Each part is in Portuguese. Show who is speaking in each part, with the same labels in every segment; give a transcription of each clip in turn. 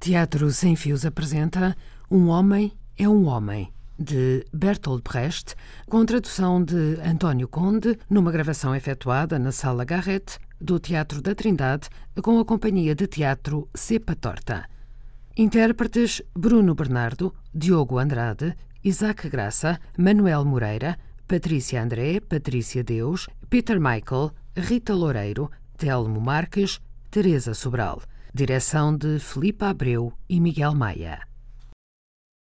Speaker 1: Teatro Sem Fios apresenta Um Homem é um Homem, de Bertolt Brecht, com tradução de António Conde, numa gravação efetuada na Sala Garrett do Teatro da Trindade, com a companhia de teatro Cepa Torta. Intérpretes Bruno Bernardo, Diogo Andrade, Isaac Graça, Manuel Moreira, Patrícia André, Patrícia Deus, Peter Michael, Rita Loureiro, Telmo Marques, Teresa Sobral. Direção de Filipe Abreu e Miguel Maia.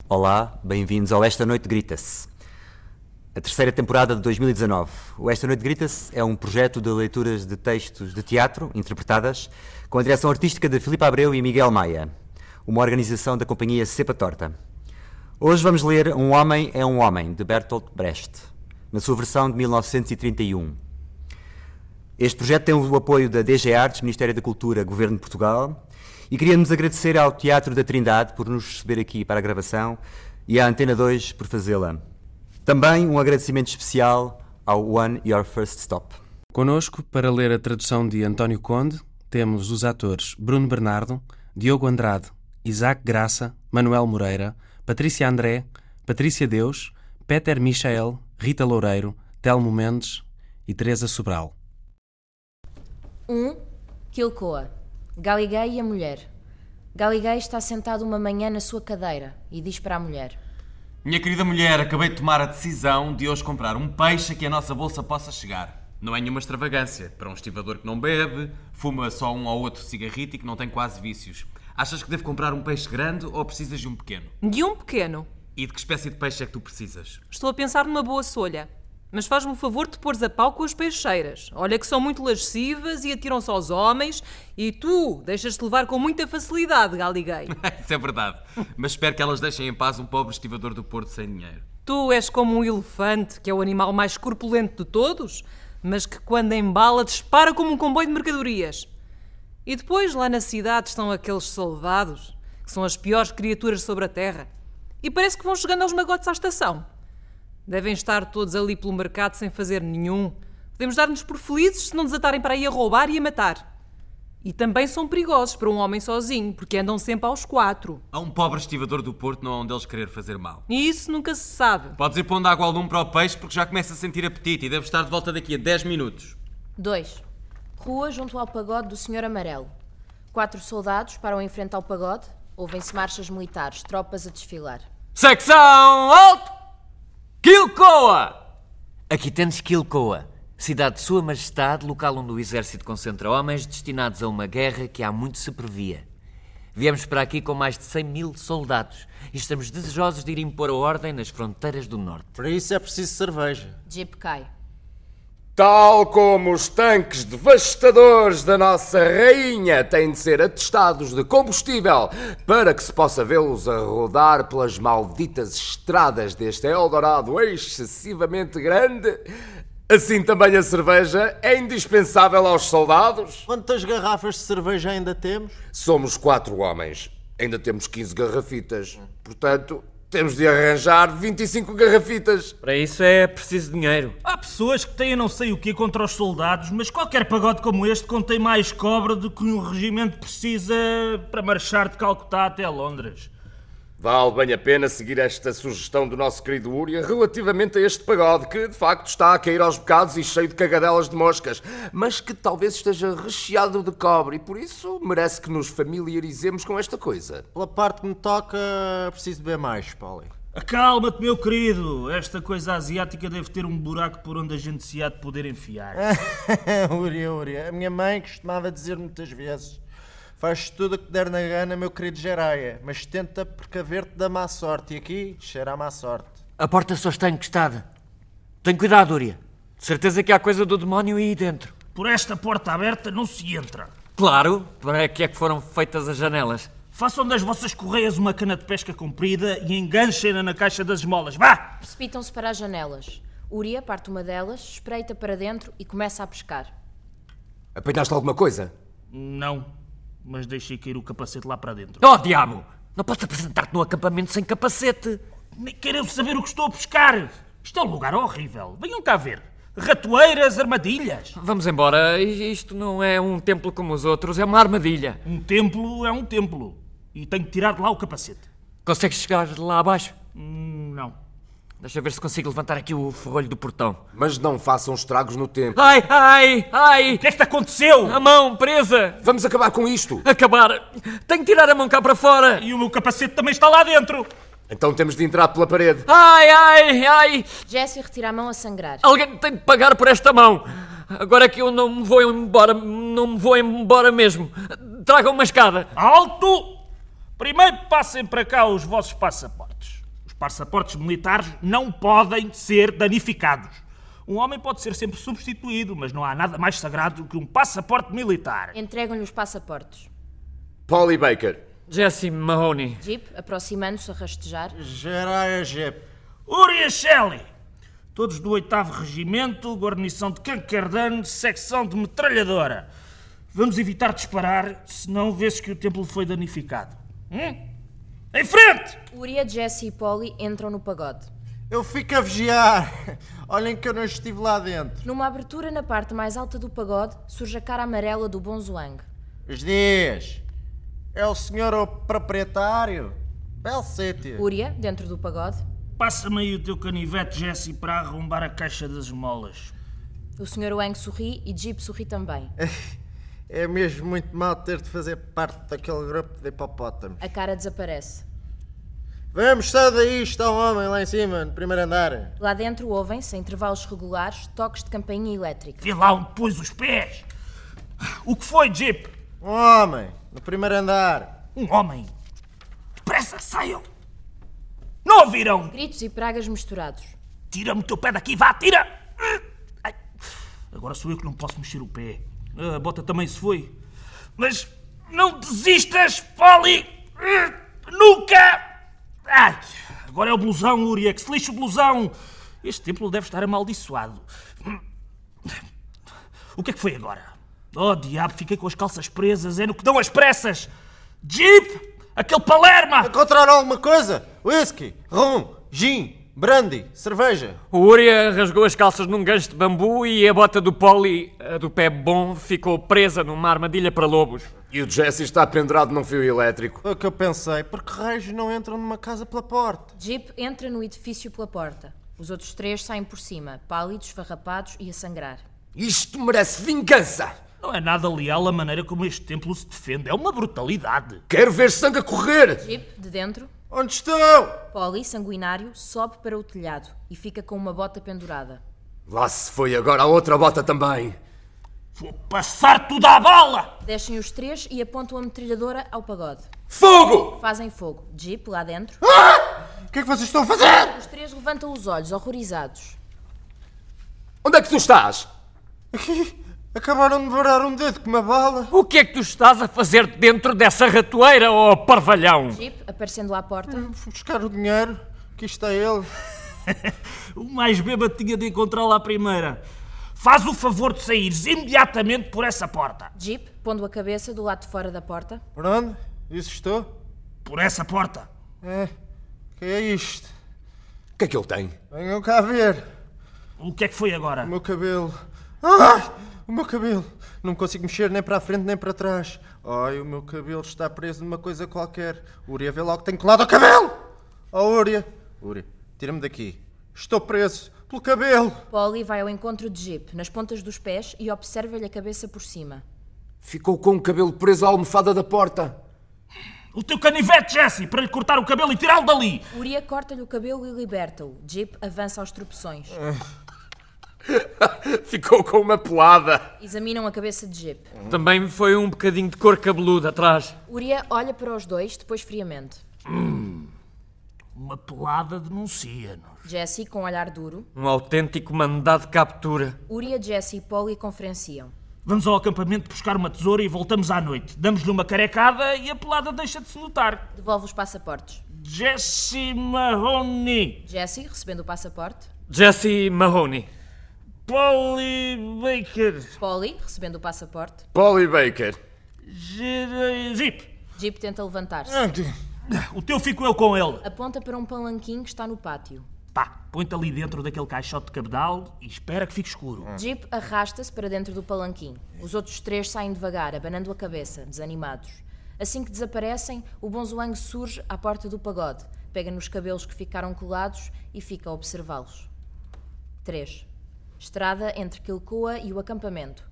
Speaker 2: Olá, bem-vindos ao Esta Noite Grita-se. A terceira temporada de 2019. O Esta Noite Grita-se é um projeto de leituras de textos de teatro interpretadas com a direção artística de Filipe Abreu e Miguel Maia, uma organização da companhia Cepa Torta. Hoje vamos ler Um Homem é um Homem, de Bertolt Brecht, na sua versão de 1931. Este projeto tem o apoio da DG Artes, Ministério da Cultura, Governo de Portugal, e queríamos agradecer ao Teatro da Trindade por nos receber aqui para a gravação e à Antena 2 por fazê-la. Também um agradecimento especial ao One Your First Stop.
Speaker 3: Conosco, para ler a tradução de António Conde, temos os atores Bruno Bernardo, Diogo Andrade, Isaac Graça, Manuel Moreira, Patrícia André, Patrícia Deus, Peter Michael, Rita Loureiro, Telmo Mendes e Teresa Sobral.
Speaker 4: 1. Um, Quilcoa. Galigay e a mulher. Galigay está sentado uma manhã na sua cadeira e diz para a mulher:
Speaker 5: Minha querida mulher, acabei de tomar a decisão de hoje comprar um peixe a que a nossa bolsa possa chegar. Não é nenhuma extravagância para um estivador que não bebe, fuma só um ou outro cigarrito e que não tem quase vícios. Achas que devo comprar um peixe grande ou precisas de um pequeno?
Speaker 6: De um pequeno.
Speaker 5: E de que espécie de peixe é que tu precisas?
Speaker 6: Estou a pensar numa boa solha. Mas faz-me o favor de pôres a pau com as peixeiras. Olha que são muito lascivas e atiram-se aos homens e tu deixas-te levar com muita facilidade, galiguei.
Speaker 5: Isso é verdade. Mas espero que elas deixem em paz um pobre estivador do Porto sem dinheiro.
Speaker 6: Tu és como um elefante, que é o animal mais corpulento de todos, mas que quando embala dispara como um comboio de mercadorias. E depois lá na cidade estão aqueles soldados, que são as piores criaturas sobre a terra. E parece que vão chegando aos magotes à estação. Devem estar todos ali pelo mercado sem fazer nenhum. Podemos dar-nos por felizes se não desatarem para aí a roubar e a matar. E também são perigosos para um homem sozinho, porque andam sempre aos quatro.
Speaker 5: A um pobre estivador do Porto não há um deles querer fazer mal.
Speaker 6: E isso nunca se sabe.
Speaker 5: Podes ir pondo água ao lume para o peixe porque já começa a sentir apetite e deve estar de volta daqui a 10 minutos.
Speaker 4: 2. Rua junto ao pagode do Senhor Amarelo. Quatro soldados param em frente ao pagode. Ouvem-se marchas militares, tropas a desfilar.
Speaker 7: Secção alto! Quilcoa! Aqui temos Quilcoa, cidade de Sua Majestade, local onde o exército concentra homens destinados a uma guerra que há muito se previa. Viemos para aqui com mais de 100 mil soldados e estamos desejosos de ir impor a ordem nas fronteiras do Norte.
Speaker 8: Para isso é preciso cerveja.
Speaker 4: Jeep cai.
Speaker 9: Tal como os tanques devastadores da nossa rainha têm de ser atestados de combustível para que se possa vê-los a rodar pelas malditas estradas deste Eldorado excessivamente grande, assim também a cerveja é indispensável aos soldados.
Speaker 8: Quantas garrafas de cerveja ainda temos?
Speaker 9: Somos quatro homens, ainda temos 15 garrafitas, portanto. Temos de arranjar 25 garrafitas.
Speaker 7: Para isso é preciso dinheiro.
Speaker 10: Há pessoas que têm não sei o que contra os soldados, mas qualquer pagode como este contém mais cobra do que um regimento precisa para marchar de Calcutá até Londres.
Speaker 9: Vale bem a pena seguir esta sugestão do nosso querido Uria relativamente a este pagode, que de facto está a cair aos bocados e cheio de cagadelas de moscas, mas que talvez esteja recheado de cobre e por isso merece que nos familiarizemos com esta coisa.
Speaker 8: Pela parte que me toca, preciso beber mais, Polly.
Speaker 10: Acalma-te, meu querido. Esta coisa asiática deve ter um buraco por onde a gente se há de poder enfiar.
Speaker 8: Uria, Uria, a minha mãe costumava dizer muitas vezes Faz tudo o que der na gana, meu querido Geraia, mas tenta precaver-te da má sorte. E aqui cheira a má sorte.
Speaker 7: A porta só está encostada. Tem cuidado, Uria. De certeza que há coisa do demónio aí dentro.
Speaker 10: Por esta porta aberta não se entra.
Speaker 7: Claro, para que é que foram feitas as janelas?
Speaker 10: Façam das vossas correias uma cana de pesca comprida e enganchem-na na caixa das esmolas. Vá!
Speaker 4: Precipitam-se para as janelas. Uria parte uma delas, espreita para dentro e começa a pescar.
Speaker 9: Apanhaste alguma coisa?
Speaker 10: Não mas deixei cair o capacete lá para dentro.
Speaker 7: Oh, diabo! Não podes apresentar-te no acampamento sem capacete!
Speaker 10: Nem querem saber o que estou a pescar! Isto é um lugar horrível. Venham cá ver. Ratoeiras, armadilhas.
Speaker 7: Vamos embora. Isto não é um templo como os outros, é uma armadilha.
Speaker 10: Um templo é um templo. e tenho que tirar de lá o capacete. Hum,
Speaker 7: Consegues chegar lá abaixo?
Speaker 10: Não.
Speaker 7: Deixa ver se consigo levantar aqui o ferrolho do portão.
Speaker 9: Mas não façam estragos no tempo.
Speaker 10: Ah!
Speaker 7: Ai, ai, ai! O
Speaker 10: que é que te aconteceu?
Speaker 7: A mão presa!
Speaker 9: Vamos acabar com isto.
Speaker 7: Acabar! Tenho que tirar a mão cá para fora!
Speaker 10: E o meu capacete também está lá dentro.
Speaker 9: Então temos de entrar pela parede.
Speaker 7: Ai, ai, ai!
Speaker 4: Jesse retira a mão a sangrar.
Speaker 7: Alguém tem de pagar por esta mão! Agora é que eu não me vou embora, não me vou embora mesmo. Tragam uma escada.
Speaker 10: Alto! Primeiro passem para cá os vossos passaportes. Os passaportes militares não podem ser danificados. Um homem pode ser sempre substituído, mas não há nada mais sagrado que um passaporte militar.
Speaker 4: Entregam-lhe os passaportes.
Speaker 9: Polly Baker.
Speaker 7: Jesse Mahoney.
Speaker 4: Jeep, aproximando-se a rastejar.
Speaker 8: Geraia Jeep.
Speaker 10: Urias Shelley. Todos do 8 Regimento, guarnição de Cancardano, secção de metralhadora. Vamos evitar disparar, senão vê-se que o templo foi danificado. Hum? Em frente!
Speaker 4: Uria, Jesse e Polly entram no pagode.
Speaker 8: Eu fico a vigiar. Olhem que eu não estive lá dentro.
Speaker 4: Numa abertura na parte mais alta do pagode, surge a cara amarela do Bonzoang.
Speaker 8: Os dias. É o senhor o proprietário? Belcete.
Speaker 4: Uria, dentro do pagode.
Speaker 10: Passa-me aí o teu canivete, Jesse, para arrombar a caixa das molas.
Speaker 4: O Sr. Wang sorri e Jeep sorri também.
Speaker 8: É mesmo muito mal ter de fazer parte daquele grupo de hipopótamos.
Speaker 4: A cara desaparece.
Speaker 8: Vamos, sai daí, está um homem lá em cima, no primeiro andar.
Speaker 4: Lá dentro ouvem-se, a intervalos regulares, toques de campainha elétrica.
Speaker 10: Vê lá um onde pôs os pés! O que foi, Jeep?
Speaker 8: Um homem, no primeiro andar.
Speaker 10: Um homem! Depressa, saiam! Não ouviram?
Speaker 4: Gritos e pragas misturados.
Speaker 10: Tira-me o teu pé daqui, vá, tira! Ai, Agora sou eu que não posso mexer o pé. A bota também se foi. Mas não desistas, Polly! Nunca! Ai, agora é o blusão, Uria, que se lixe o blusão! Este templo deve estar amaldiçoado. O que é que foi agora? Oh, diabo, fiquei com as calças presas, é no que dão as pressas! Jeep! Aquele Palerma!
Speaker 8: Encontraram alguma coisa? Whisky, rum, Hum, gin, brandy, cerveja.
Speaker 7: O Uria rasgou as calças num gancho de bambu e a bota do Polly, a do pé bom, ficou presa numa armadilha para lobos.
Speaker 9: E o Jesse está pendurado num fio elétrico.
Speaker 8: Foi o que eu pensei. Porque reis não entram numa casa pela porta.
Speaker 4: Jeep entra no edifício pela porta. Os outros três saem por cima, pálidos, farrapados e a sangrar.
Speaker 9: Isto merece vingança!
Speaker 10: Não é nada leal a maneira como este templo se defende, é uma brutalidade.
Speaker 9: Quero ver sangue a correr!
Speaker 4: Jeep, de dentro,
Speaker 8: Onde estão?
Speaker 4: Polly, sanguinário, sobe para o telhado e fica com uma bota pendurada.
Speaker 9: Lá se foi agora a outra bota também.
Speaker 10: Vou passar tudo à bala!
Speaker 4: Descem os três e apontam a metralhadora ao pagode.
Speaker 9: Fogo!
Speaker 4: Fazem fogo. Jeep, lá dentro.
Speaker 8: O que é que vocês estão a fazer?
Speaker 4: Os três levantam os olhos, horrorizados.
Speaker 9: Onde é que tu estás?
Speaker 8: Acabaram de varar um dedo com uma bala.
Speaker 7: O que é que tu estás a fazer dentro dessa ratoeira, ó parvalhão?
Speaker 4: Jeep, aparecendo à porta,
Speaker 8: Fui buscar o dinheiro. é Aqui está ele.
Speaker 10: O mais bêbado tinha de encontrá-la à primeira. Faz o favor de saíres imediatamente por essa porta.
Speaker 4: Jeep, pondo a cabeça do lado de fora da porta,
Speaker 8: Por onde? Isso estou?
Speaker 10: Por essa porta.
Speaker 8: É. Que é isto?
Speaker 9: O que é que ele tem?
Speaker 8: Venham cá ver.
Speaker 10: O que é que foi agora?
Speaker 8: O meu cabelo. Ai! O meu cabelo! Não consigo mexer nem para a frente nem para trás. Ai, o meu cabelo está preso numa coisa qualquer. Uria, vê logo, tenho colado o cabelo! Oh, Uria! Uria, tira-me daqui. Estou preso pelo cabelo!
Speaker 4: Polly vai ao encontro de Jeep, nas pontas dos pés e observa-lhe a cabeça por cima.
Speaker 9: Ficou com o cabelo preso à almofada da porta.
Speaker 10: O teu canivete, Jesse, É assim, para lhe cortar o cabelo e tirá-lo dali.
Speaker 4: Uria corta-lhe o cabelo e liberta-o. Jeep avança aos tropeções.
Speaker 9: Ficou com uma pelada.
Speaker 4: Examinam a cabeça de Jeep.
Speaker 7: Também foi um bocadinho de cor cabeluda atrás.
Speaker 4: Uria olha para os dois, depois friamente.
Speaker 7: Hum,
Speaker 10: Uma pelada denuncia-nos.
Speaker 4: Jesse, com olhar duro,
Speaker 7: Um autêntico mandado de captura.
Speaker 4: Uria, Jesse e Polly conferenciam.
Speaker 10: Vamos ao acampamento buscar uma tesoura e voltamos à noite. Damos-lhe uma carecada e a pelada deixa de se notar.
Speaker 4: Devolve os passaportes.
Speaker 10: Jesse Mahoney.
Speaker 4: Jesse, recebendo o passaporte.
Speaker 7: Jesse Mahoney.
Speaker 10: Polly Baker.
Speaker 4: Polly, recebendo o passaporte.
Speaker 9: Polly Baker.
Speaker 10: Gira- Jeep. Ah,
Speaker 4: Jeep tenta levantar-se.
Speaker 10: O teu fico eu com ele.
Speaker 4: Aponta para um palanquim que está no pátio.
Speaker 10: Pá, põe-te ali dentro daquele caixote de cabedal e espera que fique escuro.
Speaker 4: Jeep arrasta-se para dentro do palanquim. Os outros três saem devagar, abanando a cabeça, desanimados. Assim que desaparecem, o Bonzoang surge à porta do pagode, pega nos cabelos que ficaram colados e fica a observá-los. 3. Estrada entre Quilcoa e o acampamento.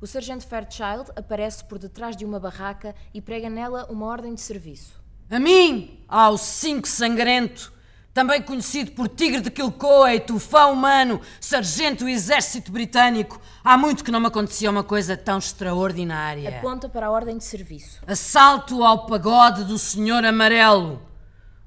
Speaker 4: O sargento Fairchild aparece por detrás de uma barraca e prega nela uma ordem de serviço.
Speaker 11: A mim, ao Cinco Sangrento, também conhecido por Tigre de Quilcoa e Tufão Humano, Sargento do Exército Britânico, há muito que não me acontecia uma coisa tão extraordinária.
Speaker 4: Aponta para a ordem de serviço.
Speaker 11: Assalto ao pagode do Senhor Amarelo.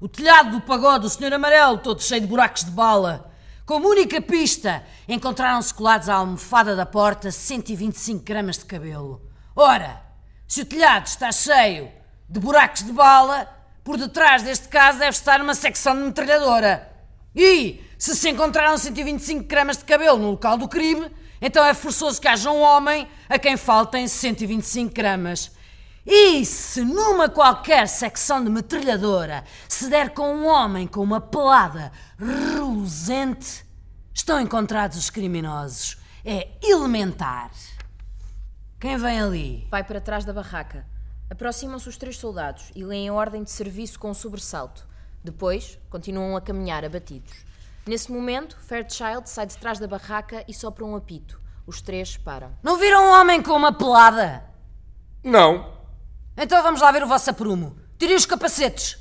Speaker 11: O telhado do pagode do Senhor Amarelo, todo cheio de buracos de bala. Como única pista, encontraram-se colados à almofada da porta 125 gramas de cabelo. Ora, se o telhado está cheio de buracos de bala, por detrás deste caso deve estar uma secção de metralhadora. E se se encontraram 125 gramas de cabelo no local do crime, então é forçoso que haja um homem a quem faltem 125 gramas. E se numa qualquer secção de metralhadora se der com um homem com uma pelada reluzente, estão encontrados os criminosos. É elementar. Quem vem ali?
Speaker 4: Vai para trás da barraca. Aproximam-se os três soldados e leem a ordem de serviço com um sobressalto. Depois, continuam a caminhar abatidos. Nesse momento, Fairchild sai de trás da barraca e sopra um apito. Os três param.
Speaker 11: Não viram um homem com uma pelada?
Speaker 9: Não.
Speaker 11: Então vamos lá ver o vosso aprumo. Tirem os capacetes.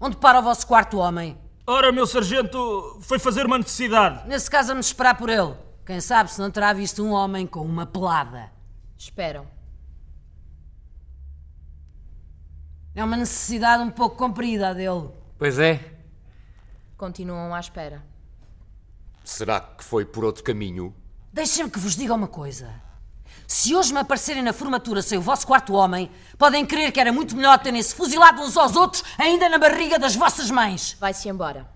Speaker 11: Onde para o vosso quarto homem?
Speaker 10: Ora, meu sargento, foi fazer uma necessidade.
Speaker 11: Nesse caso, vamos esperar por ele. Quem sabe se não terá visto um homem com uma pelada.
Speaker 4: Esperam.
Speaker 11: É uma necessidade um pouco comprida a dele.
Speaker 7: Pois é.
Speaker 4: Continuam à espera.
Speaker 9: Será que foi por outro caminho?
Speaker 11: Deixem-me que vos diga uma coisa. Se hoje me aparecerem na formatura sem o vosso quarto homem, podem crer que era muito melhor terem-se fuzilado uns aos outros ainda na barriga das vossas mães.
Speaker 4: Vai-se embora.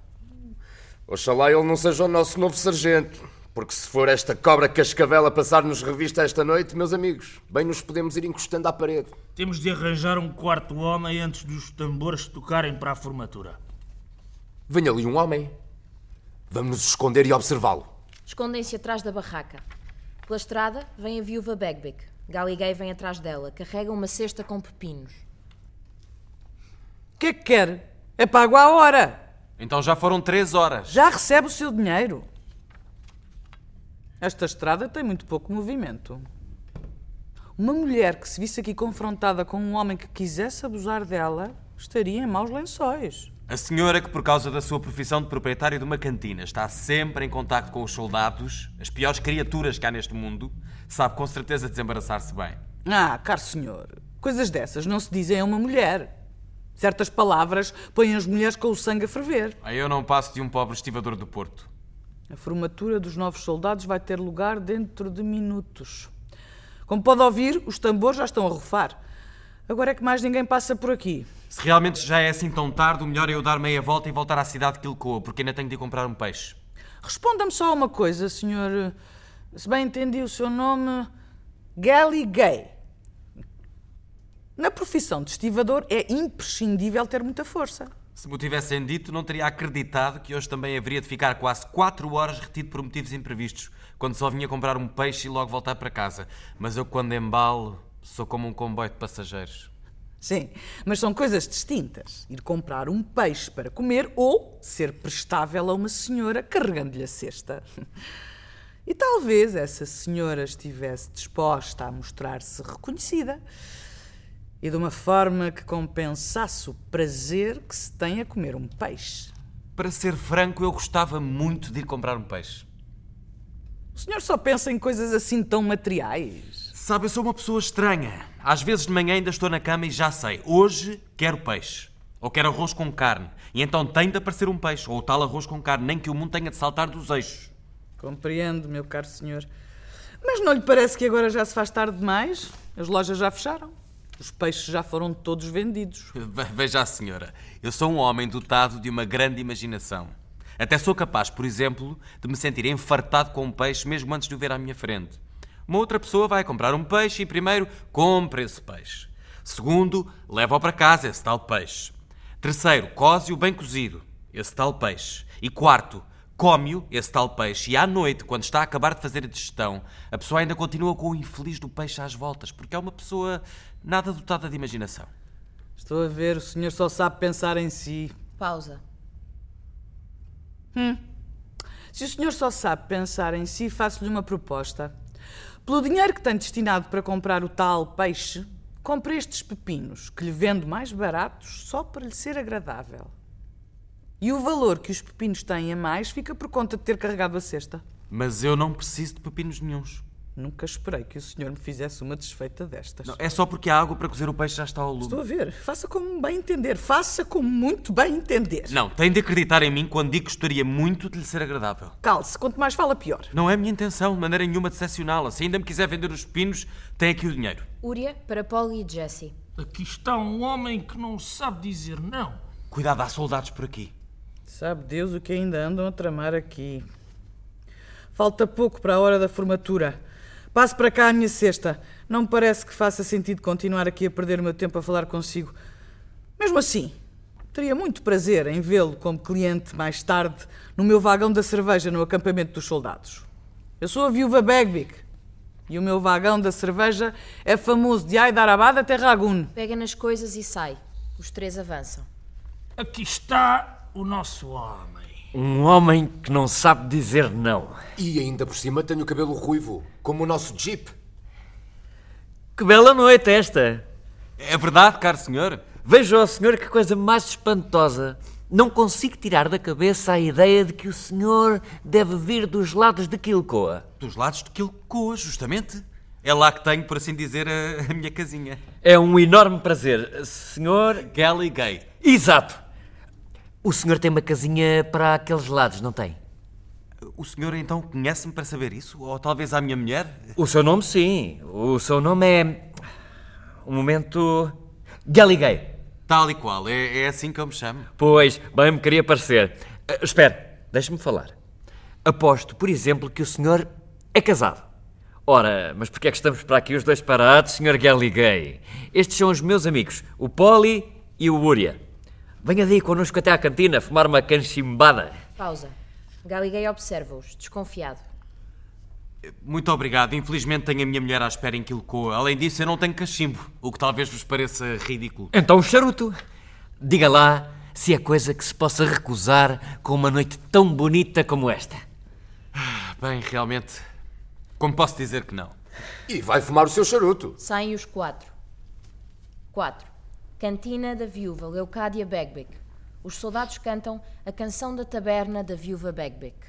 Speaker 9: Oxalá ele não seja o nosso novo sargento. Porque se for esta cobra cascavel a passar-nos revista esta noite, meus amigos, bem nos podemos ir encostando à parede.
Speaker 10: Temos de arranjar um quarto homem antes dos tambores tocarem para a formatura.
Speaker 9: Vem ali um homem. Vamos nos esconder e observá-lo.
Speaker 4: Escondem-se atrás da barraca. Pela estrada, vem a viúva Bagbeck. Galigay vem atrás dela, carrega uma cesta com pepinos.
Speaker 12: O que é que quer? É pago à hora.
Speaker 5: Então já foram três horas.
Speaker 12: Já recebe o seu dinheiro. Esta estrada tem muito pouco movimento. Uma mulher que se visse aqui confrontada com um homem que quisesse abusar dela estaria em maus lençóis.
Speaker 5: A senhora que, por causa da sua profissão de proprietário de uma cantina, está sempre em contacto com os soldados, as piores criaturas que há neste mundo, sabe com certeza desembaraçar-se bem.
Speaker 12: Ah, caro senhor, coisas dessas não se dizem a uma mulher. Certas palavras põem as mulheres com o sangue a ferver.
Speaker 5: Aí eu não passo de um pobre estivador do Porto.
Speaker 12: A formatura dos novos soldados vai ter lugar dentro de minutos. Como pode ouvir, os tambores já estão a rufar. Agora é que mais ninguém passa por aqui.
Speaker 5: Se realmente já é assim tão tarde, o melhor é eu dar meia volta e voltar à cidade de Quilcoa, porque ainda tenho de ir comprar um peixe.
Speaker 12: Responda-me só uma coisa, senhor. eh, Se bem entendi o seu nome, Gally Gay. Na profissão de estivador é imprescindível ter muita força.
Speaker 5: Se me o tivessem dito, não teria acreditado que hoje também haveria de ficar quase 4 horas retido por motivos imprevistos, quando só vinha comprar um peixe e logo voltar para casa. Mas eu, quando embalo, sou como um comboio de passageiros.
Speaker 12: Sim, mas são coisas distintas. Ir comprar um peixe para comer ou ser prestável a uma senhora carregando-lhe a cesta. E talvez essa senhora estivesse disposta a mostrar-se reconhecida e de uma forma que compensasse o prazer que se tem a comer um peixe.
Speaker 5: Para ser franco, eu gostava muito de ir comprar um peixe.
Speaker 12: O senhor só pensa em coisas assim tão materiais.
Speaker 5: Sabe, eu sou uma pessoa estranha. Às vezes de manhã ainda estou na cama e já sei. Hoje quero peixe. Ou quero arroz com carne. E então tem de aparecer um peixe. Ou o tal arroz com carne, nem que o mundo tenha de saltar dos eixos.
Speaker 12: Compreendo, meu caro senhor. Mas não lhe parece que agora já se faz tarde demais? As lojas já fecharam. Os peixes já foram todos vendidos.
Speaker 5: Ve- Veja a senhora, eu sou um homem dotado de uma grande imaginação. Até sou capaz, por exemplo, de me sentir enfartado com um peixe mesmo antes de o ver à minha frente. Uma outra pessoa vai comprar um peixe e, primeiro, compra esse peixe. Segundo, leva-o para casa, esse tal peixe. Terceiro, coze-o bem cozido, esse tal peixe. E quarto, come-o, esse tal peixe. E à noite, quando está a acabar de fazer a digestão, a pessoa ainda continua com o infeliz do peixe às voltas, porque é uma pessoa nada dotada de imaginação.
Speaker 12: Estou a ver, o senhor só sabe pensar em si.
Speaker 4: Pausa.
Speaker 12: Hum. Se o senhor só sabe pensar em si, faço-lhe uma proposta. Pelo dinheiro que tem destinado para comprar o tal peixe, compre estes pepinos, que lhe vendo mais baratos só para lhe ser agradável. E o valor que os pepinos têm a mais fica por conta de ter carregado a cesta.
Speaker 5: Mas eu não preciso de pepinos nenhuns.
Speaker 12: Nunca esperei que o senhor me fizesse uma desfeita destas.
Speaker 5: Não, é só porque a água para cozer o peixe já está ao lume.
Speaker 12: Estou a ver. Faça como bem entender. Faça como muito bem entender.
Speaker 5: Não, tem de acreditar em mim quando digo que gostaria muito de lhe ser agradável.
Speaker 12: Calce, quanto mais fala, pior.
Speaker 5: Não é a minha intenção de maneira nenhuma de decepcioná-la. Se ainda me quiser vender os pepinos, tem aqui o dinheiro.
Speaker 4: Úria para Paul e Jesse.
Speaker 10: Aqui está um homem que não sabe dizer não.
Speaker 5: Cuidado, há soldados por aqui.
Speaker 12: Sabe Deus o que ainda andam a tramar aqui. Falta pouco para a hora da formatura. Passo para cá a minha cesta. Não me parece que faça sentido continuar aqui a perder o meu tempo a falar consigo. Mesmo assim, teria muito prazer em vê-lo como cliente mais tarde no meu vagão da cerveja no acampamento dos soldados. Eu sou a viúva Bagbic e o meu vagão da cerveja é famoso de Aidarabad até Ragun.
Speaker 4: Pega nas coisas e sai. Os três avançam.
Speaker 10: Aqui está o nosso homem.
Speaker 7: Um homem que não sabe dizer não.
Speaker 9: E ainda por cima tenho o cabelo ruivo, como o nosso Jeep.
Speaker 7: Que bela noite esta!
Speaker 5: É verdade, caro senhor?
Speaker 7: Veja, ó senhor, que coisa mais espantosa. Não consigo tirar da cabeça a ideia de que o senhor deve vir dos lados de Quilcoa.
Speaker 5: Dos lados de Quilcoa, justamente. É lá que tenho, por assim dizer, a, a minha casinha.
Speaker 7: É um enorme prazer, senhor.
Speaker 5: Gally Gay.
Speaker 7: Exato! O senhor tem uma casinha para aqueles lados, não tem?
Speaker 5: O senhor então conhece-me para saber isso? Ou talvez a minha mulher?
Speaker 7: O seu nome, sim. O seu nome é. Um momento. Galiguei.
Speaker 5: Tal e qual, é, é assim que eu me chamo.
Speaker 7: Pois, bem me queria parecer. Ah, espera, deixe-me falar. Aposto, por exemplo, que o senhor é casado. Ora, mas porquê é que estamos para aqui os dois parados, senhor Galiguei? Estes são os meus amigos, o Poli e o Uria. Venha daí connosco até à cantina fumar uma canchimbada.
Speaker 4: Pausa. Galiguei observa-os, desconfiado.
Speaker 5: Muito obrigado. Infelizmente tenho a minha mulher à espera em Quilcoa. Além disso, eu não tenho cachimbo, o que talvez vos pareça ridículo.
Speaker 7: Então, charuto, diga lá se é coisa que se possa recusar com uma noite tão bonita como esta.
Speaker 5: Bem, realmente, como posso dizer que não?
Speaker 9: E vai fumar o seu charuto.
Speaker 4: Saem os quatro. Quatro. Cantina da Viúva, Leucádia Bagbeck. Os soldados cantam a canção da taberna da Viúva Bagbeck.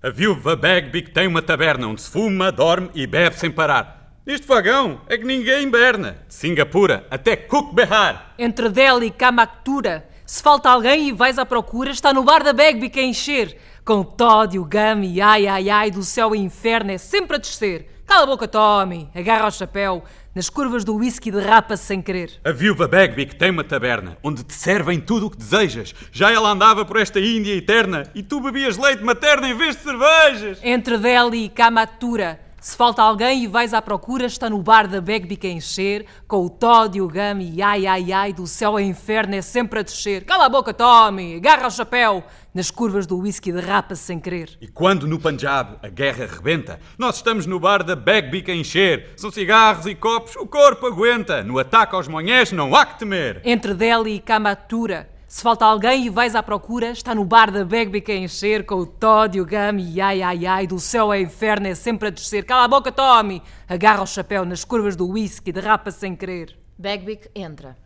Speaker 13: A viúva Bagbic tem uma taberna onde se fuma, dorme e bebe sem parar. Neste vagão é que ninguém inverna. De Singapura até Cook Behar.
Speaker 6: Entre Delhi e Kamaktura, se falta alguém e vais à procura, está no bar da Bagby a encher. Com o Todd, o Gummy, ai, ai, ai, do céu ao inferno, é sempre a descer. Cala a boca, Tommy, agarra o chapéu, nas curvas do whisky derrapa-se sem querer.
Speaker 13: A viúva Bagby que tem uma taberna onde te servem tudo o que desejas. Já ela andava por esta Índia eterna e tu bebias leite materno em vez de cervejas.
Speaker 6: Entre Delhi e Kamatura, se falta alguém e vais à procura, está no bar da Bagby a encher, com o Todd e o Gummy, ai, ai, ai, do céu ao inferno é sempre a descer. Cala a boca, Tommy, agarra o chapéu, nas curvas do whisky derrapa-se sem querer.
Speaker 13: E quando no Punjab a guerra rebenta, nós estamos no bar da Bagby a encher. São cigarros e copos, o corpo aguenta. No ataque aos monhés não há que temer.
Speaker 6: Entre Delhi e Kamatura. Se falta alguém e vais à procura, está no bar da Bagby a encher com o Todd e o Gummy, ai, ai, ai, do céu ao inferno é sempre a descer. Cala a boca, Tommy! Agarra o chapéu nas curvas do whisky, derrapa sem querer.
Speaker 4: Bagbic entra.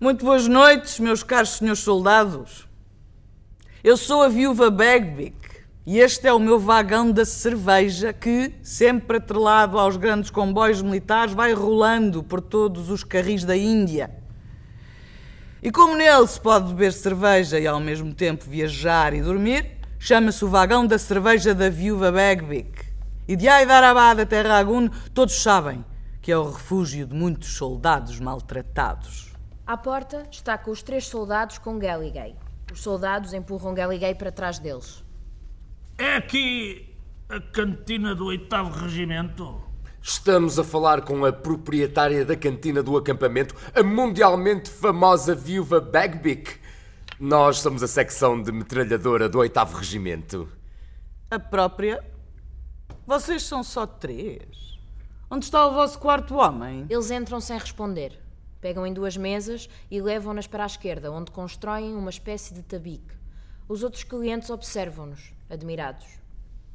Speaker 12: Muito boas noites, meus caros senhores soldados. Eu sou a viúva Bagbic e este é o meu vagão da cerveja que, sempre atrelado aos grandes comboios militares, vai rolando por todos os carris da Índia. E como nele se pode beber cerveja e ao mesmo tempo viajar e dormir, chama-se o vagão da cerveja da viúva Bagbic. E de Aidarabad até Ragun, todos sabem que é o refúgio de muitos soldados maltratados.
Speaker 4: À porta está com os três soldados com Galligay. Os soldados empurram Galiguei para trás deles.
Speaker 10: É aqui a cantina do 8 Regimento.
Speaker 9: Estamos a falar com a proprietária da cantina do acampamento, a mundialmente famosa viúva Bagbic. Nós somos a secção de metralhadora do 8 Regimento.
Speaker 12: A própria? Vocês são só três. Onde está o vosso quarto homem?
Speaker 4: Eles entram sem responder. Pegam em duas mesas e levam-nas para a esquerda, onde constroem uma espécie de tabique. Os outros clientes observam-nos, admirados.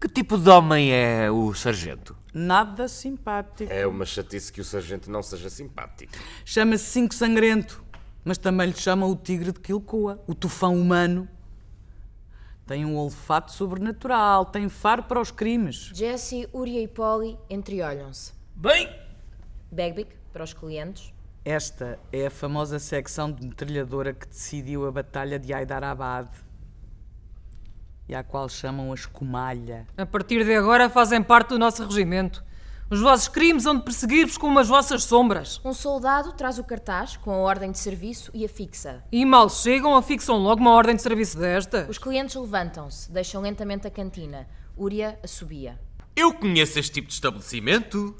Speaker 7: Que tipo de homem é o sargento?
Speaker 12: Nada simpático.
Speaker 9: É uma chatice que o sargento não seja simpático.
Speaker 12: Chama-se Cinco Sangrento, mas também lhe chamam o tigre de Quilcoa, o tufão humano. Tem um olfato sobrenatural, tem faro para os crimes.
Speaker 4: Jesse, Uria e Polly entreolham-se.
Speaker 10: Bem!
Speaker 4: Bagbic, para os clientes.
Speaker 12: Esta é a famosa secção de metralhadora que decidiu a Batalha de Hyderabad e à qual chamam a escumalha.
Speaker 6: A partir de agora fazem parte do nosso regimento. Os vossos crimes hão de perseguir-vos como as vossas sombras.
Speaker 4: Um soldado traz o cartaz com a ordem de serviço e a fixa.
Speaker 6: E mal chegam, afixam logo uma ordem de serviço desta.
Speaker 4: Os clientes levantam-se, deixam lentamente a cantina. Uria assobia.
Speaker 5: Eu conheço este tipo de estabelecimento.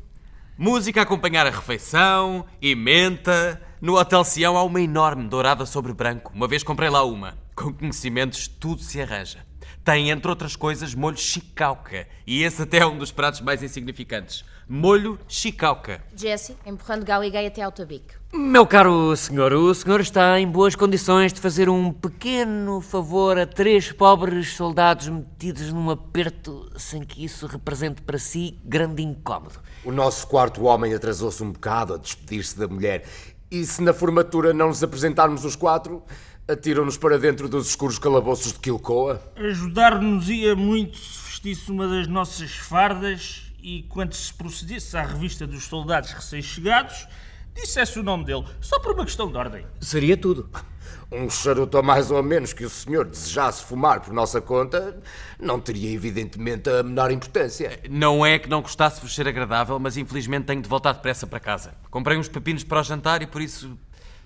Speaker 5: Música a acompanhar a refeição e menta. No Hotel Sião há uma enorme dourada sobre branco. Uma vez comprei lá uma. Com conhecimentos, tudo se arranja. Tem, entre outras coisas, molho chicauca. E esse até é um dos pratos mais insignificantes. Molho chicauca.
Speaker 4: Jesse, empurrando Galigay até ao tabique.
Speaker 7: Meu caro senhor, o senhor está em boas condições de fazer um pequeno favor a três pobres soldados metidos num aperto sem que isso represente para si grande incómodo.
Speaker 9: O nosso quarto homem atrasou-se um bocado a despedir-se da mulher. E se na formatura não nos apresentarmos os quatro, atiram-nos para dentro dos escuros calabouços de Quilcoa?
Speaker 10: Ajudar-nos ia muito se vestisse uma das nossas fardas e, quando se procedesse à revista dos soldados recém-chegados, dissesse o nome dele, só por uma questão de ordem.
Speaker 9: Seria tudo. Um charuto a mais ou a menos que o senhor desejasse fumar por nossa conta não teria, evidentemente, a menor importância.
Speaker 5: Não é que não gostasse de vos ser agradável, mas infelizmente tenho de voltar depressa para casa. Comprei uns pepinos para o jantar e por isso.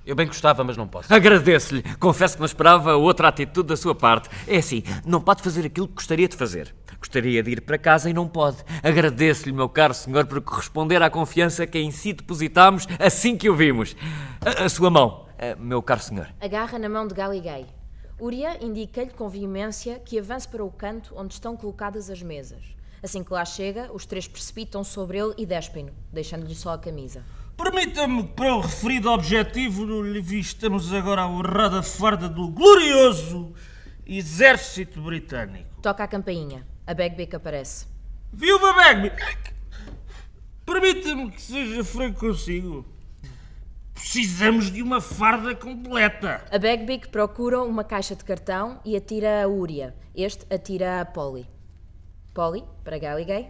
Speaker 5: Eu bem gostava, mas não posso.
Speaker 7: Agradeço-lhe. Confesso que não esperava outra atitude da sua parte. É assim, não pode fazer aquilo que gostaria de fazer. Gostaria de ir para casa e não pode. Agradeço-lhe, meu caro senhor, por corresponder à confiança que em si depositámos assim que o vimos. A, a sua mão, eh, meu caro senhor.
Speaker 4: Agarra na mão de Galigay. Uria indica-lhe com veemência que avance para o canto onde estão colocadas as mesas. Assim que lá chega, os três precipitam sobre ele e despem-no, deixando-lhe só a camisa.
Speaker 10: Permita-me que, para o referido objetivo, lhe vistamos agora a honrada farda do glorioso Exército Britânico.
Speaker 4: Toca a campainha. A Bagbic aparece.
Speaker 10: Viúva Bagby! Permita-me que seja franco consigo. Precisamos de uma farda completa.
Speaker 4: A Bagbic procura uma caixa de cartão e atira a Uria. Este atira a Polly. Polly, para Galigay.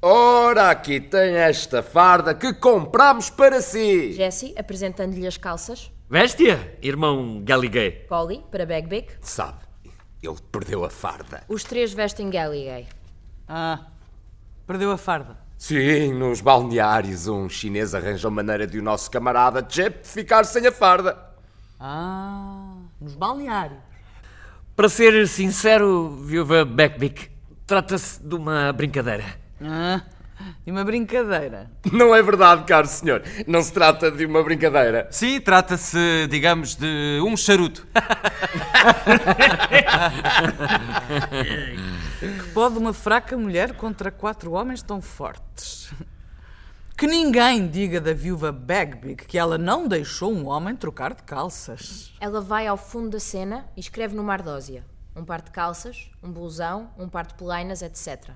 Speaker 9: Ora, aqui tem esta farda que compramos para si.
Speaker 4: Jesse, apresentando-lhe as calças.
Speaker 7: Veste-a, irmão Galiguei.
Speaker 4: Polly, para Bagbic.
Speaker 9: Sabe, ele perdeu a farda.
Speaker 4: Os três vestem Galigay.
Speaker 12: Ah, perdeu a farda.
Speaker 9: Sim, nos balneários, um chinês arranjou maneira de o nosso camarada Jep ficar sem a farda.
Speaker 12: Ah, nos balneários.
Speaker 7: Para ser sincero, viúva Beckbick, trata-se de uma brincadeira.
Speaker 12: Ah, e uma brincadeira.
Speaker 9: Não é verdade, caro senhor. Não se trata de uma brincadeira.
Speaker 5: Sim, trata-se, digamos, de um charuto.
Speaker 12: Que pode uma fraca mulher contra quatro homens tão fortes? Que ninguém diga da viúva Bagby que ela não deixou um homem trocar de calças.
Speaker 4: Ela vai ao fundo da cena e escreve numa ardósia. Um par de calças, um blusão, um par de polainas, etc.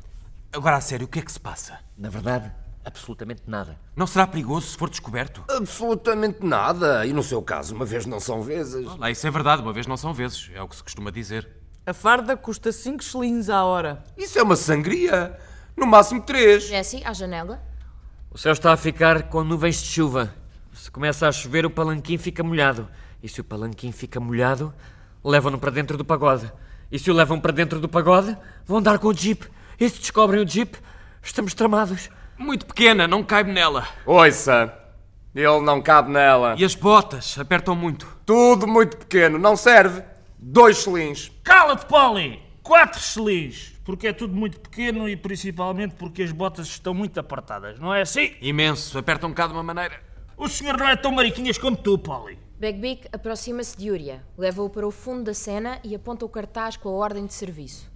Speaker 5: Agora, a sério, o que é que se passa?
Speaker 7: Na verdade, absolutamente nada.
Speaker 5: Não será perigoso se for descoberto?
Speaker 9: Absolutamente nada. E no seu caso, uma vez não são vezes.
Speaker 5: Lá, isso é verdade, uma vez não são vezes. É o que se costuma dizer.
Speaker 12: A farda custa cinco chelins à hora.
Speaker 9: Isso é uma sangria. No máximo três.
Speaker 4: Jesse, à janela.
Speaker 7: O céu está a ficar com nuvens de chuva. Se começa a chover, o palanquim fica molhado. E se o palanquim fica molhado, levam-no para dentro do pagode. E se o levam para dentro do pagode, vão dar com o jeep. E se descobrem o jeep, estamos tramados.
Speaker 5: Muito pequena, não caibo nela.
Speaker 9: Ouça, ele não cabe nela.
Speaker 5: E as botas apertam muito.
Speaker 9: Tudo muito pequeno, não serve. Dois chelins.
Speaker 10: Cala-te, Polly! Quatro selis! Porque é tudo muito pequeno e principalmente porque as botas estão muito apartadas, não é assim?
Speaker 5: Imenso, apertam um bocado de uma maneira.
Speaker 10: O senhor não é tão mariquinhas como tu, Polly.
Speaker 4: Bagbic aproxima-se de Uria, leva-o para o fundo da cena e aponta o cartaz com a ordem de serviço.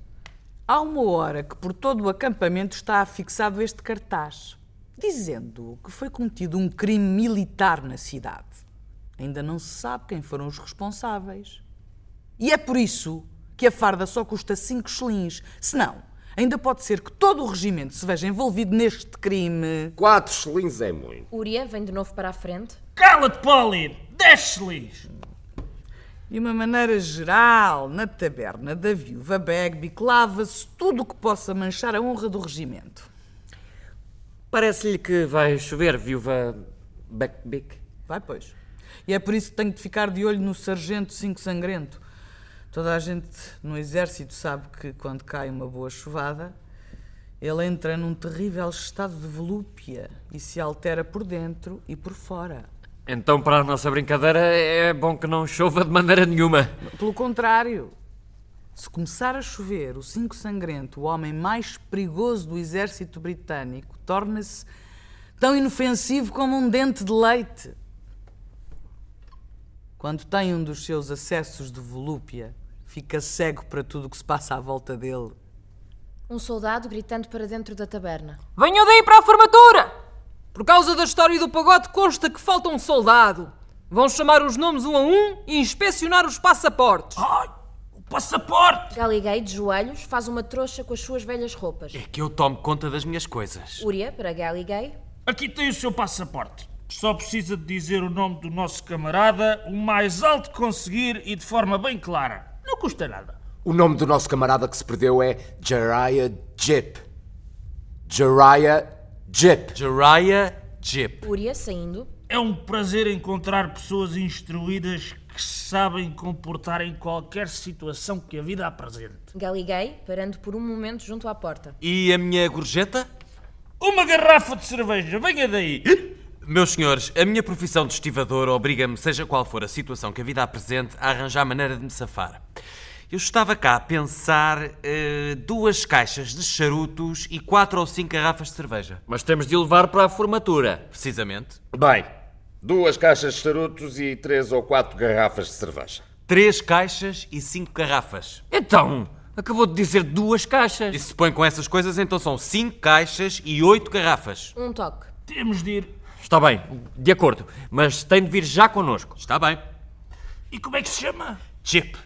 Speaker 12: Há uma hora que por todo o acampamento está afixado este cartaz, dizendo que foi cometido um crime militar na cidade. Ainda não se sabe quem foram os responsáveis. E é por isso que a farda só custa 5 chelins. Senão, ainda pode ser que todo o regimento se veja envolvido neste crime.
Speaker 9: 4 chelins é muito.
Speaker 4: Uria vem de novo para a frente.
Speaker 12: Cala-te, Polly! 10 chelins! De uma maneira geral, na taberna da viúva Bagby, lava-se tudo o que possa manchar a honra do regimento.
Speaker 7: Parece-lhe que vai chover, viúva Backbeak.
Speaker 12: Vai, pois. E é por isso que tenho de ficar de olho no Sargento 5 Sangrento. Toda a gente no exército sabe que quando cai uma boa chuvada, ele entra num terrível estado de volúpia e se altera por dentro e por fora.
Speaker 7: Então, para a nossa brincadeira, é bom que não chova de maneira nenhuma.
Speaker 12: Pelo contrário, se começar a chover, o Cinco Sangrento, o homem mais perigoso do exército britânico, torna-se tão inofensivo como um dente de leite. Quando tem um dos seus acessos de volúpia, fica cego para tudo o que se passa à volta dele.
Speaker 4: Um soldado gritando para dentro da taberna.
Speaker 6: Venham daí para a formatura! Por causa da história do pagode, consta que falta um soldado. Vão chamar os nomes um a um e inspecionar os passaportes.
Speaker 4: Passaporte! Galiguei de joelhos, faz uma trouxa com as suas velhas roupas.
Speaker 5: Que eu tomo conta das minhas coisas.
Speaker 4: Uria para Galiguei.
Speaker 10: Aqui tem o seu passaporte. Só precisa de dizer o nome do nosso camarada o mais alto que conseguir e de forma bem clara. Não custa nada.
Speaker 9: O nome do nosso camarada que se perdeu é Jariah Jip. Jariah Jip.
Speaker 10: Jariah Jip.
Speaker 4: Uria saindo.
Speaker 10: É um prazer encontrar pessoas instruídas que se sabem comportar em qualquer situação que a vida apresente.
Speaker 4: Galiguei, parando por um momento junto à porta.
Speaker 5: E a minha gorjeta?
Speaker 10: Uma garrafa de cerveja, venha daí!
Speaker 5: Meus senhores, a minha profissão de estivador obriga-me, seja qual for a situação que a vida apresente, a arranjar maneira de me safar. Eu estava cá a pensar eh, duas caixas de charutos e quatro ou cinco garrafas de cerveja.
Speaker 7: Mas temos de o levar para a formatura.
Speaker 5: Precisamente.
Speaker 9: Bem, duas caixas de charutos e três ou quatro garrafas de cerveja.
Speaker 5: Três caixas e cinco garrafas.
Speaker 7: Então, acabou de dizer duas caixas.
Speaker 5: E se põe com essas coisas, então são cinco caixas e oito garrafas.
Speaker 4: Um toque.
Speaker 10: Temos de ir.
Speaker 7: Está bem, de acordo, mas tem de vir já connosco.
Speaker 5: Está bem.
Speaker 10: E como é que se chama?
Speaker 7: Chip.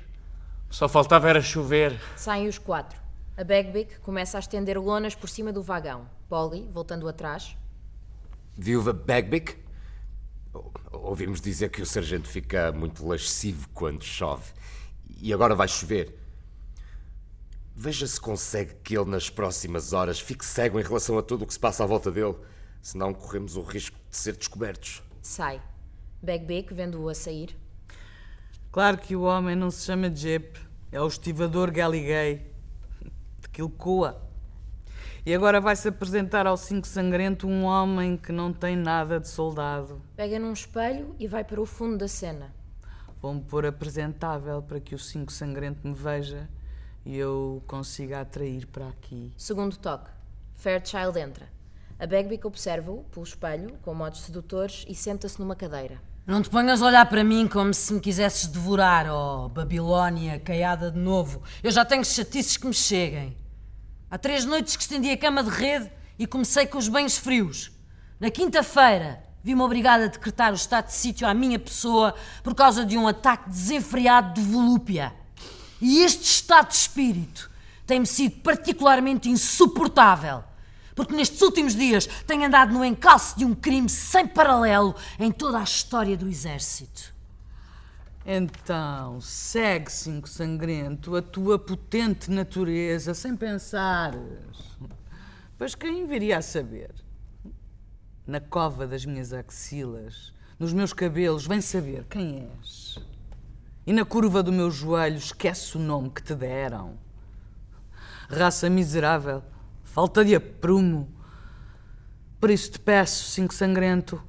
Speaker 7: Só faltava era chover.
Speaker 4: Saem os quatro. A Bagbic começa a estender lonas por cima do vagão. Polly, voltando atrás.
Speaker 9: Viúva Bagbic? O- Ouvimos dizer que o sargento fica muito lascivo quando chove. E agora vai chover. Veja se consegue que ele, nas próximas horas, fique cego em relação a tudo o que se passa à volta dele. Senão corremos o risco de ser descobertos.
Speaker 4: Sai. Bagbic, vendo-o a sair.
Speaker 12: Claro que o homem não se chama Jep, é o estivador Galiguei, de Quilcoa. E agora vai-se apresentar ao Cinco Sangrento um homem que não tem nada de soldado.
Speaker 4: Pega num espelho e vai para o fundo da cena.
Speaker 12: Vou-me pôr apresentável para que o Cinco Sangrento me veja e eu o consiga atrair para aqui.
Speaker 4: Segundo toque. Fairchild entra. A Bagbic observa-o pelo espelho, com modos sedutores, e senta-se numa cadeira.
Speaker 11: Não te ponhas a olhar para mim como se me quisesses devorar, oh Babilónia, caiada de novo. Eu já tenho chatices que me cheguem. Há três noites que estendi a cama de rede e comecei com os banhos frios. Na quinta-feira, vi-me obrigada a decretar o estado de sítio à minha pessoa por causa de um ataque desenfreado de volúpia. E este estado de espírito tem-me sido particularmente insuportável. Porque nestes últimos dias tenho andado no encalço de um crime sem paralelo em toda a história do Exército.
Speaker 12: Então, segue Cinco Sangrento a tua potente natureza sem pensares. Pois quem viria a saber? Na cova das minhas axilas, nos meus cabelos, vem saber quem és. E na curva do meu joelho, esquece o nome que te deram. Raça miserável, falta de aprumo. Por isso te peço, Cinco Sangrento,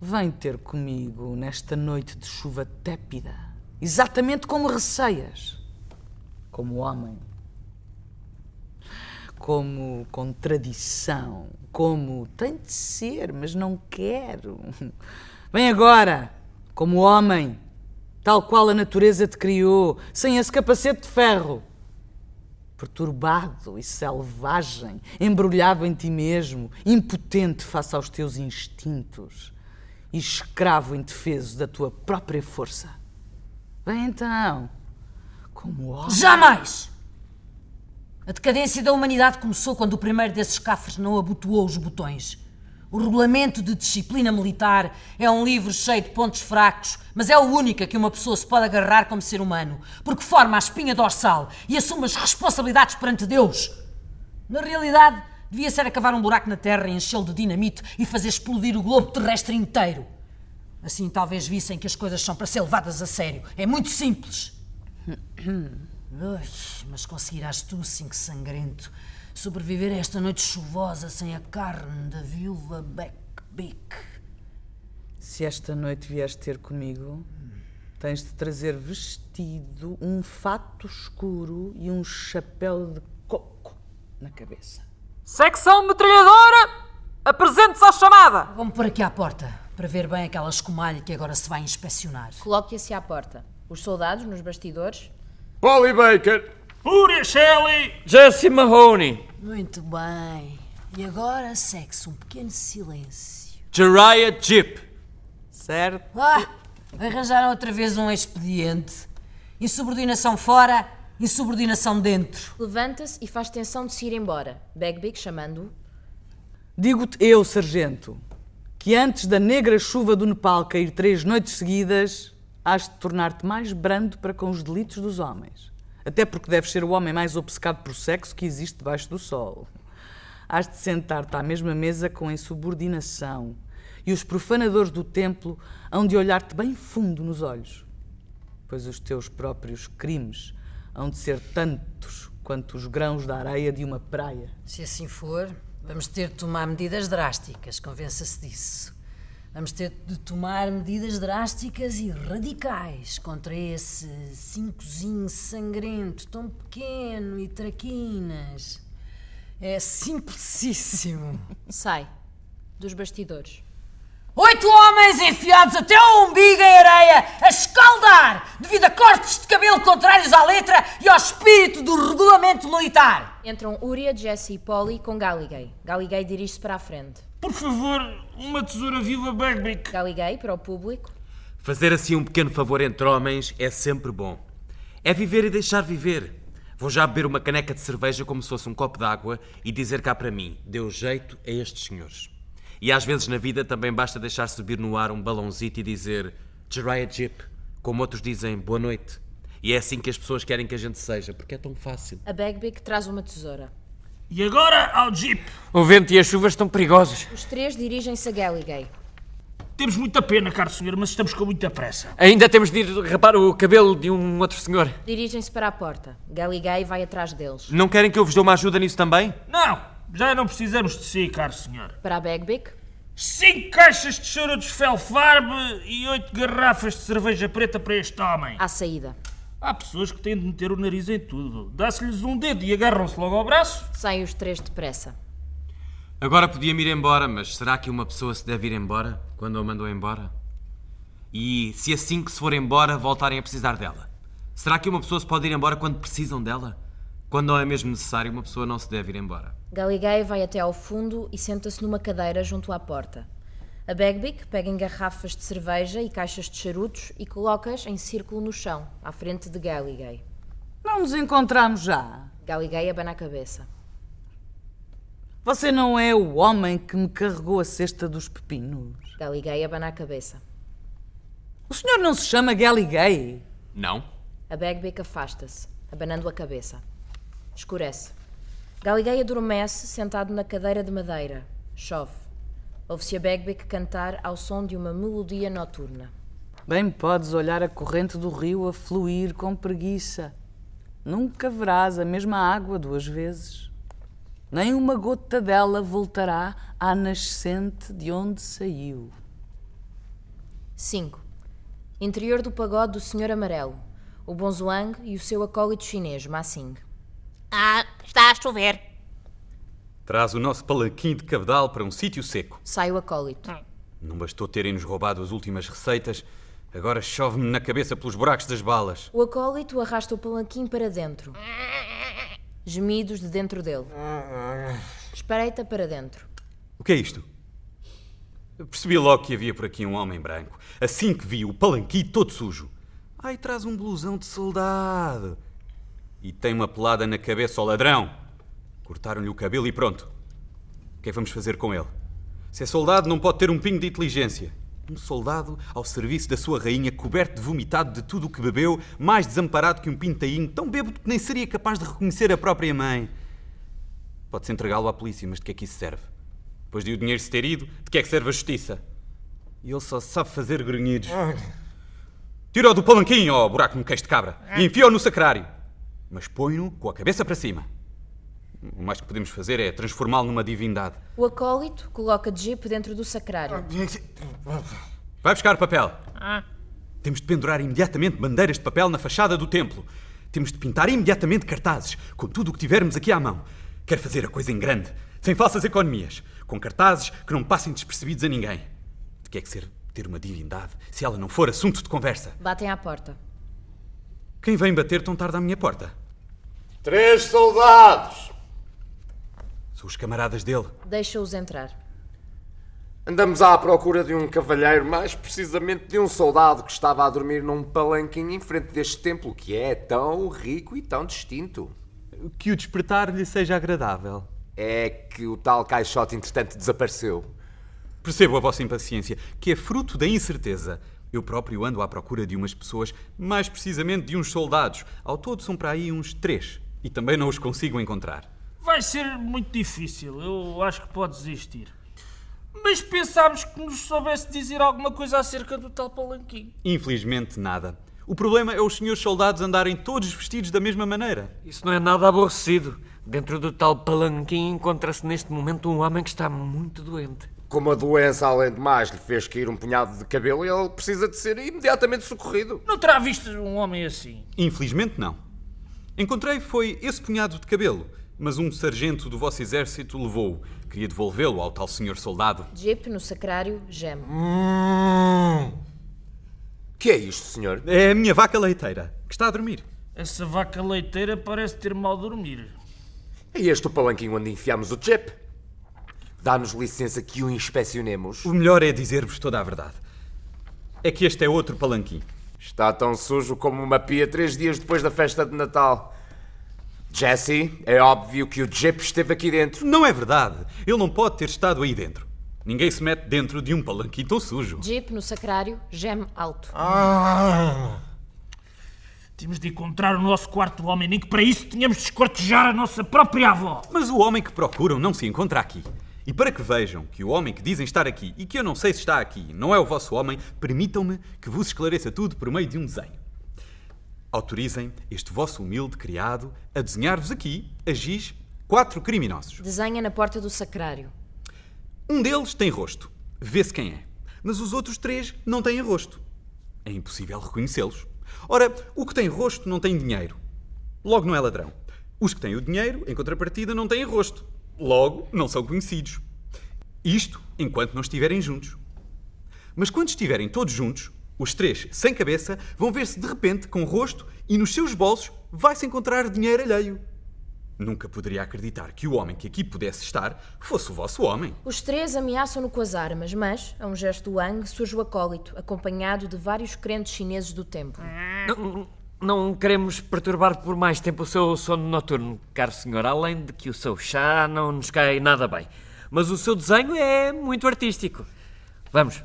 Speaker 12: vem ter comigo nesta noite de chuva tépida, exatamente como receias, como homem, como com tradição, como tem de ser, mas não quero. Vem agora, como homem, tal qual a natureza te criou, sem esse capacete de ferro perturbado e selvagem, embrulhado em ti mesmo, impotente face aos teus instintos. e escravo indefeso da tua própria força.
Speaker 11: Bem então.
Speaker 12: Como homem.
Speaker 11: Jamais! A decadência da humanidade começou quando o primeiro desses cafres não abotoou os botões. O Regulamento de Disciplina Militar é um livro cheio de pontos fracos, mas é o único a que uma pessoa se pode agarrar como ser humano, porque forma a espinha dorsal e assume as responsabilidades perante Deus. Na realidade, devia ser a cavar um buraco na terra e enchê-lo de dinamite e fazer explodir o globo terrestre inteiro. Assim talvez vissem que as coisas são para ser levadas a sério. É muito simples. Ui, mas conseguirás tu, cinco sangrento, sobreviver a esta noite chuvosa sem a carne da viúva Beck-Beck.
Speaker 12: Se esta noite vieres ter comigo, tens de trazer vestido, um fato escuro e um chapéu de coco na cabeça.
Speaker 6: Secção metralhadora, apresente-se à chamada!
Speaker 11: Vamos por aqui à porta, para ver bem aquela escumalha que agora se vai inspecionar.
Speaker 4: Coloque-se à porta. Os soldados, nos bastidores,
Speaker 9: Polly Baker!
Speaker 10: Pura Shelley!
Speaker 7: Jesse Mahoney!
Speaker 11: Muito bem. E agora, sexo, um pequeno silêncio.
Speaker 7: Jariah Jeep!
Speaker 12: Certo?
Speaker 11: Ah, arranjaram outra vez um expediente. Insubordinação fora, insubordinação dentro.
Speaker 4: levanta-se e faz tensão de se ir embora. Bagby chamando-o.
Speaker 12: Digo-te eu, sargento, que antes da negra chuva do Nepal cair três noites seguidas, has de tornar-te mais brando para com os delitos dos homens. Até porque deves ser o homem mais obcecado por sexo que existe debaixo do sol. Has de sentar-te à mesma mesa com insubordinação e os profanadores do templo hão de olhar-te bem fundo nos olhos, pois os teus próprios crimes hão de ser tantos quanto os grãos da areia de uma praia.
Speaker 11: Se assim for, vamos ter de tomar medidas drásticas, convença-se disso. Vamos ter de tomar medidas drásticas e radicais contra esse cincozinho sangrento, tão pequeno e traquinas. É simplicíssimo.
Speaker 4: Sai. Dos bastidores.
Speaker 11: Oito homens enfiados até ao umbigo em areia, a escaldar, devido a cortes de cabelo contrários à letra e ao espírito do regulamento militar.
Speaker 4: Entram Uria, Jesse e Polly com Galligay. Galligay dirige-se para a frente.
Speaker 10: Por favor, uma tesoura viva Bagby.
Speaker 4: Galligay para o público.
Speaker 5: Fazer assim um pequeno favor entre homens é sempre bom. É viver e deixar viver. Vou já beber uma caneca de cerveja como se fosse um copo de água e dizer cá para mim, deu jeito a estes senhores. E às vezes na vida também basta deixar subir no ar um balãozito e dizer Jeriah Jeep, como outros dizem, boa noite. E é assim que as pessoas querem que a gente seja, porque é tão fácil.
Speaker 4: A Bagby que traz uma tesoura.
Speaker 10: E agora ao Jeep.
Speaker 7: O vento e as chuvas estão perigosos.
Speaker 4: Os três dirigem-se a Galligay.
Speaker 10: Temos muita pena, caro senhor, mas estamos com muita pressa.
Speaker 7: Ainda temos de ir rapar o cabelo de um outro senhor.
Speaker 4: Dirigem-se para a porta. Galligay vai atrás deles.
Speaker 5: Não querem que eu vos dê uma ajuda nisso também?
Speaker 10: Não, já não precisamos de si, caro senhor.
Speaker 4: Para a Bagby,
Speaker 10: Cinco caixas de choro de felfarbe e oito garrafas de cerveja preta para este homem.
Speaker 4: à saída.
Speaker 10: Há pessoas que têm de meter o nariz em tudo. Dá-se-lhes um dedo e agarram-se logo ao braço.
Speaker 4: Saem os três depressa.
Speaker 5: Agora podia-me ir embora, mas será que uma pessoa se deve ir embora quando a mandou embora? E se assim que se for embora voltarem a precisar dela? Será que uma pessoa se pode ir embora quando precisam dela? Quando não é mesmo necessário, uma pessoa não se deve ir embora.
Speaker 4: Galligay vai até ao fundo e senta-se numa cadeira junto à porta. A Bagby pega em garrafas de cerveja e caixas de charutos e coloca-as em círculo no chão, à frente de Galligay.
Speaker 12: Não nos encontramos já.
Speaker 4: Galligay abana a cabeça.
Speaker 12: Você não é o homem que me carregou a cesta dos pepinos.
Speaker 4: Galligay abana a cabeça.
Speaker 12: O senhor não se chama Galligay?
Speaker 5: Não?
Speaker 4: A Bagby afasta-se, abanando a cabeça. Escurece. Galligay adormece sentado na cadeira de madeira. Chove. Ouve-se a Bagby cantar ao som de uma melodia noturna.
Speaker 12: Bem podes olhar a corrente do rio a fluir com preguiça. Nunca verás a mesma água duas vezes. Nem uma gota dela voltará à nascente de onde saiu.
Speaker 4: 5. Interior do pagode do Senhor Amarelo. O Bonzoang e o seu acólito chinês, Ma Sing.
Speaker 14: Ah, está a chover.
Speaker 13: Traz o nosso palanquim de cabedal para um sítio seco.
Speaker 4: Sai o acólito.
Speaker 14: Hum.
Speaker 13: Não bastou terem-nos roubado as últimas receitas, agora chove-me na cabeça pelos buracos das balas.
Speaker 4: O acólito arrasta o palanquim para dentro. Gemidos de dentro dele. Espreita para dentro.
Speaker 13: O que é isto? Percebi logo que havia por aqui um homem branco. Assim que vi o palanqui todo sujo. Ai, traz um blusão de soldado. E tem uma pelada na cabeça ao ladrão. Cortaram-lhe o cabelo e pronto. O que é que vamos fazer com ele? Se é soldado, não pode ter um pingo de inteligência. Um soldado ao serviço da sua rainha, coberto de vomitado de tudo o que bebeu, mais desamparado que um pintainho, tão bêbado que nem seria capaz de reconhecer a própria mãe. Pode-se entregá-lo à polícia, mas de que é que isso serve? Depois de o dinheiro se ter ido, de que é que serve a justiça? E ele só sabe fazer grunhidos. Tira-o do palanquinho, ó buraco no queixo de cabra, e enfia-o no sacrário. Mas põe-no com a cabeça para cima. O mais que podemos fazer é transformá-lo numa divindade.
Speaker 4: O acólito coloca Jeep dentro do sacrário.
Speaker 13: Vai buscar papel. Temos de pendurar imediatamente bandeiras de papel na fachada do templo. Temos de pintar imediatamente cartazes, com tudo o que tivermos aqui à mão. Quero fazer a coisa em grande, sem falsas economias, com cartazes que não passem despercebidos a ninguém. De que é que ser ter uma divindade se ela não for assunto de conversa?
Speaker 4: Batem à porta.
Speaker 13: Quem vem bater tão tarde à minha porta?
Speaker 9: Três soldados!
Speaker 13: São os camaradas dele.
Speaker 4: Deixa-os entrar.
Speaker 9: Andamos à procura de um cavalheiro, mais precisamente de um soldado que estava a dormir num palanquinho em frente deste templo que é tão rico e tão distinto.
Speaker 15: Que o despertar lhe seja agradável.
Speaker 9: É que o tal caixote, entretanto, desapareceu.
Speaker 13: Percebo a vossa impaciência, que é fruto da incerteza. Eu próprio ando à procura de umas pessoas, mais precisamente de uns soldados. Ao todo são para aí uns três. E também não os consigo encontrar.
Speaker 10: Vai ser muito difícil, eu acho que pode desistir. Mas pensámos que nos soubesse dizer alguma coisa acerca do tal palanquinho.
Speaker 13: Infelizmente, nada. O problema é os senhores soldados andarem todos vestidos da mesma maneira.
Speaker 7: Isso não é nada aborrecido. Dentro do tal palanquim encontra-se neste momento um homem que está muito doente.
Speaker 9: Como a doença, além de mais, lhe fez cair um punhado de cabelo, ele precisa de ser imediatamente socorrido.
Speaker 10: Não terá visto um homem assim?
Speaker 13: Infelizmente, não. Encontrei foi esse punhado de cabelo, mas um sargento do vosso exército levou-o. Queria devolvê-lo ao tal senhor soldado.
Speaker 4: Jeep no sacrário geme.
Speaker 9: Hum. Que é isto, senhor?
Speaker 13: É a minha vaca leiteira, que está a dormir.
Speaker 10: Essa vaca leiteira parece ter mal dormir.
Speaker 9: É este o palanquinho onde enfiamos o chip? Dá-nos licença que o inspecionemos.
Speaker 13: O melhor é dizer-vos toda a verdade. É que este é outro palanquim.
Speaker 9: Está tão sujo como uma pia três dias depois da festa de Natal. Jesse, é óbvio que o Jeep esteve aqui dentro.
Speaker 13: Não é verdade. Ele não pode ter estado aí dentro. Ninguém se mete dentro de um palanquim tão sujo.
Speaker 4: Jeep no sacrário geme alto.
Speaker 10: Temos de encontrar o nosso quarto homem, nem que para isso tínhamos de escortejar a nossa própria avó.
Speaker 13: Mas o homem que procuram não se encontra aqui. E para que vejam que o homem que dizem estar aqui e que eu não sei se está aqui não é o vosso homem, permitam-me que vos esclareça tudo por meio de um desenho. Autorizem este vosso humilde criado a desenhar-vos aqui, a giz, quatro criminosos.
Speaker 4: Desenha na porta do sacrário.
Speaker 13: Um deles tem rosto, vê-se quem é, mas os outros três não têm rosto. É impossível reconhecê-los. Ora, o que tem rosto não tem dinheiro. Logo não é ladrão. Os que têm o dinheiro, em contrapartida, não têm rosto. Logo, não são conhecidos. Isto enquanto não estiverem juntos. Mas quando estiverem todos juntos, os três, sem cabeça, vão ver-se de repente com rosto e nos seus bolsos vai-se encontrar dinheiro alheio. Nunca poderia acreditar que o homem que aqui pudesse estar fosse o vosso homem.
Speaker 4: Os três ameaçam-no com as armas, mas, a um gesto do Wang, surge o acólito, acompanhado de vários crentes chineses do templo.
Speaker 7: Não, não queremos perturbar por mais tempo o seu sono noturno, caro senhor, além de que o seu chá não nos cai nada bem. Mas o seu desenho é muito artístico. Vamos.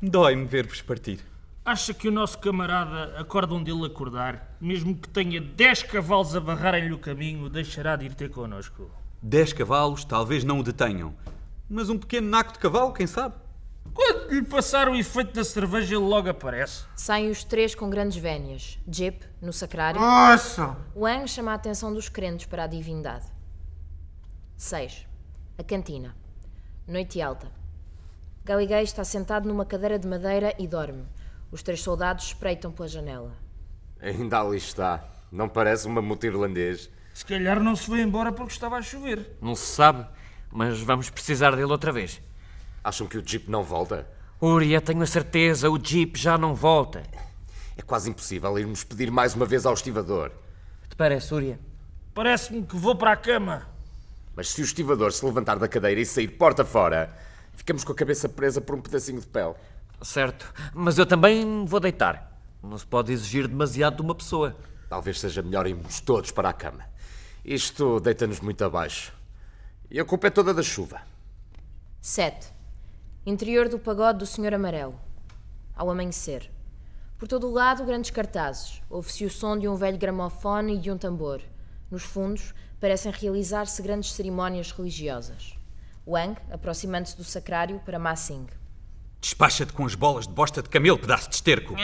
Speaker 13: Dói-me ver-vos partir.
Speaker 10: Acha que o nosso camarada acorda onde ele acordar, mesmo que tenha 10 cavalos a barrarem-lhe o caminho, deixará de ir ter connosco?
Speaker 13: Dez cavalos talvez não o detenham, mas um pequeno naco de cavalo, quem sabe?
Speaker 10: Quando lhe passar o efeito da cerveja, ele logo aparece.
Speaker 4: Saem os três com grandes vénias. Jeep, no sacrário.
Speaker 10: Nossa!
Speaker 4: Wang chama a atenção dos crentes para a divindade. 6. A cantina. Noite alta. Galiguei está sentado numa cadeira de madeira e dorme. Os três soldados espreitam pela janela.
Speaker 9: Ainda ali está. Não parece uma moto irlandês.
Speaker 10: Se calhar não se foi embora porque estava a chover.
Speaker 7: Não se sabe, mas vamos precisar dele outra vez.
Speaker 9: Acham que o Jeep não volta?
Speaker 7: Uria, tenho a certeza, o Jeep já não volta.
Speaker 9: É quase impossível irmos pedir mais uma vez ao estivador.
Speaker 7: Te parece, Uria?
Speaker 10: Parece-me que vou para a cama.
Speaker 9: Mas se o estivador se levantar da cadeira e sair porta fora, Ficamos com a cabeça presa por um pedacinho de pele.
Speaker 7: Certo, mas eu também me vou deitar. Não se pode exigir demasiado de uma pessoa.
Speaker 9: Talvez seja melhor irmos todos para a cama. Isto deita-nos muito abaixo. E a culpa é toda da chuva.
Speaker 4: 7. Interior do pagode do Senhor Amarelo. Ao amanhecer. Por todo o lado, grandes cartazes. Ouve-se o som de um velho gramofone e de um tambor. Nos fundos, parecem realizar-se grandes cerimónias religiosas. Wang, aproximando-se do sacrário para Ma Sing,
Speaker 13: Despacha-te com as bolas de bosta de camelo, pedaço de esterco.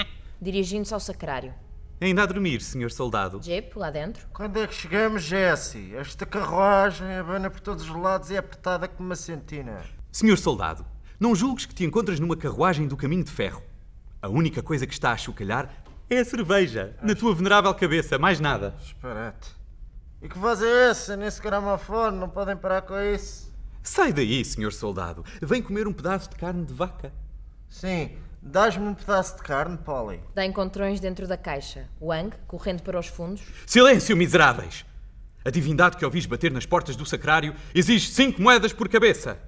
Speaker 4: dirigindo-se ao sacrário.
Speaker 13: Ainda a dormir, senhor soldado.
Speaker 4: Jeep, lá dentro.
Speaker 8: Quando é que chegamos, Jesse? Esta carruagem abana por todos os lados e é apertada como uma sentina.
Speaker 13: Senhor soldado, não julgues que te encontras numa carruagem do caminho de ferro. A única coisa que está a chocalhar é a cerveja, na tua venerável cabeça, mais nada.
Speaker 8: Espera-te. E que voz é essa nesse gramofone? Não podem parar com isso.
Speaker 13: Sai daí, senhor soldado. Vem comer um pedaço de carne de vaca.
Speaker 8: Sim, dás-me um pedaço de carne, Polly.
Speaker 4: Dá encontrões dentro da caixa. Wang, correndo para os fundos,
Speaker 13: Silêncio, miseráveis! A divindade que ouvis bater nas portas do sacrário exige cinco moedas por cabeça.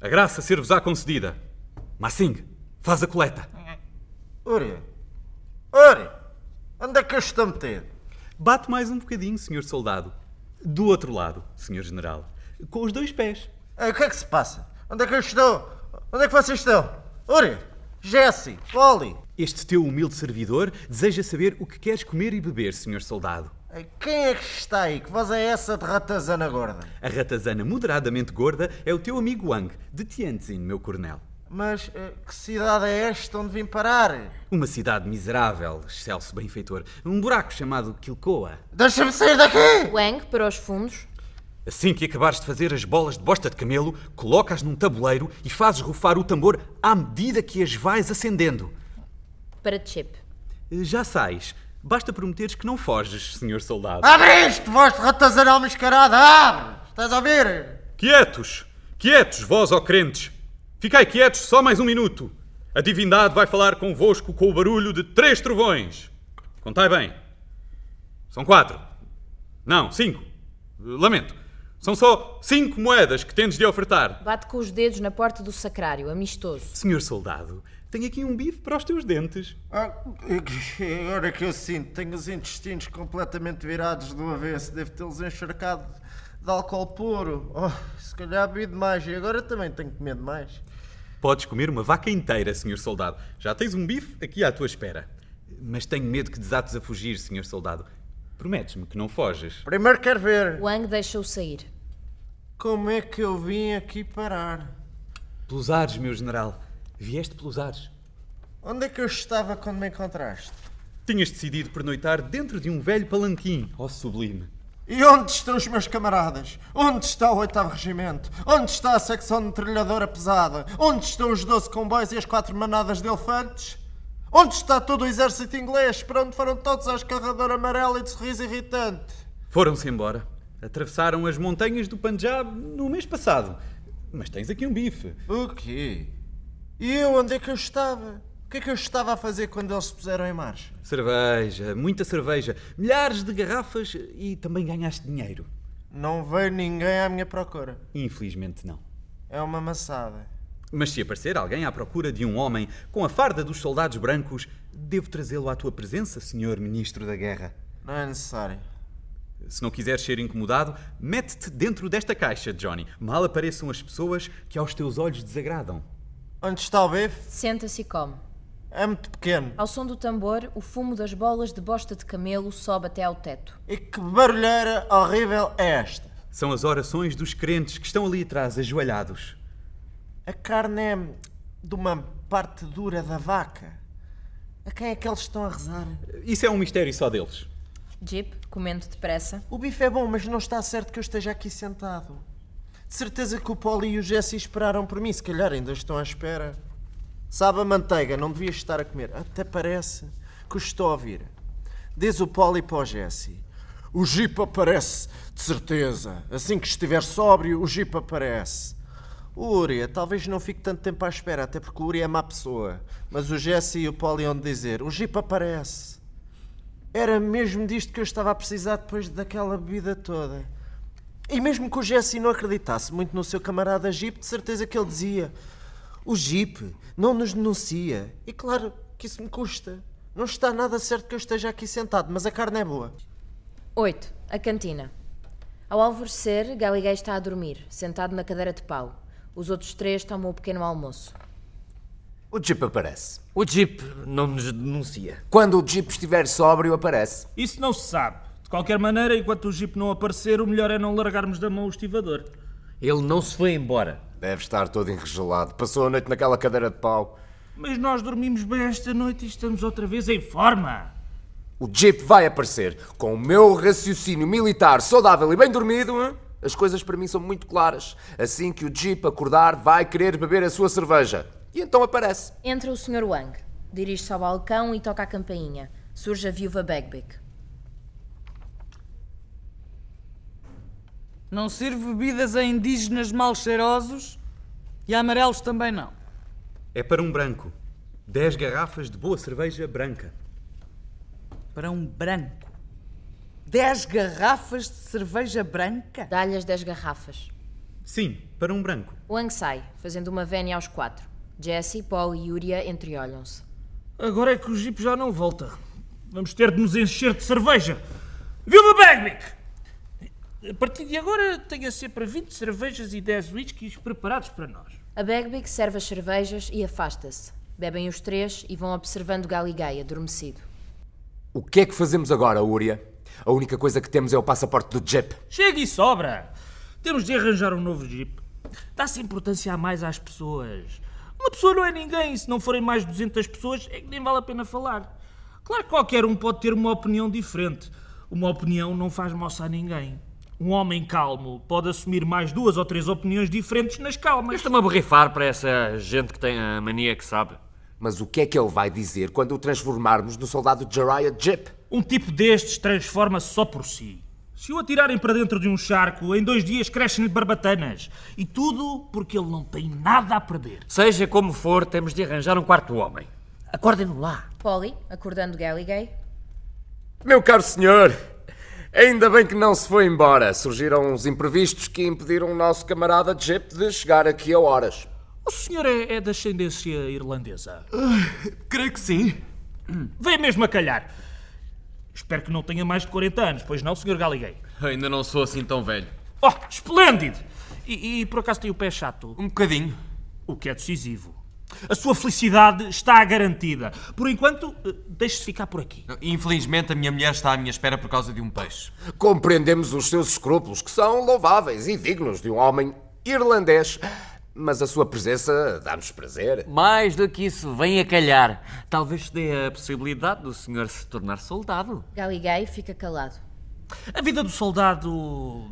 Speaker 13: A graça ser-vos-á concedida. Massing, faz a coleta.
Speaker 8: Uri, Uri, onde é que eu estou metido?
Speaker 13: Bate mais um bocadinho, senhor soldado. Do outro lado, senhor general. Com os dois pés.
Speaker 8: Ei, o que é que se passa? Onde é que eu estou? Onde é que vocês estão? Uri, é assim. Jesse, Polly.
Speaker 13: Este teu humilde servidor deseja saber o que queres comer e beber, senhor soldado.
Speaker 8: Ei, Quem é que está aí? Que voz é essa de ratazana gorda?
Speaker 13: A ratazana moderadamente gorda é o teu amigo Wang, de Tianjin, meu coronel.
Speaker 8: Mas eh, que cidade é esta onde vim parar?
Speaker 13: Uma cidade miserável, excelso benfeitor. Um buraco chamado Quilcoa.
Speaker 8: Deixa-me sair daqui!
Speaker 4: Wang, para os fundos,
Speaker 13: Assim que acabares de fazer as bolas de bosta de camelo, colocas num tabuleiro e fazes rufar o tambor à medida que as vais acendendo.
Speaker 4: para Chip.
Speaker 13: Já sais. Basta prometeres que não foges, senhor soldado.
Speaker 8: Abre isto, voz de ratazanal mascarada! Abre! Estás a ouvir?
Speaker 13: Quietos! Quietos, vós, ó crentes! Ficai quietos só mais um minuto. A divindade vai falar convosco com o barulho de três trovões. Contai bem. São quatro. Não, cinco. Lamento. São só cinco moedas que tendes de ofertar.
Speaker 4: Bate com os dedos na porta do sacrário, amistoso.
Speaker 13: Senhor soldado, tenho aqui um bife para os teus dentes.
Speaker 8: Agora Ah, que eu sinto, tenho os intestinos completamente virados do avesso. Devo tê-los encharcado de álcool puro. Oh, se calhar bebi demais e agora também tenho que comer demais.
Speaker 13: Podes comer uma vaca inteira, senhor soldado. Já tens um bife aqui à tua espera. Mas tenho medo que desates a fugir, senhor soldado. Prometes-me que não foges.
Speaker 8: Primeiro quero ver.
Speaker 4: Wang deixa-o sair.
Speaker 8: Como é que eu vim aqui parar?
Speaker 13: Pelos ares, meu general. Vieste pelos ares.
Speaker 8: Onde é que eu estava quando me encontraste?
Speaker 13: Tinhas decidido pernoitar dentro de um velho palanquim, ó sublime.
Speaker 8: E onde estão os meus camaradas? Onde está o 8 Regimento? Onde está a secção de trilhadora pesada? Onde estão os 12 comboios e as quatro manadas de elefantes? Onde está todo o exército inglês? Para onde foram todos a escarradora amarela e de sorriso irritante?
Speaker 13: Foram-se embora. Atravessaram as montanhas do Punjab no mês passado. Mas tens aqui um bife.
Speaker 8: O quê? E eu, onde é que eu estava? O que é que eu estava a fazer quando eles se puseram em marcha?
Speaker 13: Cerveja, muita cerveja, milhares de garrafas e também ganhaste dinheiro.
Speaker 8: Não veio ninguém à minha procura.
Speaker 13: Infelizmente não.
Speaker 8: É uma maçada.
Speaker 13: Mas se aparecer alguém à procura de um homem com a farda dos soldados brancos, devo trazê-lo à tua presença, senhor ministro da guerra.
Speaker 8: Não é necessário.
Speaker 13: Se não quiseres ser incomodado, mete-te dentro desta caixa, Johnny. Mal apareçam as pessoas que aos teus olhos desagradam.
Speaker 8: Onde está o bife?
Speaker 4: Senta-se e come.
Speaker 8: É muito pequeno.
Speaker 4: Ao som do tambor, o fumo das bolas de bosta de camelo sobe até ao teto.
Speaker 8: E que barulheira horrível é esta?
Speaker 13: São as orações dos crentes que estão ali atrás, ajoelhados.
Speaker 8: A carne é de uma parte dura da vaca. A quem é que eles estão a rezar?
Speaker 13: Isso é um mistério só deles.
Speaker 4: Jeep, comendo depressa,
Speaker 8: O bife é bom, mas não está certo que eu esteja aqui sentado. De certeza que o Polly e o Jesse esperaram por mim, se calhar ainda estão à espera. Sabe a manteiga, não devias estar a comer. Até parece que os estou a ouvir. Diz o Polly para o Jesse. O Jeep aparece, de certeza. Assim que estiver sóbrio, o Jeep aparece. O Uria, talvez não fique tanto tempo à espera, até porque o Uria é má pessoa. Mas o Jesse e o Polly hão de dizer: o Jeep aparece. Era mesmo disto que eu estava a precisar depois daquela bebida toda. E mesmo que o Jesse não acreditasse muito no seu camarada Jeep, de certeza que ele dizia: O Jeep não nos denuncia.
Speaker 13: É
Speaker 8: E claro que isso me custa. Não está nada certo que eu esteja aqui sentado, mas a carne é boa.
Speaker 4: 8. A cantina. Ao alvorecer, Galilei está a dormir, sentado na cadeira de pau. Os outros três tomam o pequeno almoço.
Speaker 9: O Jeep aparece.
Speaker 7: O Jeep não nos denuncia.
Speaker 9: Quando o Jeep estiver sóbrio, aparece.
Speaker 10: Isso não se sabe. De qualquer maneira, enquanto o Jeep não aparecer, o melhor é não largarmos da mão o estivador.
Speaker 9: Ele não se foi embora. Deve estar todo enregelado. Passou a noite naquela cadeira de pau.
Speaker 10: Mas nós dormimos bem esta noite e estamos outra vez em forma.
Speaker 9: O Jeep vai aparecer. Com o meu raciocínio militar saudável e bem dormido, hein? as coisas para mim são muito claras. Assim que o Jeep acordar, vai querer beber a sua cerveja. E então aparece.
Speaker 4: Entra o Sr. Wang, dirige-se ao balcão e toca a campainha. Surge a viúva Bagbeck.
Speaker 6: Não sirvo bebidas a indígenas mal cheirosos e a amarelos também não.
Speaker 13: É para um branco. 10 garrafas de boa cerveja branca.
Speaker 6: Para um branco. 10 garrafas de cerveja branca?
Speaker 4: Dá-lhe as 10 garrafas.
Speaker 13: Sim, para um branco.
Speaker 4: Wang sai, fazendo uma vénia aos quatro. Jesse, Paul e Yuria entreolham-se.
Speaker 10: Agora é que o Jeep já não volta. Vamos ter de nos encher de cerveja. Viva Bagnick! A partir de agora tenho a ser para 20 cervejas e 10 whiskies preparados para nós.
Speaker 4: A Bagbic serve as cervejas e afasta-se. Bebem os três e vão observando Galigai adormecido.
Speaker 9: O que é que fazemos agora, Uria? A única coisa que temos é o passaporte do Jeep.
Speaker 10: Chega e sobra! Temos de arranjar um novo Jeep. Dá-se importância a mais às pessoas. Uma pessoa não é ninguém, se não forem mais de 200 pessoas, é que nem vale a pena falar. Claro que qualquer um pode ter uma opinião diferente. Uma opinião não faz moça a ninguém. Um homem calmo pode assumir mais duas ou três opiniões diferentes nas calmas.
Speaker 7: Estou-me a é borrifar para essa gente que tem a mania que sabe.
Speaker 9: Mas o que é que ele vai dizer quando o transformarmos no soldado Jariah Jeep?
Speaker 10: Um tipo destes transforma-se só por si. Se o atirarem para dentro de um charco, em dois dias crescem-lhe barbatanas. E tudo porque ele não tem nada a perder.
Speaker 7: Seja como for, temos de arranjar um quarto homem. Acordem-no lá.
Speaker 4: Polly, acordando Galigai.
Speaker 9: Meu caro senhor, ainda bem que não se foi embora. Surgiram uns imprevistos que impediram o nosso camarada Jeep de chegar aqui a horas.
Speaker 10: O senhor é, é de ascendência irlandesa?
Speaker 5: creio que sim.
Speaker 10: Vem mesmo a calhar. Espero que não tenha mais de 40 anos, pois não, senhor Galiguei?
Speaker 5: Ainda não sou assim tão velho.
Speaker 10: Oh, esplêndido! E, e por acaso tem o pé chato?
Speaker 5: Um bocadinho.
Speaker 10: O que é decisivo. A sua felicidade está garantida. Por enquanto, eh, deixe-se ficar por aqui.
Speaker 5: Infelizmente, a minha mulher está à minha espera por causa de um peixe.
Speaker 9: Compreendemos os seus escrúpulos, que são louváveis e dignos de um homem irlandês. Mas a sua presença dá-nos prazer.
Speaker 7: Mais do que isso, vem a calhar. Talvez dê a possibilidade do senhor se tornar soldado.
Speaker 4: Galigai fica calado.
Speaker 10: A vida do soldado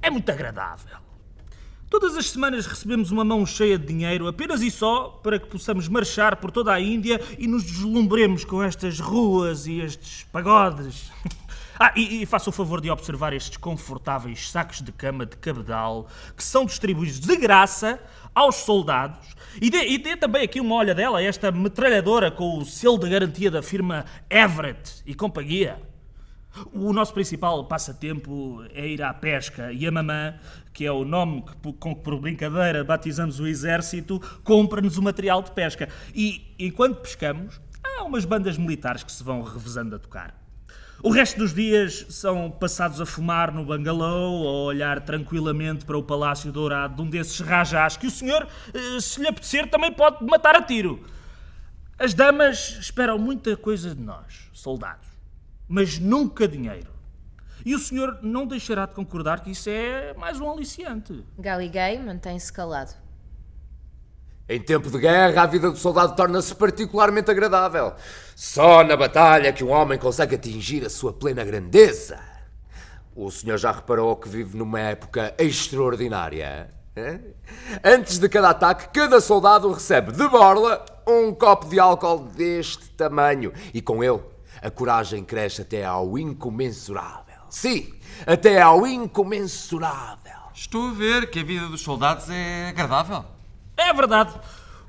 Speaker 10: é muito agradável. Todas as semanas recebemos uma mão cheia de dinheiro, apenas e só para que possamos marchar por toda a Índia e nos deslumbremos com estas ruas e estes pagodes. Ah, e, e faça o favor de observar estes confortáveis sacos de cama de cabedal que são distribuídos de graça aos soldados. E dê, e dê também aqui uma olha dela, esta metralhadora com o selo de garantia da firma Everett e companhia. O nosso principal passatempo é ir à pesca e a mamã, que é o nome que, po- com que por brincadeira batizamos o exército, compra-nos o material de pesca. E enquanto pescamos, há umas bandas militares que se vão revezando a tocar. O resto dos dias são passados a fumar no bangalô ou a olhar tranquilamente para o Palácio Dourado de um desses rajás que o senhor, eh, se lhe apetecer, também pode matar a tiro. As damas esperam muita coisa de nós, soldados, mas nunca dinheiro. E o senhor não deixará de concordar que isso é mais um aliciante.
Speaker 4: Galigai mantém-se calado.
Speaker 9: Em tempo de guerra, a vida do soldado torna-se particularmente agradável. Só na batalha que um homem consegue atingir a sua plena grandeza. O senhor já reparou que vive numa época extraordinária? hã? Antes de cada ataque, cada soldado recebe de borla um copo de álcool deste tamanho. E com ele, a coragem cresce até ao incomensurável. Sim, até ao incomensurável.
Speaker 5: Estou a ver que a vida dos soldados é agradável.
Speaker 10: É verdade.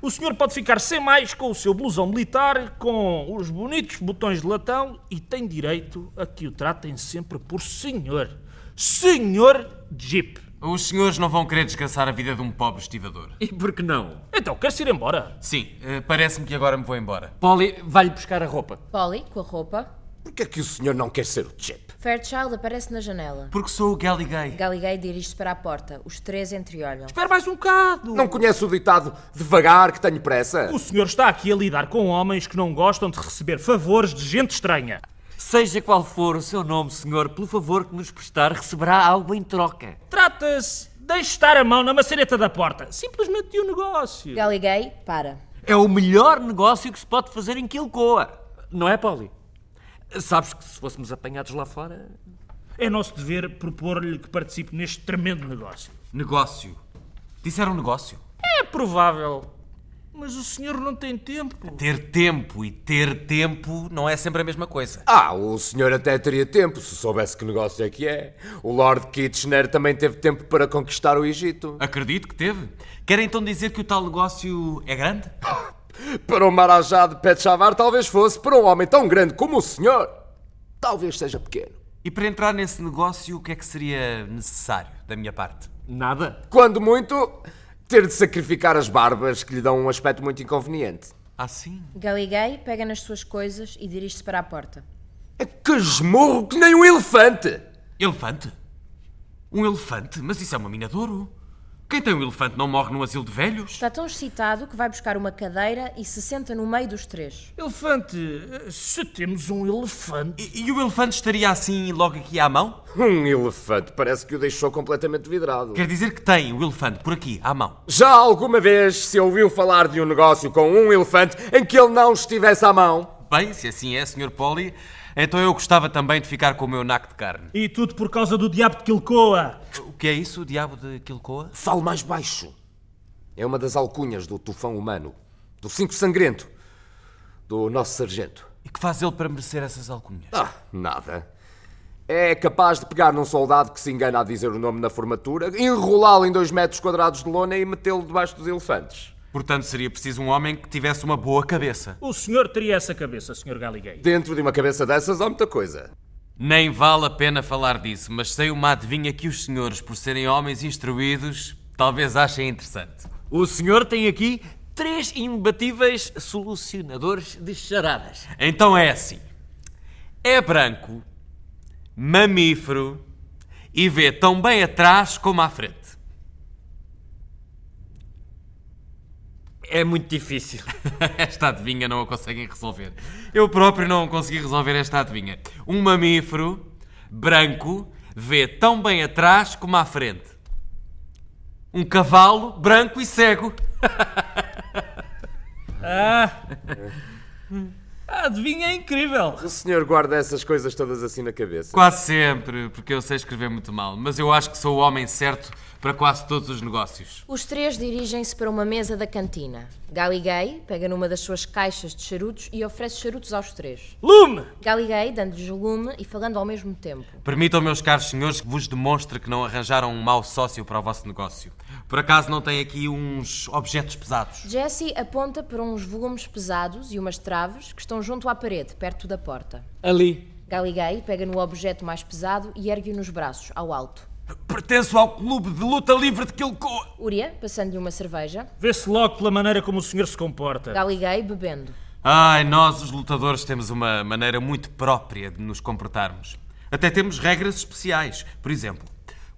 Speaker 10: O senhor pode ficar sem mais com o seu blusão militar, com os bonitos botões de latão e tem direito a que o tratem sempre por senhor. Senhor Jeep.
Speaker 5: Os senhores não vão querer desgraçar a vida de um pobre estivador.
Speaker 10: E por que não? Então, queres ir embora?
Speaker 5: Sim, eh, parece-me que agora me vou embora.
Speaker 7: Polly, vai-lhe buscar a roupa.
Speaker 4: Polly, com a roupa.
Speaker 9: Porquê é que o senhor não quer ser o Chip?
Speaker 4: Fairchild aparece na janela.
Speaker 5: Porque sou o Galligay.
Speaker 4: Galligay dirige-se para a porta. Os três entreolham.
Speaker 10: Espera mais um bocado!
Speaker 9: Não conhece o ditado devagar que tenho pressa?
Speaker 10: O senhor está aqui a lidar com homens que não gostam de receber favores de gente estranha.
Speaker 7: Seja qual for o seu nome, senhor, pelo favor que nos prestar, receberá algo em troca.
Speaker 10: Trata-se de estar a mão na maçaneta da porta. Simplesmente de um negócio.
Speaker 4: Galligay para.
Speaker 7: É o melhor negócio que se pode fazer em Quilcoa. Não é, Polly? Sabes que se fôssemos apanhados lá fora.
Speaker 10: É nosso dever propor-lhe que participe neste tremendo negócio.
Speaker 5: Negócio. Disseram um negócio.
Speaker 10: É provável. Mas o senhor não tem tempo.
Speaker 5: Ter tempo e ter tempo não é sempre a mesma coisa.
Speaker 9: Ah, o senhor até teria tempo se soubesse que negócio é que é. O Lord Kitchener também teve tempo para conquistar o Egito.
Speaker 5: Acredito que teve. Querem então dizer que o tal negócio é grande?
Speaker 9: Para um marajá de Pet Chavar, talvez fosse. Para um homem tão grande como o senhor, talvez seja pequeno.
Speaker 5: E para entrar nesse negócio, o que é que seria necessário da minha parte?
Speaker 7: Nada.
Speaker 9: Quando muito, ter de sacrificar as barbas que lhe dão um aspecto muito inconveniente.
Speaker 5: Ah, sim?
Speaker 4: Galligay pega nas suas coisas e dirige-se para a porta.
Speaker 9: Que esmurro que nem um elefante!
Speaker 5: Elefante? Um elefante? Mas isso é uma mina de ouro. Quem tem um elefante não morre num asilo de velhos?
Speaker 4: Está tão excitado que vai buscar uma cadeira e se senta no meio dos três.
Speaker 10: Elefante, eh, se temos um elefante.
Speaker 5: E, e o elefante estaria assim logo aqui à mão?
Speaker 9: Um elefante parece que o deixou completamente vidrado.
Speaker 5: Quer dizer que tem o elefante por aqui, à mão.
Speaker 9: Já alguma vez se ouviu falar de um negócio com um elefante em que ele não estivesse à mão?
Speaker 5: Bem, se assim é, Sr. Polly, então eu gostava também de ficar com o meu naco de carne.
Speaker 10: E tudo por causa do diabo de Quilcoa.
Speaker 5: O que é isso, o diabo de Quilcoa?
Speaker 9: Fale mais baixo. É uma das alcunhas do tufão humano, do cinco sangrento, do nosso sargento.
Speaker 5: E que faz ele para merecer essas alcunhas?
Speaker 9: Ah, nada. É capaz de pegar num soldado que se engana a dizer o nome na formatura, enrolá-lo em dois metros quadrados de lona e metê-lo debaixo dos elefantes.
Speaker 5: Portanto, seria preciso um homem que tivesse uma boa cabeça.
Speaker 10: O senhor teria essa cabeça, senhor Galiguei.
Speaker 9: Dentro de uma cabeça dessas há muita coisa.
Speaker 5: Nem vale a pena falar disso, mas sei uma adivinha que os senhores, por serem homens instruídos, talvez achem interessante.
Speaker 7: O senhor tem aqui três imbatíveis solucionadores de charadas.
Speaker 5: Então é assim: é branco, mamífero e vê tão bem atrás como à frente.
Speaker 7: É muito difícil.
Speaker 5: esta adivinha não a conseguem resolver. Eu próprio não consegui resolver esta adivinha. Um mamífero branco vê tão bem atrás como à frente. Um cavalo branco e cego.
Speaker 10: Ah! A Hum. adivinha é incrível.
Speaker 9: O senhor guarda essas coisas todas assim na cabeça.
Speaker 5: Quase sempre, porque eu sei escrever muito mal, mas eu acho que sou o homem certo para quase todos os negócios.
Speaker 4: Os três dirigem-se para uma mesa da cantina. Galligay pega numa das suas caixas de charutos e oferece charutos aos três.
Speaker 10: Lume!
Speaker 4: Galligay dando-lhes lume e falando ao mesmo tempo.
Speaker 5: Permitam, meus caros senhores, que vos demonstre que não arranjaram um mau sócio para o vosso negócio. Por acaso não tem aqui uns objetos pesados?
Speaker 4: Jesse aponta para uns volumes pesados e umas traves que estão junto à parede, perto da porta.
Speaker 7: Ali.
Speaker 4: Galligay pega no objeto mais pesado e ergue-o nos braços, ao alto.
Speaker 5: Pertenço ao clube de luta livre de Quilcoa.
Speaker 4: Uria, passando-lhe uma cerveja.
Speaker 10: Vê-se logo pela maneira como o senhor se comporta.
Speaker 4: Galligay bebendo.
Speaker 5: Ai, nós os lutadores temos uma maneira muito própria de nos comportarmos. Até temos regras especiais. Por exemplo,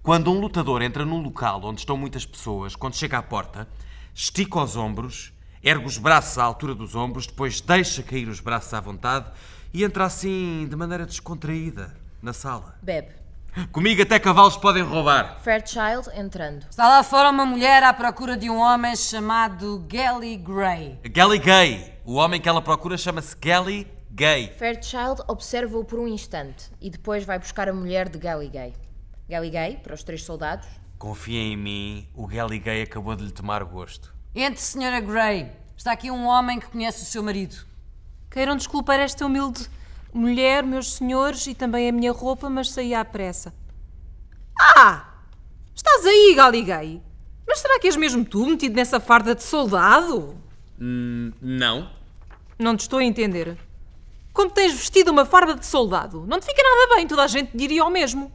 Speaker 5: quando um lutador entra num local onde estão muitas pessoas, quando chega à porta, estica os ombros, ergue os braços à altura dos ombros, depois deixa cair os braços à vontade e entra assim, de maneira descontraída, na sala.
Speaker 4: Bebe.
Speaker 5: Comigo até cavalos podem roubar.
Speaker 4: Fairchild entrando.
Speaker 11: Está lá fora uma mulher à procura de um homem chamado Gally Gray.
Speaker 5: Gally Gay. O homem que ela procura chama-se Gally Gay.
Speaker 4: Fairchild observa-o por um instante e depois vai buscar a mulher de Galligay. Galligay, para os três soldados.
Speaker 5: Confiem em mim, o Gally Gay acabou de lhe tomar o gosto.
Speaker 11: Entre, senhora Gray. Está aqui um homem que conhece o seu marido.
Speaker 6: Queiram desculpar esta humilde mulher, meus senhores, e também a minha roupa, mas saí à pressa. Ah! Estás aí, Galiguei! Mas será que és mesmo tu metido nessa farda de soldado?
Speaker 10: Hum,
Speaker 5: não.
Speaker 6: Não te estou a entender. Como tens vestido uma farda de soldado? Não te fica nada bem, toda a gente diria o mesmo.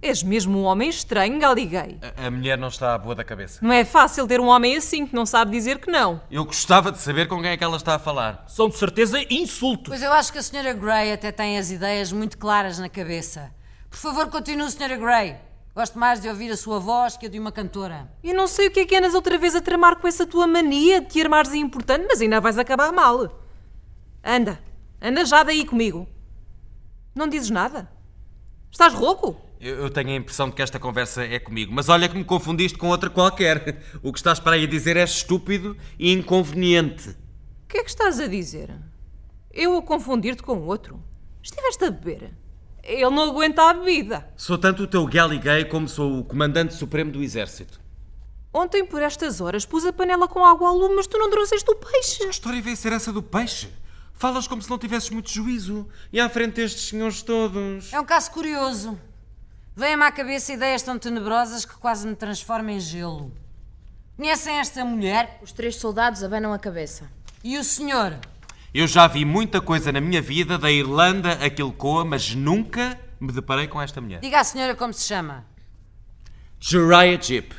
Speaker 6: És mesmo um homem estranho, galiguei.
Speaker 5: A, a mulher não está boa da cabeça.
Speaker 6: Não é fácil ter um homem assim que não sabe dizer que não.
Speaker 5: Eu gostava de saber com quem é que ela está a falar.
Speaker 10: São de certeza insultos.
Speaker 11: Pois eu acho que a Sra. Grey até tem as ideias muito claras na cabeça. Por favor, continue, Sra. Grey. Gosto mais de ouvir a sua voz que a de uma cantora.
Speaker 6: Eu não sei o que é que andas outra vez a tramar com essa tua mania de te armares em importante, mas ainda vais acabar mal. Anda, anda já daí comigo. Não dizes nada? Estás rouco?
Speaker 5: Eu, eu tenho a impressão de que esta conversa é comigo, mas olha que me confundiste com outra qualquer. O que estás para aí dizer é estúpido e inconveniente.
Speaker 6: O que é que estás a dizer? Eu a confundir-te com outro? Estiveste a beber? Ele não aguenta a bebida.
Speaker 5: Sou tanto o teu galley gay como sou o comandante supremo do exército.
Speaker 6: Ontem, por estas horas, pus a panela com água ao lume, mas tu não trouxeste o peixe.
Speaker 5: A história veio ser essa do peixe. Falas como se não tivesses muito juízo e à frente destes senhores todos.
Speaker 11: É um caso curioso. Vêm-me à cabeça ideias tão tenebrosas que quase me transformam em gelo. Conhecem esta mulher?
Speaker 4: Os três soldados abanam a cabeça.
Speaker 11: E o senhor?
Speaker 5: Eu já vi muita coisa na minha vida, da Irlanda a Quilcoa, mas nunca me deparei com esta mulher.
Speaker 11: Diga à senhora como se chama.
Speaker 5: Jeriah Jeep.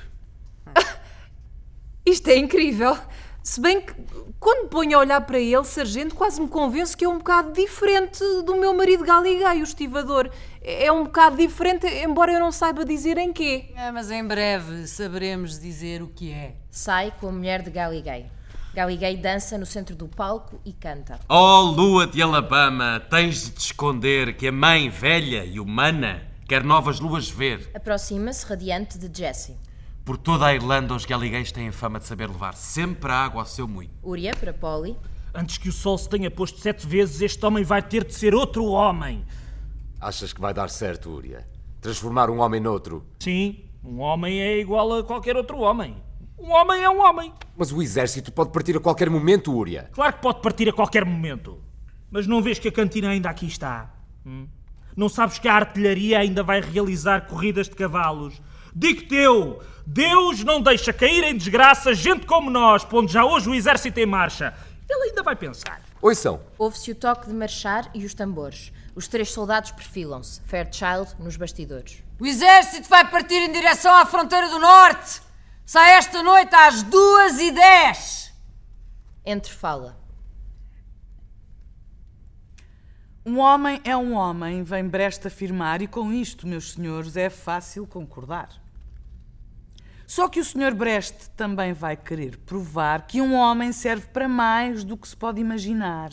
Speaker 6: Isto é incrível. Se bem que, quando me ponho a olhar para ele, sargento, quase me convenço que é um bocado diferente do meu marido Galigay, o estivador. É um bocado diferente, embora eu não saiba dizer em quê.
Speaker 11: É, mas em breve saberemos dizer o que é.
Speaker 4: Sai com a mulher de Galigay. Galigay dança no centro do palco e canta.
Speaker 5: Oh, lua de Alabama, tens de te esconder que a mãe velha e humana quer novas luas ver.
Speaker 4: Aproxima-se radiante de Jesse.
Speaker 5: Por toda a Irlanda, os galigueis têm fama de saber levar sempre a água ao seu moinho.
Speaker 4: Uria para Polly.
Speaker 10: Antes que o sol se tenha posto sete vezes, este homem vai ter de ser outro homem.
Speaker 9: Achas que vai dar certo, Uria? Transformar um homem noutro?
Speaker 10: Sim, um homem é igual a qualquer outro homem. Um homem é um homem.
Speaker 9: Mas o exército pode partir a qualquer momento, Uria.
Speaker 10: Claro que pode partir a qualquer momento. Mas não vês que a cantina ainda aqui está? Hum? Não sabes que a artilharia ainda vai realizar corridas de cavalos? Digo-te eu, Deus não deixa cair em desgraça gente como nós, pondo já hoje o exército em marcha. Ele ainda vai pensar.
Speaker 9: Oi, são.
Speaker 4: Ouve-se o toque de marchar e os tambores. Os três soldados perfilam-se, Fairchild nos bastidores.
Speaker 11: O exército vai partir em direção à fronteira do norte! Sai esta noite às duas e dez!
Speaker 4: Entre fala.
Speaker 12: Um homem é um homem, vem Brest afirmar, e com isto, meus senhores, é fácil concordar. Só que o senhor Brest também vai querer provar que um homem serve para mais do que se pode imaginar.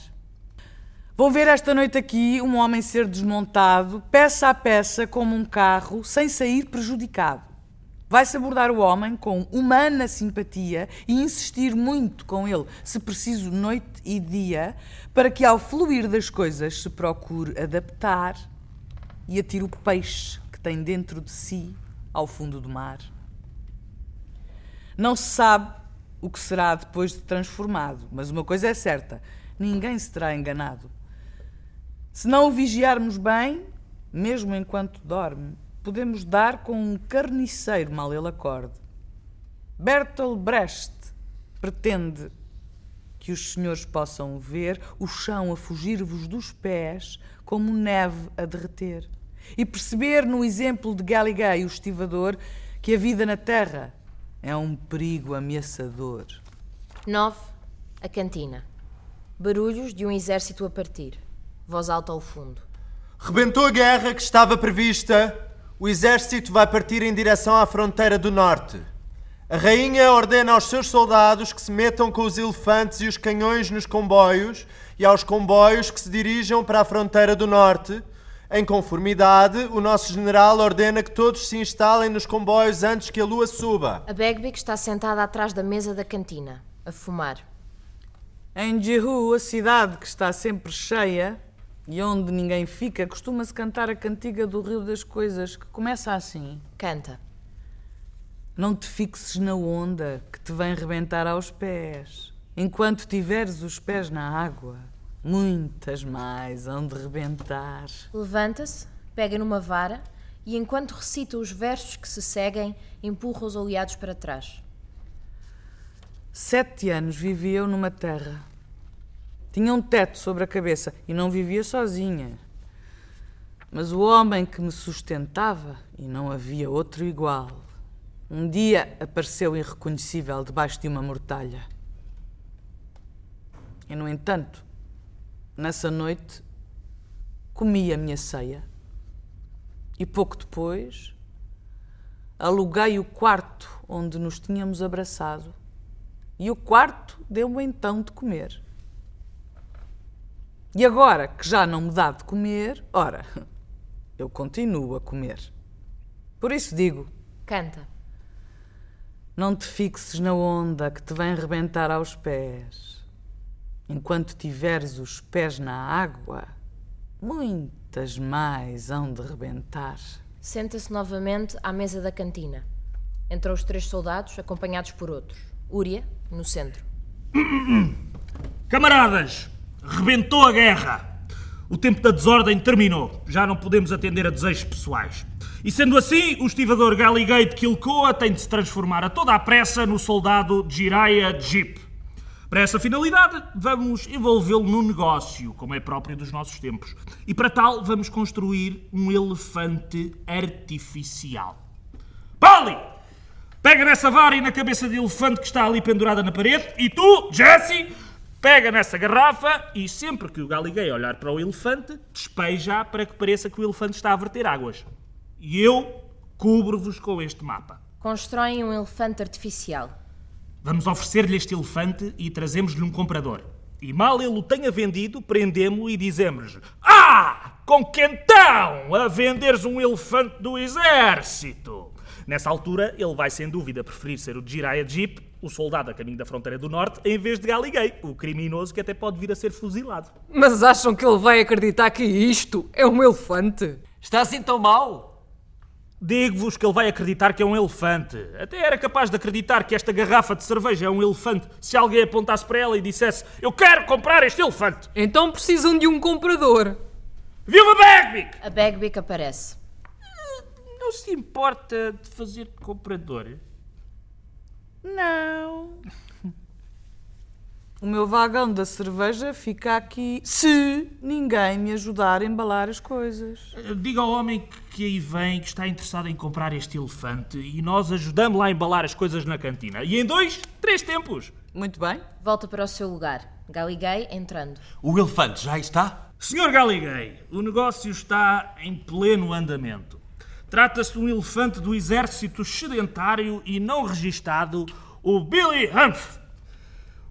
Speaker 12: Vão ver esta noite aqui um homem ser desmontado, peça a peça, como um carro, sem sair prejudicado. Vai-se abordar o homem com humana simpatia e insistir muito com ele, se preciso, noite e dia, para que ao fluir das coisas se procure adaptar e atire o peixe que tem dentro de si ao fundo do mar. Não se sabe o que será depois de transformado, mas uma coisa é certa: ninguém se terá enganado. Se não o vigiarmos bem, mesmo enquanto dorme, podemos dar com um carniceiro mal ele acorde. Bertolt Brecht pretende que os senhores possam ver o chão a fugir-vos dos pés como neve a derreter e perceber no exemplo de Galilei, o estivador, que a vida na terra é um perigo ameaçador.
Speaker 4: 9. A cantina. Barulhos de um exército a partir. Voz alta ao fundo.
Speaker 8: Rebentou a guerra que estava prevista. O exército vai partir em direção à fronteira do norte. A rainha ordena aos seus soldados que se metam com os elefantes e os canhões nos comboios e aos comboios que se dirijam para a fronteira do norte. Em conformidade, o nosso general ordena que todos se instalem nos comboios antes que a lua suba.
Speaker 4: A Begbie está sentada atrás da mesa da cantina, a fumar.
Speaker 12: Em Jehu, a cidade que está sempre cheia e onde ninguém fica, costuma-se cantar a cantiga do Rio das Coisas, que começa assim:
Speaker 4: Canta.
Speaker 12: Não te fixes na onda que te vem rebentar aos pés, enquanto tiveres os pés na água muitas mais hão de rebentar.
Speaker 4: Levanta-se, pega numa vara e, enquanto recita os versos que se seguem, empurra os oleados para trás.
Speaker 12: Sete anos vivi eu numa terra. Tinha um teto sobre a cabeça e não vivia sozinha. Mas o homem que me sustentava, e não havia outro igual, um dia apareceu irreconhecível debaixo de uma mortalha. E, no entanto, nessa noite, comi a minha ceia e, pouco depois, aluguei o quarto onde nos tínhamos abraçado. E o quarto deu-me então de comer. E agora que já não me dá de comer, ora, eu continuo a comer. Por isso digo:
Speaker 4: Canta.
Speaker 12: não te fixes na onda que te vem rebentar aos pés. Enquanto tiveres os pés na água, muitas mais hão de rebentar.
Speaker 4: Senta-se novamente à mesa da cantina. Entram os três soldados, acompanhados por outros. Úria, no centro.
Speaker 10: Camaradas, rebentou a guerra. O tempo da desordem terminou. Já não podemos atender a desejos pessoais. E sendo assim, o estivador Galigay de Quilcoa tem de se transformar a toda a pressa no soldado Jiraiya Jeep. Para essa finalidade, vamos envolvê-lo num negócio, como é próprio dos nossos tempos. E para tal, vamos construir um elefante artificial. Polly! Pega nessa vara e na cabeça de elefante que está ali pendurada na parede, e tu, Jesse, pega nessa garrafa e sempre que o galiguei olhar para o elefante, despeja para que pareça que o elefante está a verter águas. E eu cubro-vos com este mapa.
Speaker 4: Constroem um elefante artificial.
Speaker 10: Vamos oferecer-lhe este elefante e trazemos-lhe um comprador. E mal ele o tenha vendido, prendemos-lo e dizemos-lhe: Ah! Com que então a venderes um elefante do exército? Nessa altura, ele vai sem dúvida preferir ser o Jiraiya Jeep, o soldado a caminho da fronteira do norte, em vez de Galigay, o criminoso que até pode vir a ser fuzilado.
Speaker 6: Mas acham que ele vai acreditar que isto é um elefante?
Speaker 7: Está assim tão mal?
Speaker 10: Digo-vos que ele vai acreditar que é um elefante. Até era capaz de acreditar que esta garrafa de cerveja é um elefante se alguém apontasse para ela e dissesse: Eu quero comprar este elefante!
Speaker 6: Então precisam de um comprador.
Speaker 10: Viva Bagby!
Speaker 4: A Bagbic aparece.
Speaker 10: Não se importa de fazer comprador?
Speaker 12: Não. O meu vagão da cerveja fica aqui se ninguém me ajudar a embalar as coisas.
Speaker 10: Diga ao homem que aí vem que está interessado em comprar este elefante e nós ajudamos lá a embalar as coisas na cantina. E em dois, três tempos.
Speaker 12: Muito bem.
Speaker 4: Volta para o seu lugar. Galigay entrando.
Speaker 5: O elefante já está?
Speaker 10: Senhor Galigay, o negócio está em pleno andamento. Trata-se de um elefante do exército sedentário e não registado, o Billy Humph.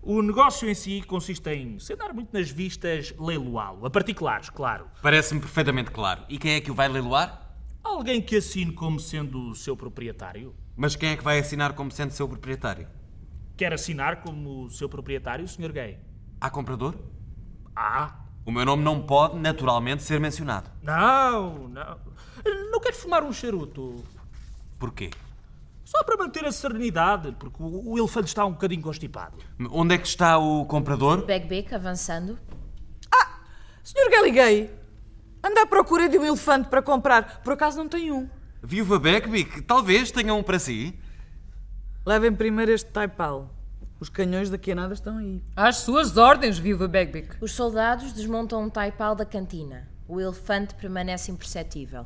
Speaker 10: O negócio em si consiste em, sem dar muito nas vistas, leiloá-lo. A particulares, claro.
Speaker 5: Parece-me perfeitamente claro. E quem é que o vai leiloar?
Speaker 10: Alguém que assine como sendo o seu proprietário.
Speaker 5: Mas quem é que vai assinar como sendo seu proprietário?
Speaker 10: Quer assinar como seu proprietário, Sr. Gay?
Speaker 5: Há comprador?
Speaker 10: Ah,
Speaker 5: O meu nome não pode, naturalmente, ser mencionado.
Speaker 10: não, não. Não quero fumar um charuto.
Speaker 5: Porquê?
Speaker 10: Só para manter a serenidade, porque o, o elefante está um bocadinho constipado.
Speaker 5: Onde é que está o comprador?
Speaker 4: Bagbic avançando.
Speaker 12: Senhor Galigay, anda à procura de um elefante para comprar. Por acaso não tem um.
Speaker 5: Viúva Beckbick, talvez tenha um para si.
Speaker 12: Levem primeiro este taipal. Os canhões daqui a nada estão aí.
Speaker 6: Às suas ordens, viva Bagbic.
Speaker 4: Os soldados desmontam um taipal da cantina. O elefante permanece imperceptível.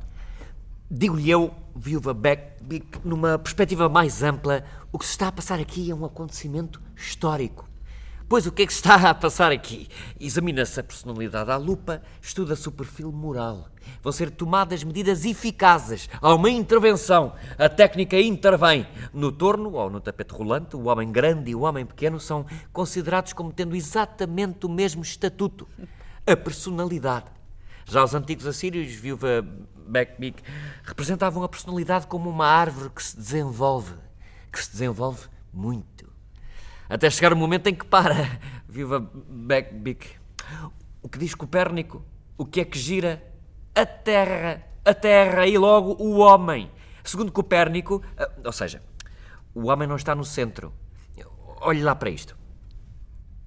Speaker 7: Digo-lhe eu, viúva Beckbick, numa perspectiva mais ampla, o que se está a passar aqui é um acontecimento histórico. Pois o que é que se está a passar aqui? Examina-se a personalidade à lupa, estuda-se o perfil moral. Vão ser tomadas medidas eficazes. Há uma intervenção. A técnica intervém. No torno ou no tapete rolante, o homem grande e o homem pequeno são considerados como tendo exatamente o mesmo estatuto. A personalidade. Já os antigos assírios, viúva Bekmik, representavam a personalidade como uma árvore que se desenvolve, que se desenvolve muito. Até chegar o momento em que para, viúva Bekmik. O que diz Copérnico? O que é que gira? A Terra, a Terra e logo o homem. Segundo Copérnico, ah, ou seja, o homem não está no centro. Olhe lá para isto.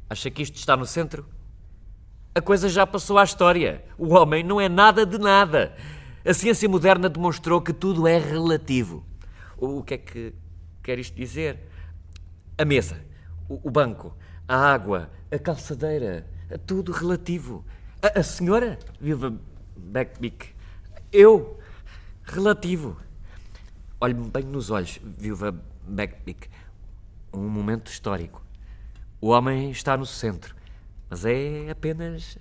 Speaker 7: Acha que isto está no centro? A coisa já passou à história. O homem não é nada de nada. A ciência moderna demonstrou que tudo é relativo. O o que é que quer isto dizer? A mesa, o o banco, a água, a calçadeira, é tudo relativo. A, a senhora, viva Beckbick, Eu? Relativo. Olhe-me bem nos olhos, viúva Backpick. Um momento histórico. O homem está no centro, mas é apenas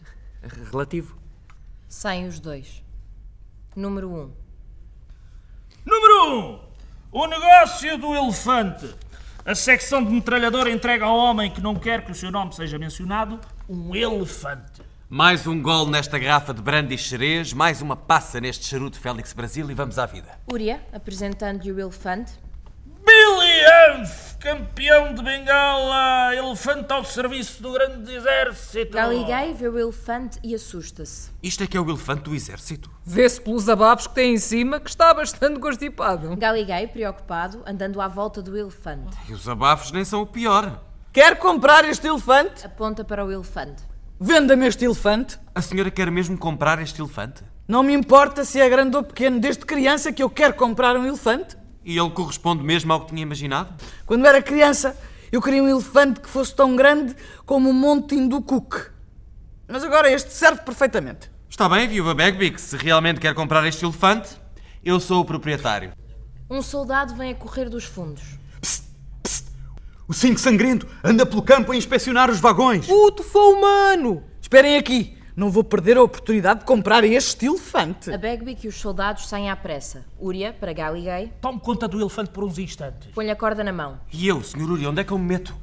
Speaker 7: relativo.
Speaker 4: Saem os dois. Número 1. Um.
Speaker 10: Número 1. Um, o negócio do elefante. A secção de metralhadora entrega ao homem que não quer que o seu nome seja mencionado um elefante.
Speaker 5: Mais um gol nesta garrafa de brandy xerez, mais uma passa neste charuto Félix Brasil e vamos à vida.
Speaker 4: Uria, apresentando-lhe o elefante.
Speaker 10: Billy Humph, campeão de Bengala, elefante ao serviço do grande exército.
Speaker 4: Galigai vê o elefante e assusta-se.
Speaker 5: Isto é que é o elefante do exército.
Speaker 6: Vê-se pelos abafos que tem em cima que está bastante constipado.
Speaker 4: Galigai, preocupado, andando à volta do elefante.
Speaker 5: E os abafos nem são o pior.
Speaker 12: Quer comprar este elefante?
Speaker 4: Aponta para o elefante.
Speaker 12: Venda-me este elefante.
Speaker 5: A senhora quer mesmo comprar este elefante?
Speaker 12: Não me importa se é grande ou pequeno, desde criança que eu quero comprar um elefante.
Speaker 5: E ele corresponde mesmo ao que tinha imaginado?
Speaker 12: Quando era criança, eu queria um elefante que fosse tão grande como o Monte Hindu Cook. Mas agora este serve perfeitamente.
Speaker 5: Está bem, viúva Bagby, que se realmente quer comprar este elefante, eu sou o proprietário.
Speaker 4: Um soldado vem a correr dos fundos.
Speaker 13: O cinco sangrento anda pelo campo a inspecionar os vagões.
Speaker 12: Puto, foi humano! Esperem aqui, não vou perder a oportunidade de comprar este elefante.
Speaker 4: A Bagby e os soldados saem à pressa. Uria, para Galigay.
Speaker 10: Tome conta do elefante por uns instantes.
Speaker 4: Põe-lhe a corda na mão.
Speaker 5: E eu, Sr. Uria, onde é que eu me meto?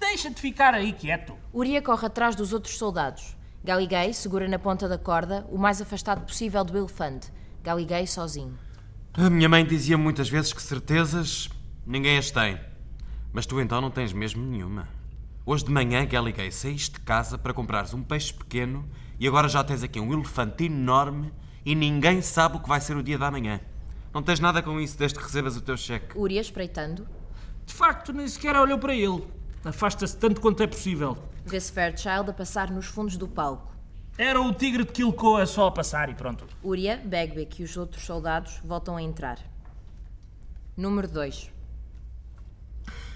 Speaker 10: Deixa-te ficar aí quieto.
Speaker 4: Uria corre atrás dos outros soldados. Galigay segura na ponta da corda, o mais afastado possível do elefante. Galigay sozinho.
Speaker 5: A minha mãe dizia muitas vezes que certezas ninguém as tem. Mas tu então não tens mesmo nenhuma. Hoje de manhã, Galigay, saíste de casa para comprares um peixe pequeno e agora já tens aqui um elefante enorme e ninguém sabe o que vai ser o dia da manhã. Não tens nada com isso desde que recebas o teu cheque.
Speaker 4: Uria espreitando.
Speaker 10: De facto, nem sequer olhou para ele. Afasta-se tanto quanto é possível.
Speaker 4: Vê-se Fairchild a passar nos fundos do palco.
Speaker 10: Era o tigre de Kilcoa é só a passar e pronto.
Speaker 4: Uria, Bagbeck e os outros soldados voltam a entrar. Número 2.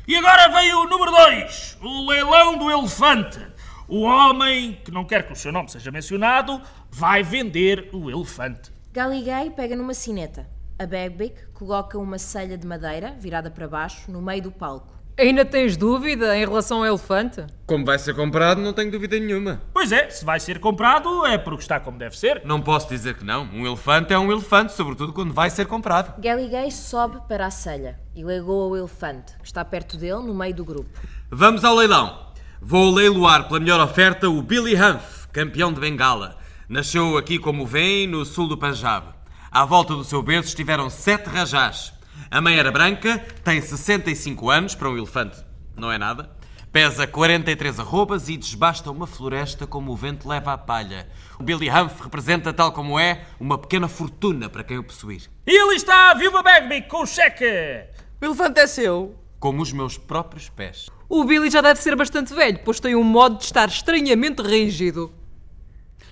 Speaker 10: E agora veio o número 2, o leilão do elefante. O homem, que não quer que o seu nome seja mencionado, vai vender o elefante.
Speaker 4: Galigay pega numa cineta. A Bagbeck coloca uma selha de madeira, virada para baixo, no meio do palco.
Speaker 6: Ainda tens dúvida em relação ao elefante?
Speaker 5: Como vai ser comprado, não tenho dúvida nenhuma.
Speaker 10: Pois é, se vai ser comprado, é porque está como deve ser.
Speaker 5: Não posso dizer que não. Um elefante é um elefante, sobretudo quando vai ser comprado.
Speaker 4: Galigay sobe para a selha e legoa o elefante, que está perto dele, no meio do grupo.
Speaker 5: Vamos ao leilão. Vou leiloar pela melhor oferta o Billy Humph, campeão de Bengala. Nasceu aqui, como vem, no sul do Punjab. À volta do seu berço estiveram sete rajás. A mãe era branca, tem 65 anos, para um elefante não é nada. Pesa 43 arrobas e desbasta uma floresta como o vento leva a palha. O Billy Humph representa, tal como é, uma pequena fortuna para quem o possuir.
Speaker 10: E ali está a viúva Bagby com o cheque!
Speaker 12: O elefante é seu.
Speaker 5: Como os meus próprios pés.
Speaker 6: O Billy já deve ser bastante velho, pois tem um modo de estar estranhamente rígido.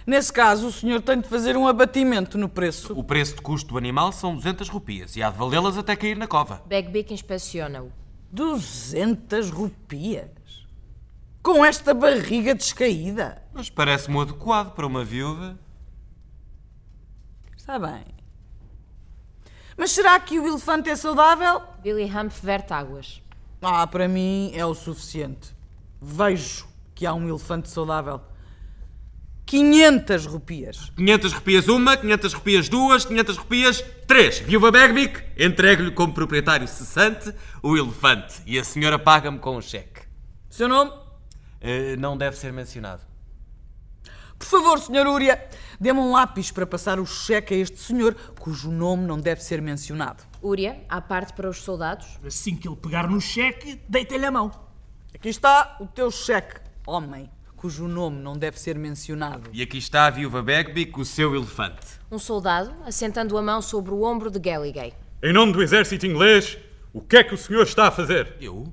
Speaker 12: Nesse caso, o senhor tem de fazer um abatimento no preço.
Speaker 5: O preço de custo do animal são 200 rupias e há de valê-las até cair na cova.
Speaker 4: Bagbeak inspeciona-o.
Speaker 12: 200 rupias? Com esta barriga descaída?
Speaker 5: Mas parece-me adequado para uma viúva.
Speaker 12: Está bem. Mas será que o elefante é saudável?
Speaker 4: Billy Humph verte águas.
Speaker 12: Ah, para mim é o suficiente. Vejo que há um elefante saudável. 500 rupias.
Speaker 5: 500 rupias uma, 500 rupias duas, 500 rupias três. Viúva Bagbic, entrego-lhe como proprietário cessante o elefante e a senhora paga-me com um cheque.
Speaker 12: Seu nome?
Speaker 5: Uh, não deve ser mencionado.
Speaker 12: Por favor, senhor Uria, dê-me um lápis para passar o cheque a este senhor, cujo nome não deve ser mencionado.
Speaker 4: Uria, à parte para os soldados.
Speaker 10: Assim que ele pegar no cheque, deita-lhe a mão.
Speaker 12: Aqui está o teu cheque, homem cujo nome não deve ser mencionado.
Speaker 5: E aqui está a viúva Bagby com o seu elefante.
Speaker 4: Um soldado assentando a mão sobre o ombro de Galligay.
Speaker 16: Em nome do exército inglês, o que é que o senhor está a fazer?
Speaker 5: Eu? Uh,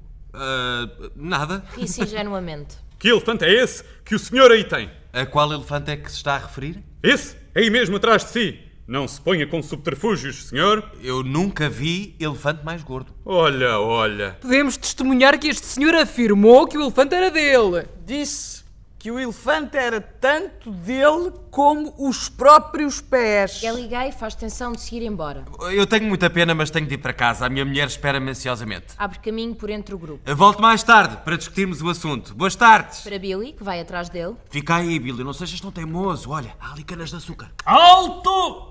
Speaker 5: nada.
Speaker 4: Isso ingenuamente.
Speaker 16: que elefante é esse que o senhor aí tem?
Speaker 5: A qual elefante é que se está a referir?
Speaker 16: Esse, aí mesmo atrás de si. Não se ponha com subterfúgios, senhor.
Speaker 5: Eu nunca vi elefante mais gordo.
Speaker 16: Olha, olha.
Speaker 6: Podemos testemunhar que este senhor afirmou que o elefante era dele.
Speaker 12: Disse que o elefante era tanto dele como os próprios pés.
Speaker 4: É ligar e faz tensão de se ir embora.
Speaker 5: Eu tenho muita pena, mas tenho de ir para casa. A minha mulher espera-me ansiosamente.
Speaker 4: Abre caminho por entre o grupo.
Speaker 5: Volto mais tarde para discutirmos o assunto. Boas tardes.
Speaker 4: Para Billy, que vai atrás dele.
Speaker 5: Fica aí, Billy. Não sejas tão teimoso. Olha, há ali canas de açúcar.
Speaker 10: Alto!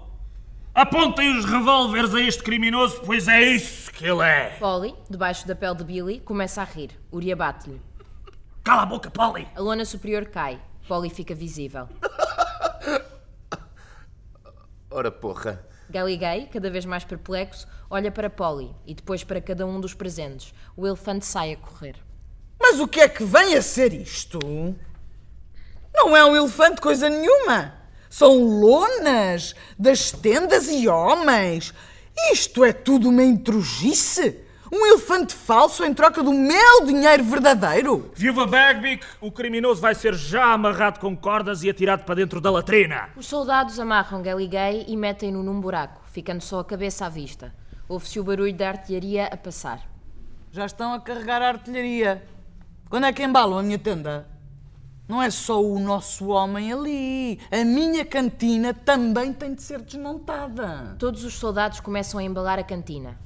Speaker 10: Apontem os revólveres a este criminoso, pois é isso que ele é.
Speaker 4: Polly, debaixo da pele de Billy, começa a rir. Uri abate-lhe.
Speaker 10: Cala a boca, Polly!
Speaker 4: A lona superior cai. Polly fica visível.
Speaker 9: Ora porra.
Speaker 4: Galigay, cada vez mais perplexo, olha para Polly e depois para cada um dos presentes. O elefante sai a correr.
Speaker 12: Mas o que é que vem a ser isto? Não é um elefante coisa nenhuma. São lonas das tendas e homens. Isto é tudo uma intrugice. Um elefante falso em troca do meu dinheiro verdadeiro.
Speaker 10: Viúva Bagbic, o criminoso vai ser já amarrado com cordas e atirado para dentro da latrina.
Speaker 4: Os soldados amarram Galigay e metem-no num buraco, ficando só a cabeça à vista. Ouve-se o barulho da artilharia a passar.
Speaker 11: Já estão a carregar a artilharia. Quando é que embalam a minha tenda? Não é só o nosso homem ali. A minha cantina também tem de ser desmontada.
Speaker 4: Todos os soldados começam a embalar a cantina.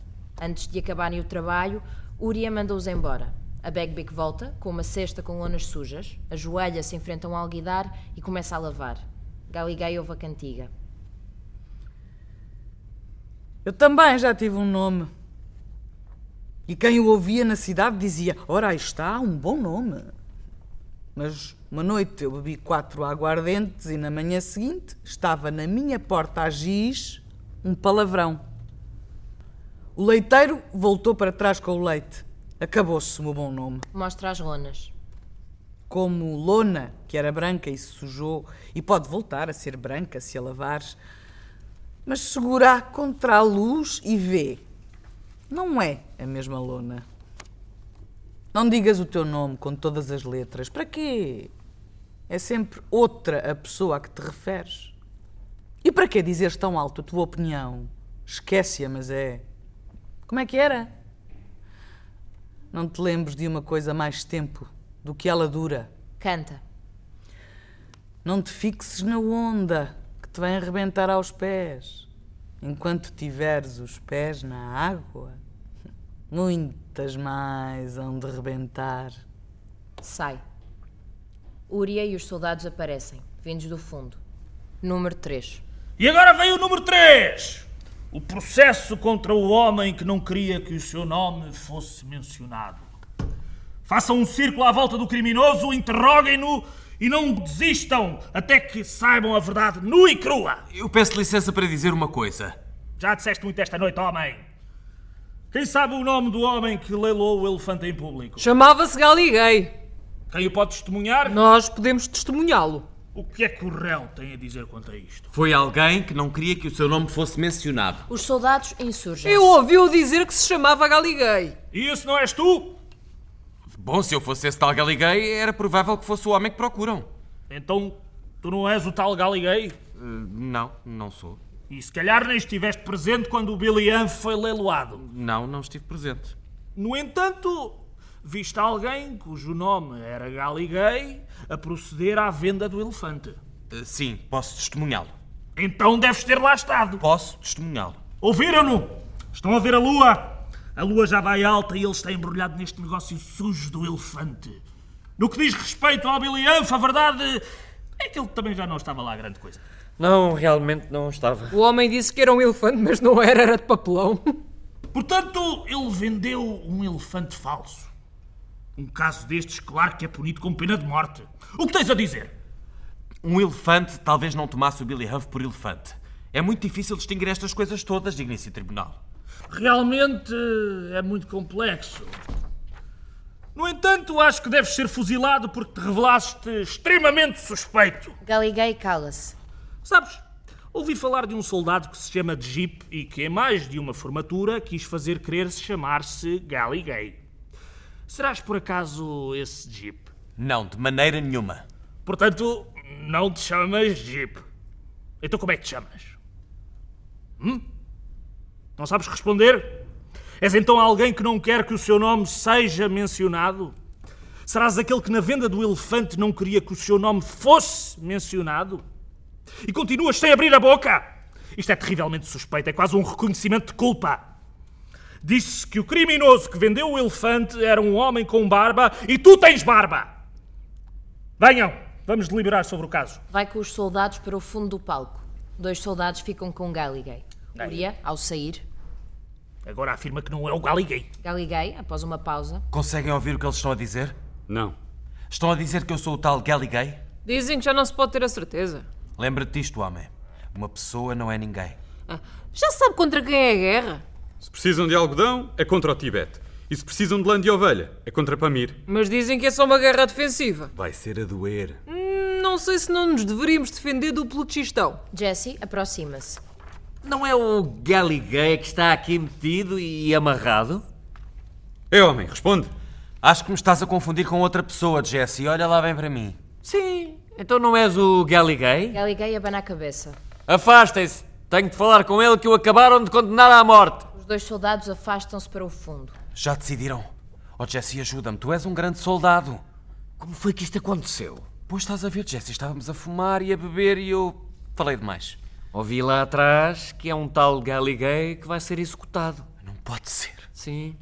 Speaker 4: Antes de acabarem o trabalho, Uria mandou-os embora. A Bagbic volta, com uma cesta com lonas sujas, ajoelha-se em frente a um alguidar e começa a lavar. Galigay ouve a cantiga.
Speaker 12: Eu também já tive um nome. E quem o ouvia na cidade dizia: Ora, aí está, um bom nome. Mas uma noite eu bebi quatro aguardentes e na manhã seguinte estava na minha porta a giz um palavrão. O leiteiro voltou para trás com o leite. Acabou-se o meu bom nome.
Speaker 4: Mostra as lonas.
Speaker 12: Como lona, que era branca e se sujou, e pode voltar a ser branca se a lavares, mas segura contra a luz e vê. Não é a mesma lona. Não digas o teu nome com todas as letras. Para quê? É sempre outra a pessoa a que te referes. E para que dizeres tão alto a tua opinião? Esquece-a, mas é. Como é que era? Não te lembres de uma coisa mais tempo do que ela dura.
Speaker 4: Canta.
Speaker 12: Não te fixes na onda que te vem arrebentar aos pés. Enquanto tiveres os pés na água, muitas mais hão de rebentar.
Speaker 4: Sai. Uria e os soldados aparecem, vindos do fundo. Número 3.
Speaker 10: E agora vem o número 3! O processo contra o homem que não queria que o seu nome fosse mencionado. Façam um círculo à volta do criminoso, interroguem-no e não desistam até que saibam a verdade nua e crua.
Speaker 5: Eu peço licença para dizer uma coisa.
Speaker 10: Já disseste muito esta noite, homem. Quem sabe o nome do homem que leilou o elefante em público?
Speaker 6: Chamava-se Galigay.
Speaker 10: Quem o pode testemunhar?
Speaker 6: Nós podemos testemunhá-lo.
Speaker 10: O que é que o réu tem a dizer quanto a isto?
Speaker 5: Foi alguém que não queria que o seu nome fosse mencionado.
Speaker 4: Os soldados insurgem.
Speaker 6: Eu ouvi-o dizer que se chamava Galigay.
Speaker 10: E isso não és tu?
Speaker 5: Bom, se eu fosse esse tal Galigay, era provável que fosse o homem que procuram.
Speaker 10: Então, tu não és o tal Galigay?
Speaker 5: Uh, não, não sou.
Speaker 10: E se calhar nem estiveste presente quando o Billy Ann foi leiloado?
Speaker 5: Não, não estive presente.
Speaker 10: No entanto, viste alguém cujo nome era Galigay a proceder à venda do elefante.
Speaker 5: Uh, Sim, posso testemunhá-lo.
Speaker 10: Então deves ter lá estado.
Speaker 5: Posso testemunhá-lo.
Speaker 10: Ouviram-no? Estão a ver a lua? A lua já vai alta e ele está embrulhado neste negócio sujo do elefante. No que diz respeito ao Billy Anf, a verdade é que ele também já não estava lá grande coisa.
Speaker 7: Não, realmente não estava.
Speaker 6: O homem disse que era um elefante, mas não era, era de papelão.
Speaker 10: Portanto, ele vendeu um elefante falso. Um caso destes, claro que é punido com pena de morte. O que tens a dizer?
Speaker 5: Um elefante talvez não tomasse o Billy Huff por elefante. É muito difícil distinguir estas coisas todas, digne-se tribunal.
Speaker 10: Realmente é muito complexo. No entanto, acho que deves ser fuzilado porque te revelaste extremamente suspeito.
Speaker 4: Galigay cala-se.
Speaker 10: Sabes, ouvi falar de um soldado que se chama Jeep e que, em mais de uma formatura, quis fazer crer-se chamar-se Galigay. Serás por acaso esse Jeep?
Speaker 5: Não, de maneira nenhuma.
Speaker 10: Portanto, não te chamas Jeep. Então como é que te chamas? Hum? Não sabes responder? És então alguém que não quer que o seu nome seja mencionado? Serás aquele que na venda do elefante não queria que o seu nome fosse mencionado? E continuas sem abrir a boca? Isto é terrivelmente suspeito, é quase um reconhecimento de culpa. Disse-se que o criminoso que vendeu o elefante era um homem com barba e tu tens barba! Venham, vamos deliberar sobre o caso.
Speaker 4: Vai com os soldados para o fundo do palco. Dois soldados ficam com Galligay. Uria, ao sair.
Speaker 10: Agora afirma que não é o Galigay.
Speaker 4: Galligay, após uma pausa.
Speaker 5: Conseguem ouvir o que eles estão a dizer?
Speaker 17: Não.
Speaker 5: Estão a dizer que eu sou o tal Galligay?
Speaker 6: Dizem que já não se pode ter a certeza.
Speaker 5: Lembra-te disto, homem. Uma pessoa não é ninguém.
Speaker 6: Já se sabe contra quem é a guerra.
Speaker 13: Se precisam de algodão, é contra o Tibete. E se precisam de lã de ovelha, é contra Pamir.
Speaker 6: Mas dizem que é só uma guerra defensiva.
Speaker 17: Vai ser a doer.
Speaker 6: Hum, Não sei se não nos deveríamos defender do pelotistão.
Speaker 4: Jesse aproxima-se.
Speaker 7: Não é o Galigay que está aqui metido e amarrado?
Speaker 5: É homem, responde. Acho que me estás a confundir com outra pessoa, Jesse. Olha lá bem para mim.
Speaker 7: Sim. Então não és o Galigay?
Speaker 4: Galligay abana a cabeça.
Speaker 7: Afastem-se! Tenho de falar com ele que o acabaram de condenar à morte.
Speaker 4: Os dois soldados afastam-se para o fundo.
Speaker 5: Já decidiram? Oh, Jesse, ajuda-me. Tu és um grande soldado.
Speaker 7: Como foi que isto aconteceu?
Speaker 5: Pois estás a ver, Jesse. Estávamos a fumar e a beber e eu falei demais.
Speaker 7: Ouvi lá atrás que é um tal Galigay que vai ser executado.
Speaker 5: Não pode ser.
Speaker 7: Sim.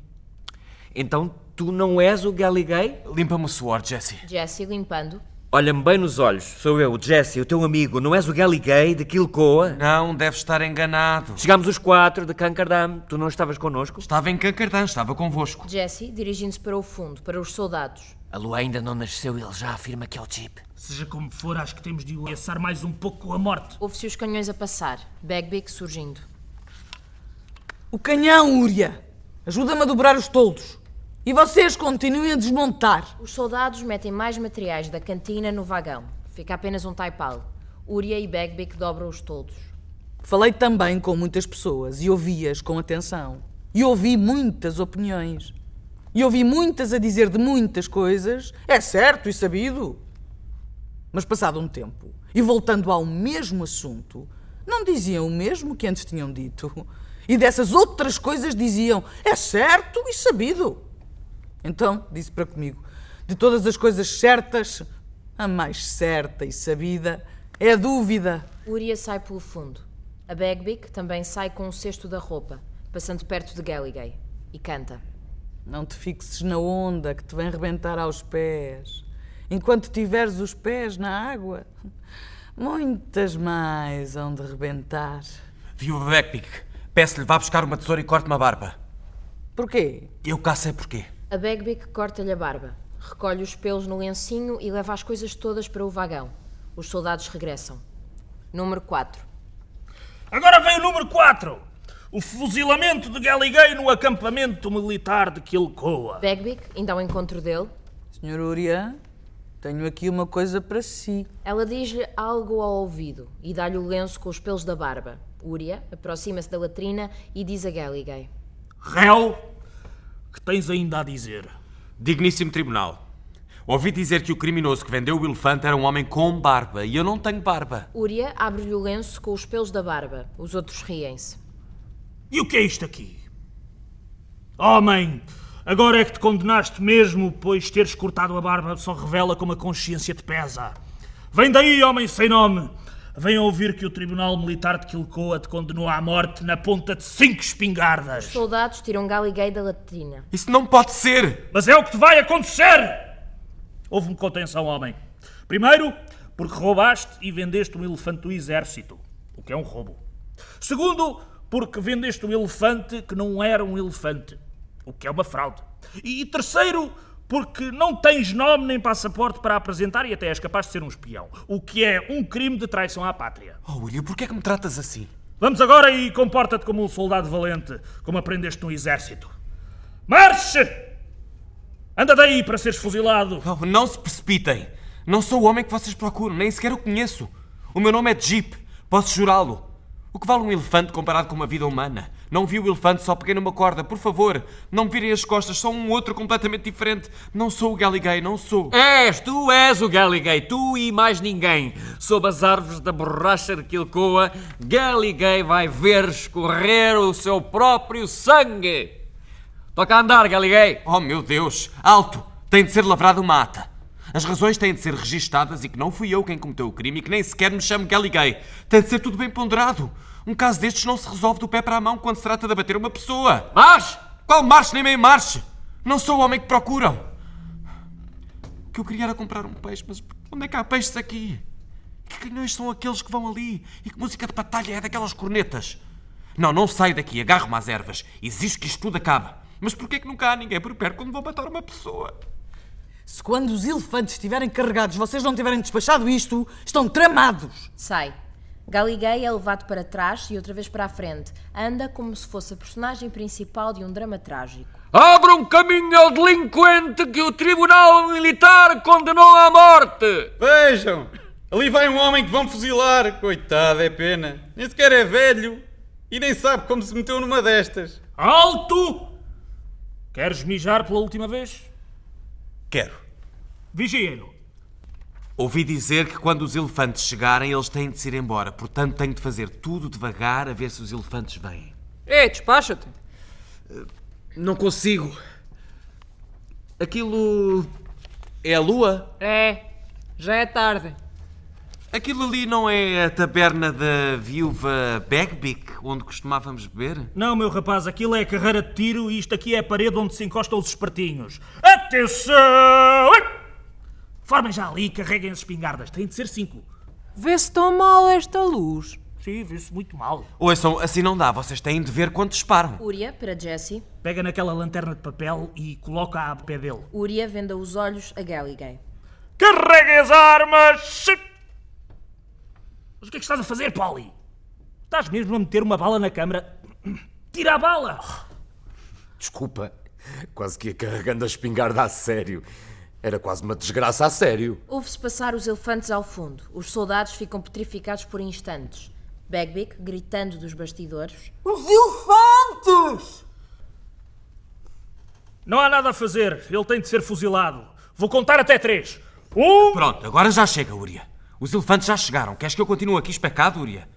Speaker 7: Então tu não és o Galigay?
Speaker 5: Limpa-me o suor, Jesse.
Speaker 4: Jesse limpando.
Speaker 7: Olha-me bem nos olhos. Sou eu, o Jesse, o teu amigo. Não és o Galigay de Quilcoa?
Speaker 5: Não, deves estar enganado.
Speaker 7: Chegámos os quatro de Cancardam. Tu não estavas connosco?
Speaker 5: Estava em Cancardam, estava convosco.
Speaker 4: Jesse dirigindo-se para o fundo, para os soldados.
Speaker 7: A lua ainda não nasceu e ele já afirma que é o Jeep.
Speaker 10: Seja como for, acho que temos de o ameaçar mais um pouco com a morte.
Speaker 4: Ouve-se os canhões a passar. Bagbic surgindo.
Speaker 12: O canhão, Uria! Ajuda-me a dobrar os toldos. E vocês continuem a desmontar.
Speaker 4: Os soldados metem mais materiais da cantina no vagão. Fica apenas um taipal. Uria e Bagbic dobram os toldos.
Speaker 12: Falei também com muitas pessoas e ouvi-as com atenção. E ouvi muitas opiniões. E ouvi muitas a dizer de muitas coisas, é certo e sabido. Mas passado um tempo, e voltando ao mesmo assunto, não diziam o mesmo que antes tinham dito. E dessas outras coisas diziam, é certo e sabido. Então, disse para comigo, de todas as coisas certas, a mais certa e sabida é a dúvida.
Speaker 4: Uria sai pelo fundo. A Bagbic também sai com o cesto da roupa, passando perto de Galligay. E canta.
Speaker 12: Não te fixes na onda que te vem rebentar aos pés. Enquanto tiveres os pés na água, muitas mais hão de rebentar.
Speaker 5: Viúva Backpick, peço-lhe vá buscar uma tesoura e corte-me a barba.
Speaker 12: Porquê?
Speaker 5: Eu cá sei porquê.
Speaker 4: A Bagbic corta-lhe a barba, recolhe os pelos no lencinho e leva as coisas todas para o vagão. Os soldados regressam. Número 4.
Speaker 10: Agora vem o número 4. O fuzilamento de Galigay no acampamento militar de Quilcoa.
Speaker 4: Bagbic, ainda ao encontro dele.
Speaker 12: Senhor Uria, tenho aqui uma coisa para si.
Speaker 4: Ela diz-lhe algo ao ouvido e dá-lhe o lenço com os pelos da barba. Uria aproxima-se da latrina e diz a Galligay.
Speaker 10: Réu, que tens ainda a dizer?
Speaker 5: Digníssimo Tribunal, ouvi dizer que o criminoso que vendeu o elefante era um homem com barba e eu não tenho barba.
Speaker 4: Uria abre-lhe o lenço com os pelos da barba. Os outros riem-se.
Speaker 10: E o que é isto aqui? Homem, agora é que te condenaste mesmo, pois teres cortado a barba só revela como a consciência te pesa. Vem daí, homem sem nome! Vem ouvir que o Tribunal Militar de Quilcoa te condenou à morte na ponta de cinco espingardas.
Speaker 4: Os soldados tiram Galligay da latrina.
Speaker 5: Isso não pode ser!
Speaker 10: Mas é o que te vai acontecer! Houve-me contenção, homem. Primeiro, porque roubaste e vendeste um elefante do exército, o que é um roubo. Segundo, porque vendeste um elefante que não era um elefante, o que é uma fraude. E terceiro, porque não tens nome nem passaporte para apresentar e até és capaz de ser um espião, o que é um crime de traição à pátria.
Speaker 5: Oh, William, porquê é que me tratas assim?
Speaker 10: Vamos agora e comporta-te como um soldado valente, como aprendeste no exército. Marche! Anda daí para seres fuzilado.
Speaker 5: Oh, não se precipitem! Não sou o homem que vocês procuram, nem sequer o conheço. O meu nome é Jeep, posso jurá-lo. O que vale um elefante comparado com uma vida humana? Não vi o elefante, só peguei numa corda. Por favor, não me virem as costas, sou um outro completamente diferente. Não sou o Galigay, não sou.
Speaker 7: És, tu és o Galigay, tu e mais ninguém. Sob as árvores da borracha de Quilcoa, Galigay vai ver escorrer o seu próprio sangue. Toca a andar, Galigay.
Speaker 5: Oh, meu Deus! Alto! Tem de ser lavrada uma ata. As razões têm de ser registadas e que não fui eu quem cometeu o crime e que nem sequer me chamo Gay. Tem de ser tudo bem ponderado. Um caso destes não se resolve do pé para a mão quando se trata de abater uma pessoa. Marche! Qual marche nem meio marche? Não sou o homem que procuram. O que eu queria era comprar um peixe, mas onde é que há peixes aqui? Que canhões são aqueles que vão ali? E que música de batalha é daquelas cornetas? Não, não saio daqui, agarro-me às ervas. Exijo que isto tudo acabe. Mas porquê que nunca há ninguém por perto quando vão matar uma pessoa?
Speaker 12: Se quando os elefantes estiverem carregados vocês não tiverem despachado isto, estão tramados.
Speaker 4: Sai. Galiguei é levado para trás e outra vez para a frente. Anda como se fosse a personagem principal de um drama trágico.
Speaker 18: Abra um caminho ao delinquente que o Tribunal Militar condenou à morte!
Speaker 13: Vejam! Ali vai um homem que vão fuzilar. Coitado, é pena. Nem sequer é velho. E nem sabe como se meteu numa destas.
Speaker 10: Alto! Queres mijar pela última vez?
Speaker 5: Quero.
Speaker 10: Vigiem-no.
Speaker 5: Ouvi dizer que quando os elefantes chegarem, eles têm de se ir embora. Portanto, tenho de fazer tudo devagar a ver se os elefantes vêm.
Speaker 6: É, despacha-te.
Speaker 5: Não consigo. Aquilo. é a lua?
Speaker 6: É, já é tarde.
Speaker 5: Aquilo ali não é a taberna da viúva Bagbic, onde costumávamos beber?
Speaker 10: Não, meu rapaz, aquilo é carreira de tiro e isto aqui é a parede onde se encostam os espertinhos. Atenção! Formem já ali e carreguem as espingardas. Tem de ser cinco.
Speaker 6: Vê-se tão mal esta luz.
Speaker 10: Sim, vê-se muito mal.
Speaker 5: Ouçam, assim não dá. Vocês têm de ver quanto disparam.
Speaker 4: Uria, para Jesse.
Speaker 10: Pega naquela lanterna de papel e coloca-a a pé dele.
Speaker 4: Uria venda os olhos a Galligay.
Speaker 10: Carreguem as armas! Mas o que é que estás a fazer, Polly? Estás mesmo a meter uma bala na câmara? Tira a bala!
Speaker 9: Desculpa, quase que ia carregando a espingarda a sério. Era quase uma desgraça a sério.
Speaker 4: Ouve-se passar os elefantes ao fundo. Os soldados ficam petrificados por instantes. Bagbic gritando dos bastidores.
Speaker 12: Os elefantes!
Speaker 10: Não há nada a fazer. Ele tem de ser fuzilado. Vou contar até três. Um.
Speaker 5: Pronto, agora já chega, Uria. Os elefantes já chegaram. Queres que eu continue aqui especado, Uria?
Speaker 7: é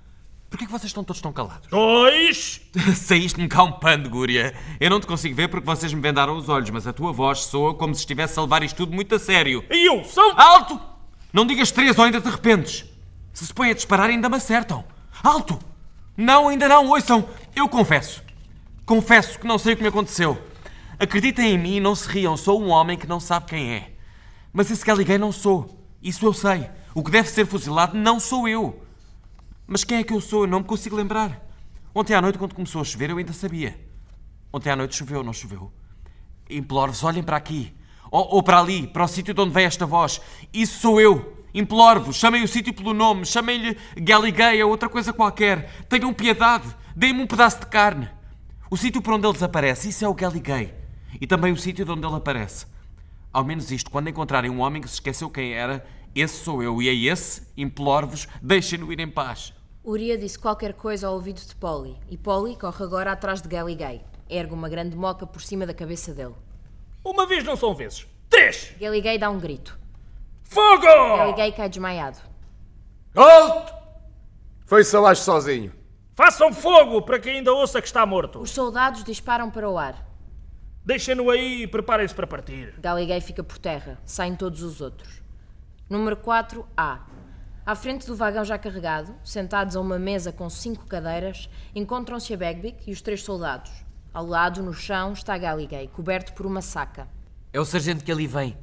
Speaker 5: Porquê que vocês estão todos tão calados?
Speaker 10: Dois!
Speaker 5: Saíste-me cá um pano, Gúria. Eu não te consigo ver porque vocês me vendaram os olhos, mas a tua voz soa como se estivesse a levar isto tudo muito a sério.
Speaker 10: E eu sou...
Speaker 5: Alto! Não digas três ou ainda te arrependes. Se se põe a disparar ainda me acertam. Alto! Não, ainda não, ouçam. Eu confesso. Confesso que não sei o que me aconteceu. Acreditem em mim e não se riam. Sou um homem que não sabe quem é. Mas esse que liguei não sou. Isso eu sei. O que deve ser fuzilado não sou eu. Mas quem é que eu sou? Eu não me consigo lembrar. Ontem à noite, quando começou a chover, eu ainda sabia. Ontem à noite choveu, não choveu? Imploro-vos, olhem para aqui. Ou, ou para ali, para o sítio de onde vem esta voz. Isso sou eu. Imploro-vos, chamem o sítio pelo nome, chamem-lhe Galileia ou outra coisa qualquer. Tenham piedade, deem-me um pedaço de carne. O sítio por onde ele desaparece, isso é o Galileia. E também o sítio de onde ele aparece. Ao menos isto, quando encontrarem um homem que se esqueceu quem era, esse sou eu e a esse imploro-vos, deixem-no ir em paz.
Speaker 4: Uria disse qualquer coisa ao ouvido de Polly e Polly corre agora atrás de Galligay. Ergue uma grande moca por cima da cabeça dele.
Speaker 10: Uma vez não são vezes. Três!
Speaker 4: Galligay dá um grito.
Speaker 10: Fogo!
Speaker 4: Galligay cai desmaiado.
Speaker 9: Alto! Foi Salage sozinho.
Speaker 10: Façam fogo para quem ainda ouça que está morto.
Speaker 4: Os soldados disparam para o ar.
Speaker 10: Deixem-no aí e preparem-se para partir.
Speaker 4: Galligay fica por terra. Saem todos os outros. Número 4A. À frente do vagão já carregado, sentados a uma mesa com cinco cadeiras, encontram-se a Begbic e os três soldados. Ao lado, no chão, está Galligay, coberto por uma saca.
Speaker 7: É o sargento que ali vem.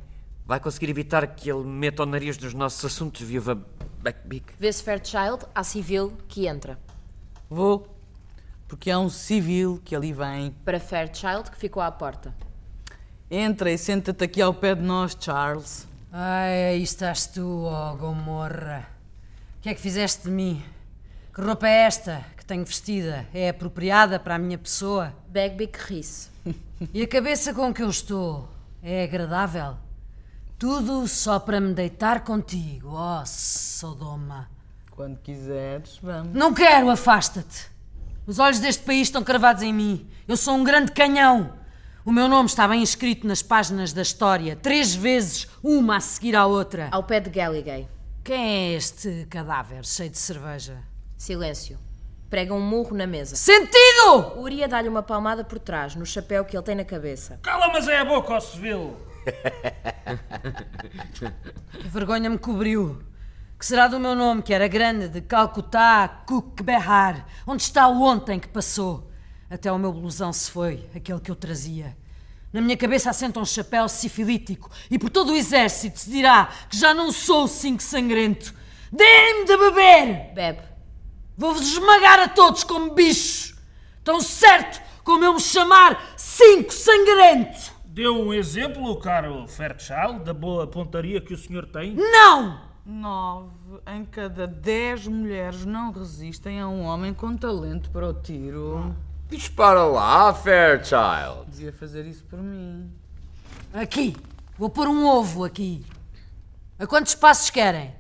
Speaker 7: Vai conseguir evitar que ele meta o nariz nos nossos assuntos, viúva Backbeak.
Speaker 4: Vê-se Fairchild, a civil, que entra.
Speaker 12: Vou, porque é um civil que ali vem.
Speaker 4: Para Fairchild, que ficou à porta.
Speaker 12: Entra e senta-te aqui ao pé de nós, Charles.
Speaker 11: Ai, aí estás tu, oh Gomorra. O que é que fizeste de mim? Que roupa é esta que tenho vestida? É apropriada para a minha pessoa?
Speaker 4: Bagbic ri-se.
Speaker 11: E a cabeça com que eu estou é agradável? Tudo só para me deitar contigo, oh Sodoma.
Speaker 12: Quando quiseres, vamos.
Speaker 11: Não quero, afasta-te. Os olhos deste país estão cravados em mim. Eu sou um grande canhão. O meu nome está bem escrito nas páginas da história, três vezes, uma a seguir à outra.
Speaker 4: Ao pé de Galligay.
Speaker 11: Quem é este cadáver cheio de cerveja?
Speaker 4: Silêncio. Prega um murro na mesa.
Speaker 11: Sentido!
Speaker 4: Uria dá-lhe uma palmada por trás, no chapéu que ele tem na cabeça.
Speaker 10: Cala, mas é a boca, ó civil!
Speaker 11: Que vergonha me cobriu. Que será do meu nome, que era grande, de Calcutá, Cook Behar? Onde está o ontem que passou? Até o meu blusão se foi, aquele que eu trazia. Na minha cabeça assenta um chapéu sifilítico e por todo o exército se dirá que já não sou o cinco sangrento. Dê-me de beber!
Speaker 4: Bebe.
Speaker 11: Vou-vos esmagar a todos como bichos. Tão certo como eu me chamar cinco sangrento.
Speaker 10: Deu um exemplo, caro Fertchal, da boa pontaria que o senhor tem?
Speaker 11: Não!
Speaker 12: Nove em cada dez mulheres não resistem a um homem com talento para o tiro.
Speaker 9: Dispara lá, Fairchild.
Speaker 12: Devia fazer isso por mim.
Speaker 11: Aqui, vou pôr um ovo aqui. A quantos passos querem?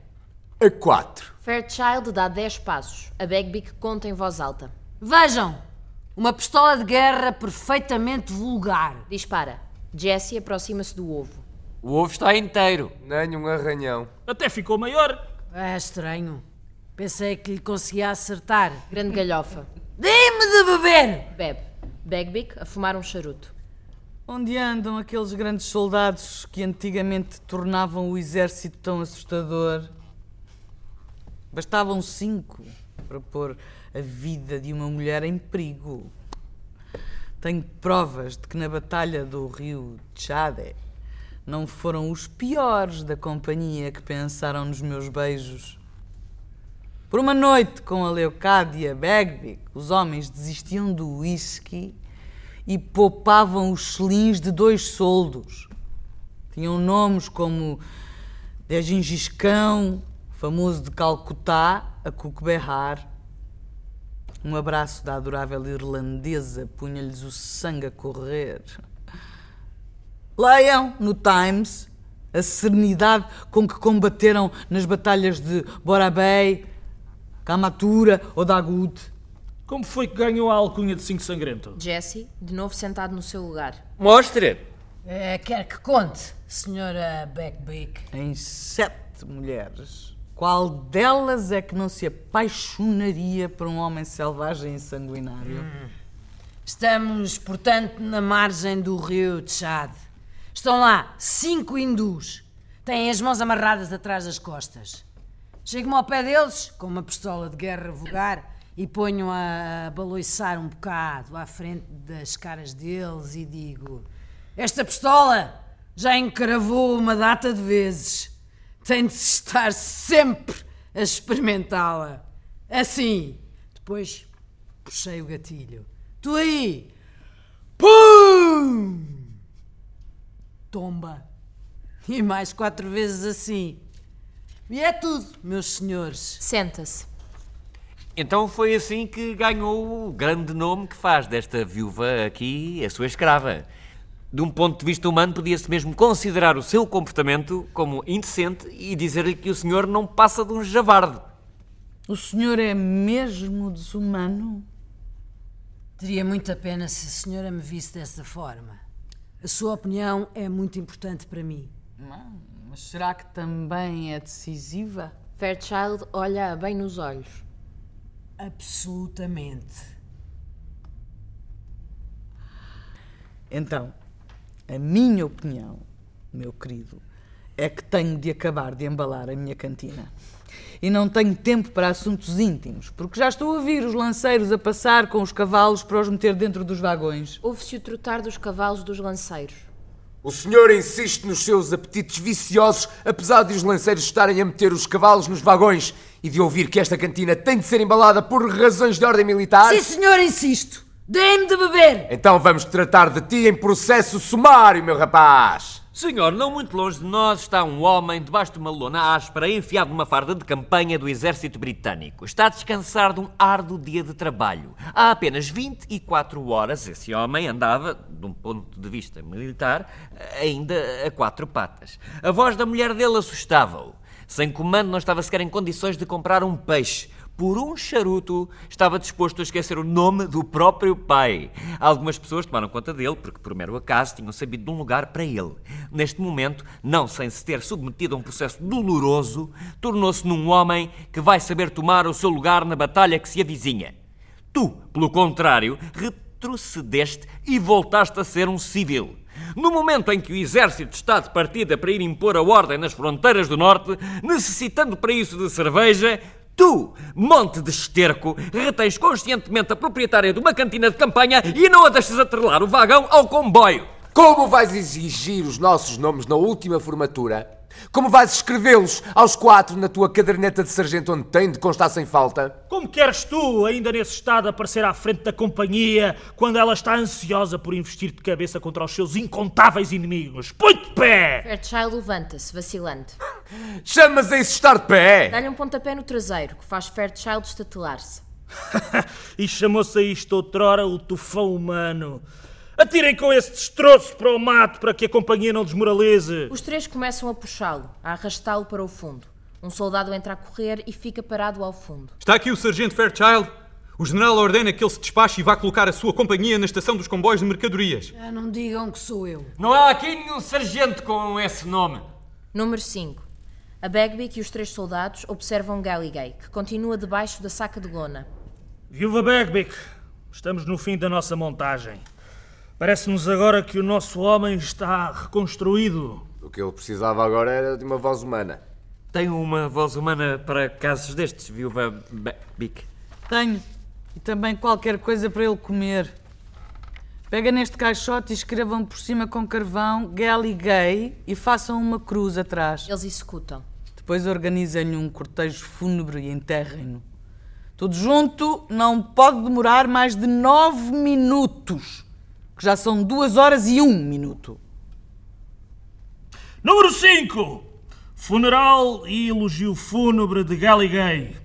Speaker 9: A quatro.
Speaker 4: Fairchild dá 10 passos. A Begbie conta em voz alta.
Speaker 11: Vejam! Uma pistola de guerra perfeitamente vulgar.
Speaker 4: Dispara. Jessie aproxima-se do ovo.
Speaker 7: O ovo está inteiro.
Speaker 9: Nem um arranhão.
Speaker 10: Até ficou maior.
Speaker 11: É estranho. Pensei que lhe conseguia acertar.
Speaker 4: Grande galhofa.
Speaker 11: Dê-me de beber!
Speaker 4: Bebe. Begbie a fumar um charuto.
Speaker 12: Onde andam aqueles grandes soldados que antigamente tornavam o exército tão assustador? Bastavam cinco para pôr a vida de uma mulher em perigo. Tenho provas de que na Batalha do Rio Chade não foram os piores da companhia que pensaram nos meus beijos. Por uma noite com a Leocádia Bagby, os homens desistiam do whisky e poupavam os selins de dois soldos. Tinham nomes como de Gingiscão, famoso de Calcutá, a Cook Behar. Um abraço da adorável irlandesa punha-lhes o sangue a correr. Leiam no Times a serenidade com que combateram nas batalhas de Borabay, Kamatura ou Dagut.
Speaker 10: Como foi que ganhou a alcunha de Cinco Sangrento?
Speaker 4: Jessie, de novo sentado no seu lugar.
Speaker 7: Mostre!
Speaker 11: É, quer que conte, senhora Beckbeck.
Speaker 12: Em sete mulheres. Qual delas é que não se apaixonaria por um homem selvagem e sanguinário?
Speaker 11: Estamos, portanto, na margem do rio Tchad. Estão lá cinco hindus. Têm as mãos amarradas atrás das costas. Chego-me ao pé deles, com uma pistola de guerra vulgar, e ponho a baloiçar um bocado à frente das caras deles e digo: Esta pistola já encravou uma data de vezes. Tem de se estar sempre a experimentá-la. Assim. Depois puxei o gatilho. Tu aí! Pum! Tomba. E mais quatro vezes assim. E é tudo, meus senhores.
Speaker 4: Senta-se.
Speaker 7: Então foi assim que ganhou o grande nome que faz desta viúva aqui a sua escrava. De um ponto de vista humano, podia-se mesmo considerar o seu comportamento como indecente e dizer-lhe que o senhor não passa de um javarde.
Speaker 12: O senhor é mesmo desumano?
Speaker 11: Teria muita pena se a senhora me visse dessa forma. A sua opinião é muito importante para mim.
Speaker 12: Mas será que também é decisiva?
Speaker 4: Fairchild olha bem nos olhos.
Speaker 11: Absolutamente.
Speaker 12: Então, a minha opinião, meu querido, é que tenho de acabar de embalar a minha cantina. E não tenho tempo para assuntos íntimos, porque já estou a ouvir os lanceiros a passar com os cavalos para os meter dentro dos vagões.
Speaker 4: Ouve-se o trotar dos cavalos dos lanceiros.
Speaker 9: O senhor insiste nos seus apetites viciosos, apesar de os lanceiros estarem a meter os cavalos nos vagões e de ouvir que esta cantina tem de ser embalada por razões de ordem militar?
Speaker 11: Sim, senhor, insisto. Dê-me de beber!
Speaker 9: Então vamos tratar de ti em processo sumário, meu rapaz.
Speaker 7: Senhor, não muito longe de nós está um homem debaixo de uma lona áspera enfiado numa farda de campanha do exército britânico. Está a descansar de um árduo dia de trabalho. Há apenas 24 horas esse homem andava, de um ponto de vista militar, ainda a quatro patas. A voz da mulher dele assustava-o. Sem comando não estava sequer em condições de comprar um peixe. Por um charuto, estava disposto a esquecer o nome do próprio pai. Algumas pessoas tomaram conta dele, porque por mero acaso tinham sabido de um lugar para ele. Neste momento, não sem se ter submetido a um processo doloroso, tornou-se num homem que vai saber tomar o seu lugar na batalha que se avizinha. Tu, pelo contrário, retrocedeste e voltaste a ser um civil. No momento em que o exército está de partida para ir impor a ordem nas fronteiras do Norte, necessitando para isso de cerveja, tu, monte de esterco, retens conscientemente a proprietária de uma cantina de campanha e não a deixas atrelar o vagão ao comboio.
Speaker 9: Como vais exigir os nossos nomes na última formatura? Como vais escrevê-los aos quatro na tua caderneta de sargento onde tem de constar sem falta?
Speaker 10: Como queres tu, ainda nesse estado, aparecer à frente da companhia quando ela está ansiosa por investir de cabeça contra os seus incontáveis inimigos? Põe-te de pé!
Speaker 4: Fairchild levanta-se, vacilante.
Speaker 9: Chamas a isso estar de
Speaker 10: É.
Speaker 9: pé?
Speaker 4: Dá-lhe um pontapé no traseiro, que faz Fairchild estatelar-se.
Speaker 10: E chamou-se a isto outrora o tufão humano. Atirem com esse destroço para o mato para que a companhia não desmoralize.
Speaker 4: Os três começam a puxá-lo, a arrastá-lo para o fundo. Um soldado entra a correr e fica parado ao fundo.
Speaker 13: Está aqui o Sargento Fairchild. O general ordena que ele se despache e vá colocar a sua companhia na estação dos comboios de mercadorias.
Speaker 19: Já não digam que sou eu.
Speaker 7: Não há aqui nenhum sargento com esse nome.
Speaker 4: Número 5. A Bagby e os três soldados observam Galligay, que continua debaixo da saca de lona.
Speaker 10: Viúva Bagbic, estamos no fim da nossa montagem. Parece-nos agora que o nosso homem está reconstruído.
Speaker 9: O que ele precisava agora era de uma voz humana.
Speaker 7: Tem uma voz humana para casos destes, viúva Ba- Bic.
Speaker 12: Tenho. E também qualquer coisa para ele comer. Pega neste caixote e escrevam por cima com carvão gay e gay e façam uma cruz atrás.
Speaker 4: Eles executam.
Speaker 12: Depois organizem-lhe um cortejo fúnebre e enterrem-no. Tudo junto não pode demorar mais de nove minutos, que já são duas horas e um minuto.
Speaker 10: Número 5. Funeral e elogio fúnebre de Galligay.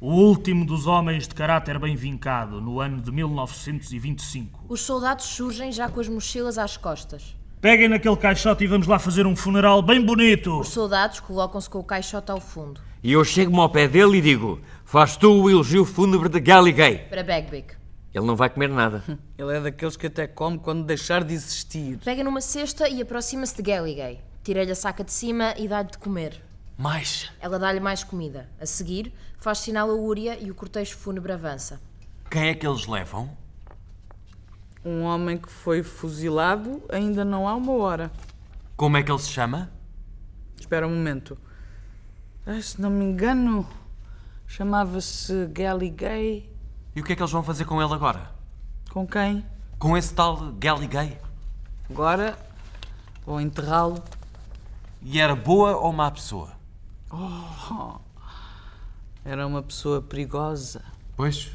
Speaker 10: O último dos homens de caráter bem vincado, no ano de 1925.
Speaker 4: Os soldados surgem já com as mochilas às costas.
Speaker 10: Peguem naquele caixote e vamos lá fazer um funeral bem bonito.
Speaker 4: Os soldados colocam-se com o caixote ao fundo.
Speaker 7: E eu chego-me ao pé dele e digo: Faz tu o elogio fúnebre de Galligay.
Speaker 4: Para Bagbic.
Speaker 7: Ele não vai comer nada.
Speaker 12: Ele é daqueles que até come quando deixar de existir.
Speaker 4: Pega numa cesta e aproxima-se de Galligay. Tira-lhe a saca de cima e dá-lhe de comer.
Speaker 7: Mais.
Speaker 4: Ela dá-lhe mais comida. A seguir, faz sinal a Úria e o cortejo fúnebre avança.
Speaker 5: Quem é que eles levam?
Speaker 12: Um homem que foi fuzilado ainda não há uma hora.
Speaker 5: Como é que ele se chama?
Speaker 12: Espera um momento. Ah, se não me engano, chamava-se Galligay.
Speaker 5: E o que é que eles vão fazer com ele agora?
Speaker 12: Com quem?
Speaker 5: Com esse tal Galligay?
Speaker 12: Agora vou enterrá-lo.
Speaker 5: E era boa ou má pessoa?
Speaker 12: Oh, era uma pessoa perigosa.
Speaker 5: Pois.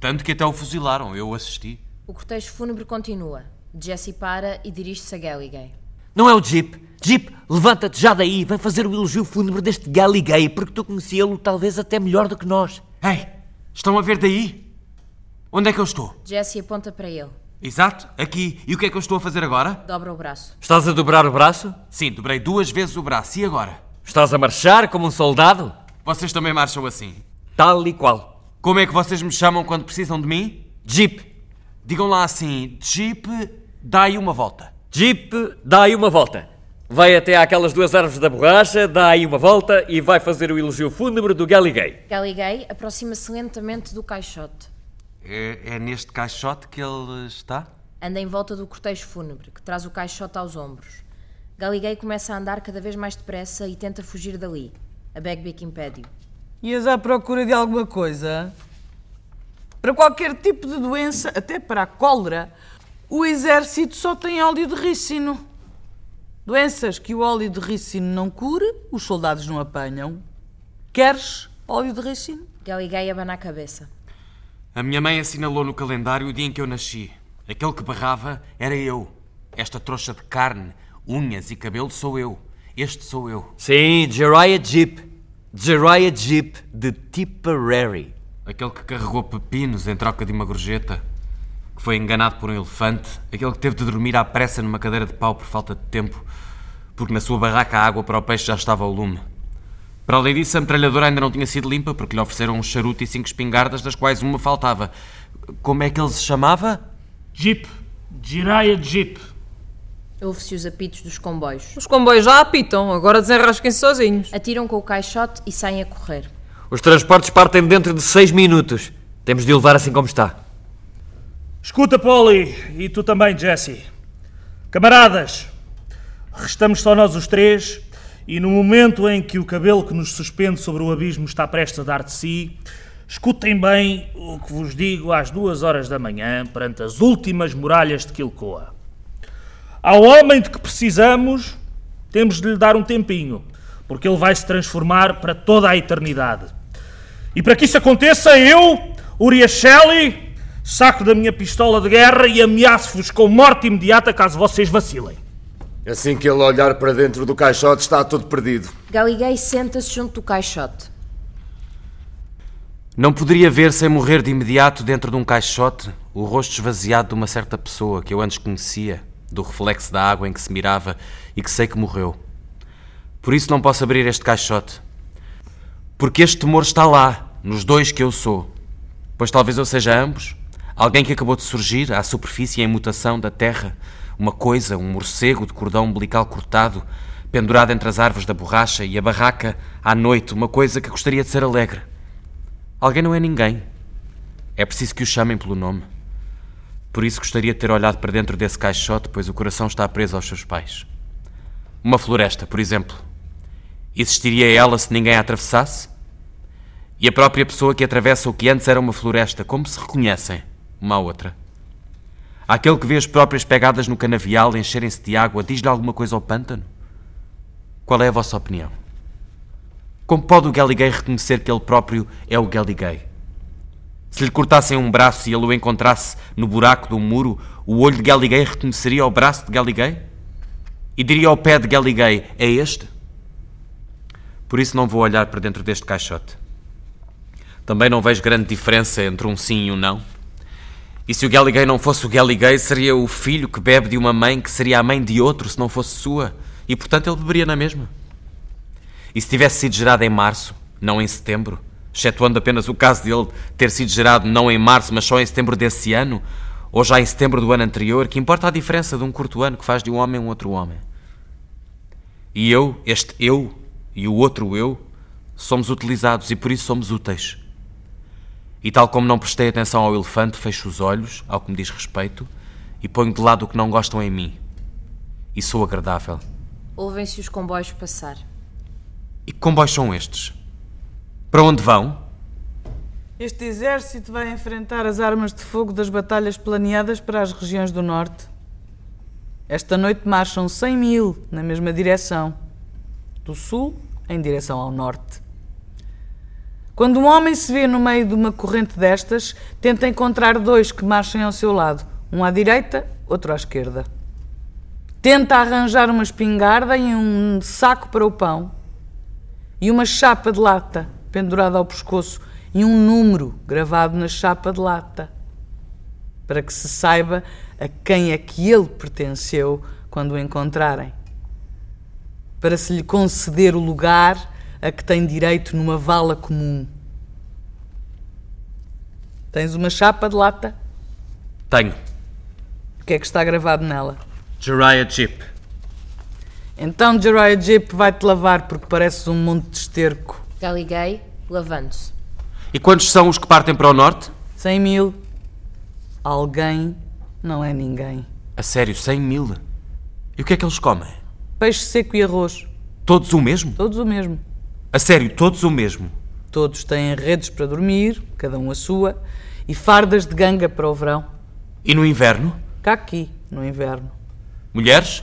Speaker 5: Tanto que até o fuzilaram, eu assisti.
Speaker 4: O cortejo fúnebre continua. Jesse para e dirige-se a Galligay.
Speaker 7: Não é o Jeep. Jeep, levanta-te já daí e vem fazer o elogio fúnebre deste Galligay, porque tu conhecia-lo talvez até melhor do que nós.
Speaker 20: Ei, estão a ver daí? Onde é que eu estou?
Speaker 4: Jesse aponta para ele.
Speaker 20: Exato, aqui. E o que é que eu estou a fazer agora?
Speaker 4: Dobra o braço.
Speaker 7: Estás a dobrar o braço?
Speaker 5: Sim, dobrei duas vezes o braço. E agora?
Speaker 7: Estás a marchar como um soldado?
Speaker 5: Vocês também marcham assim?
Speaker 7: Tal e qual.
Speaker 5: Como é que vocês me chamam quando precisam de mim?
Speaker 7: Jeep.
Speaker 5: Digam lá assim, Jeep, dai uma volta.
Speaker 7: Jeep, dá aí uma volta. Vai até àquelas duas árvores da borracha, dá aí uma volta e vai fazer o elogio fúnebre do Galligay.
Speaker 4: Galligay aproxima-se lentamente do caixote.
Speaker 5: É, é neste caixote que ele está?
Speaker 4: Anda em volta do cortejo fúnebre, que traz o caixote aos ombros. Galiguei começa a andar cada vez mais depressa e tenta fugir dali. A Bagbic impede-o.
Speaker 12: Ias à procura de alguma coisa? Para qualquer tipo de doença, até para a cólera, o exército só tem óleo de ricino. Doenças que o óleo de ricino não cura, os soldados não apanham. Queres óleo de ricino?
Speaker 4: Galiguei abana a cabeça.
Speaker 5: A minha mãe assinalou no calendário o dia em que eu nasci. Aquele que barrava era eu. Esta trouxa de carne, unhas e cabelo sou eu. Este sou eu.
Speaker 7: Sim, Jeriah Jeep. Jeriah Jeep de Tipperary.
Speaker 5: Aquele que carregou pepinos em troca de uma gorjeta. Que foi enganado por um elefante. Aquele que teve de dormir à pressa numa cadeira de pau por falta de tempo. Porque na sua barraca a água para o peixe já estava ao lume. Para além disso, a metralhadora ainda não tinha sido limpa porque lhe ofereceram um charuto e cinco espingardas, das quais uma faltava. Como é que ele se chamava?
Speaker 10: Jeep. Jiraya Jeep.
Speaker 4: Ouve-se os apitos dos comboios.
Speaker 12: Os comboios já apitam, agora desenrasquem-se sozinhos.
Speaker 4: Atiram com o caixote e saem a correr.
Speaker 7: Os transportes partem dentro de seis minutos. Temos de o levar assim como está.
Speaker 10: Escuta, Polly, e tu também, Jesse. Camaradas, restamos só nós os três, e no momento em que o cabelo que nos suspende sobre o abismo está prestes a dar de si, escutem bem o que vos digo às duas horas da manhã, perante as últimas muralhas de Quilcoa. Ao homem de que precisamos, temos de lhe dar um tempinho, porque ele vai se transformar para toda a eternidade. E para que isso aconteça, eu, Urias Shelley, saco da minha pistola de guerra e ameaço-vos com morte imediata caso vocês vacilem.
Speaker 9: Assim que ele olhar para dentro do caixote, está tudo perdido.
Speaker 4: Galiguei senta-se junto do caixote.
Speaker 5: Não poderia ver sem morrer de imediato dentro de um caixote o rosto esvaziado de uma certa pessoa que eu antes conhecia, do reflexo da água em que se mirava e que sei que morreu. Por isso não posso abrir este caixote. Porque este temor está lá, nos dois que eu sou. Pois talvez eu seja ambos, alguém que acabou de surgir à superfície em mutação da terra, uma coisa, um morcego de cordão umbilical cortado, pendurado entre as árvores da borracha e a barraca à noite, uma coisa que gostaria de ser alegre. Alguém não é ninguém. É preciso que o chamem pelo nome. Por isso gostaria de ter olhado para dentro desse caixote, pois o coração está preso aos seus pais. Uma floresta, por exemplo. Existiria ela se ninguém a atravessasse? E a própria pessoa que atravessa o que antes era uma floresta, como se reconhecem uma à outra? Aquele que vê as próprias pegadas no canavial encherem-se de água, diz-lhe alguma coisa ao pântano? Qual é a vossa opinião? Como pode o Galigay reconhecer que ele próprio é o Galigay? Se lhe cortassem um braço e ele o encontrasse no buraco de um muro, o olho de Galigay reconheceria o braço de Galigay? E diria ao pé de Galigay: É este? Por isso não vou olhar para dentro deste caixote. Também não vejo grande diferença entre um sim e um não. E se o Galigay não fosse o Galigay, seria o filho que bebe de uma mãe que seria a mãe de outro se não fosse sua, e portanto ele beberia na mesma. E se tivesse sido gerado em março, não em setembro, excetuando apenas o caso dele ter sido gerado não em março, mas só em setembro desse ano, ou já em setembro do ano anterior, que importa a diferença de um curto ano que faz de um homem um outro homem. E eu, este eu e o outro eu, somos utilizados e por isso somos úteis. E tal como não prestei atenção ao elefante, fecho os olhos, ao que me diz respeito, e ponho de lado o que não gostam em mim. E sou agradável.
Speaker 4: Ouvem-se os comboios passar.
Speaker 5: E que comboios são estes? Para onde vão?
Speaker 12: Este exército vai enfrentar as armas de fogo das batalhas planeadas para as regiões do norte. Esta noite marcham 100 mil na mesma direção, do sul em direção ao norte. Quando um homem se vê no meio de uma corrente destas, tenta encontrar dois que marchem ao seu lado, um à direita, outro à esquerda. Tenta arranjar uma espingarda e um saco para o pão, e uma chapa de lata pendurada ao pescoço e um número gravado na chapa de lata, para que se saiba a quem é que ele pertenceu quando o encontrarem, para se lhe conceder o lugar a que tem direito numa vala comum. Tens uma chapa de lata?
Speaker 5: Tenho.
Speaker 12: O que é que está gravado nela?
Speaker 5: Jeriah Jeep.
Speaker 12: Então Jeriah Jeep vai-te lavar porque pareces um monte de esterco.
Speaker 4: Galiguei, lavando-se.
Speaker 5: E quantos são os que partem para o norte?
Speaker 12: 100 mil. Alguém não é ninguém.
Speaker 5: A sério, 100 mil? E o que é que eles comem?
Speaker 12: Peixe seco e arroz.
Speaker 5: Todos o mesmo?
Speaker 12: Todos o mesmo.
Speaker 5: A sério, todos o mesmo?
Speaker 12: Todos têm redes para dormir, cada um a sua, e fardas de ganga para o verão.
Speaker 5: E no inverno?
Speaker 12: Cá aqui, no inverno.
Speaker 5: Mulheres?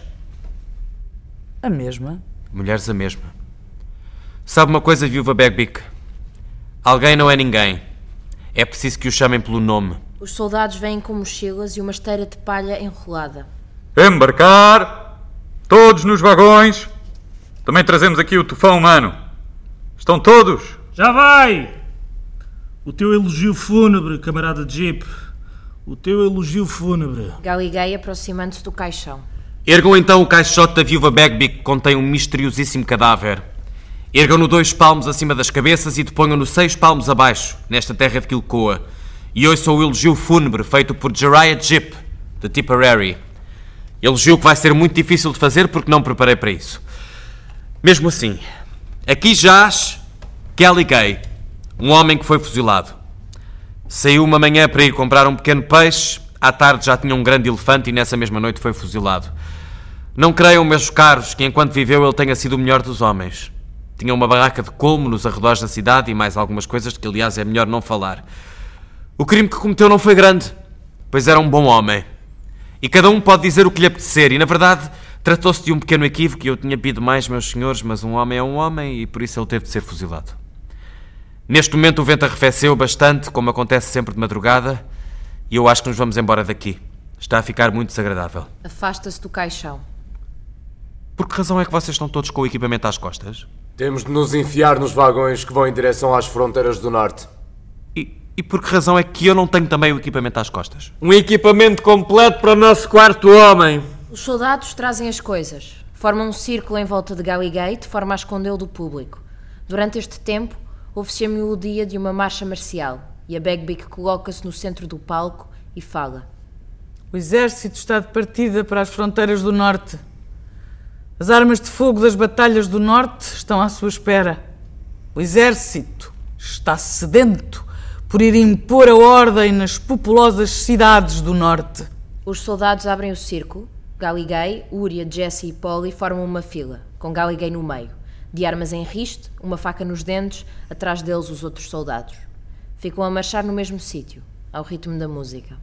Speaker 12: A mesma.
Speaker 5: Mulheres a mesma. Sabe uma coisa, viúva Begbic? Alguém não é ninguém. É preciso que o chamem pelo nome.
Speaker 4: Os soldados vêm com mochilas e uma esteira de palha enrolada.
Speaker 13: Embarcar! Todos nos vagões! Também trazemos aqui o tufão humano. Estão todos?
Speaker 10: Já vai! O teu elogio fúnebre, camarada Jeep. O teu elogio fúnebre.
Speaker 4: Galiguei aproximando-se do caixão.
Speaker 5: Ergam então o caixote da viúva Bagby que contém um misteriosíssimo cadáver. Ergam-no dois palmos acima das cabeças e deponham-no seis palmos abaixo, nesta terra de Quilcoa. E ouçam o elogio fúnebre feito por Jeriah Jeep, de Tipperary. Elogio que vai ser muito difícil de fazer porque não preparei para isso. Mesmo assim, aqui jaz Kelly Gay, um homem que foi fuzilado. Saiu uma manhã para ir comprar um pequeno peixe, À tarde já tinha um grande elefante e nessa mesma noite foi fuzilado. Não creiam, meus caros, que enquanto viveu ele tenha sido o melhor dos homens. Tinha uma barraca de colmo nos arredores da cidade e mais algumas coisas de que, aliás, é melhor não falar. O crime que cometeu não foi grande, pois era um bom homem. E cada um pode dizer o que lhe apetecer, e na verdade tratou-se de um pequeno equívoco e eu tinha pedido mais, meus senhores, mas um homem é um homem e por isso ele teve de ser fuzilado. Neste momento o vento arrefeceu bastante, como acontece sempre de madrugada, e eu acho que nos vamos embora daqui. Está a ficar muito desagradável.
Speaker 4: Afasta-se do caixão.
Speaker 5: Por que razão é que vocês estão todos com o equipamento às costas?
Speaker 9: Temos de nos enfiar nos vagões que vão em direção às fronteiras do norte.
Speaker 5: E por que razão é que eu não tenho também o equipamento às costas?
Speaker 7: Um equipamento completo para o nosso quarto homem.
Speaker 4: Os soldados trazem as coisas. Formam um círculo em volta de Galloway, de forma a escondê-lo do público. Durante este tempo, ouve-se a melodia de uma marcha marcial e a Bagbic coloca-se no centro do palco e fala.
Speaker 12: O exército está de partida para as fronteiras do norte. As armas de fogo das batalhas do norte estão à sua espera. O exército está sedento por ir impor a ordem nas populosas cidades do norte.
Speaker 4: Os soldados abrem o círculo. Galigay, Uria, Jesse e Polly formam uma fila, com Galigay no meio, de armas em riste, uma faca nos dentes, atrás deles os outros soldados. Ficam a marchar no mesmo sítio, ao ritmo da música.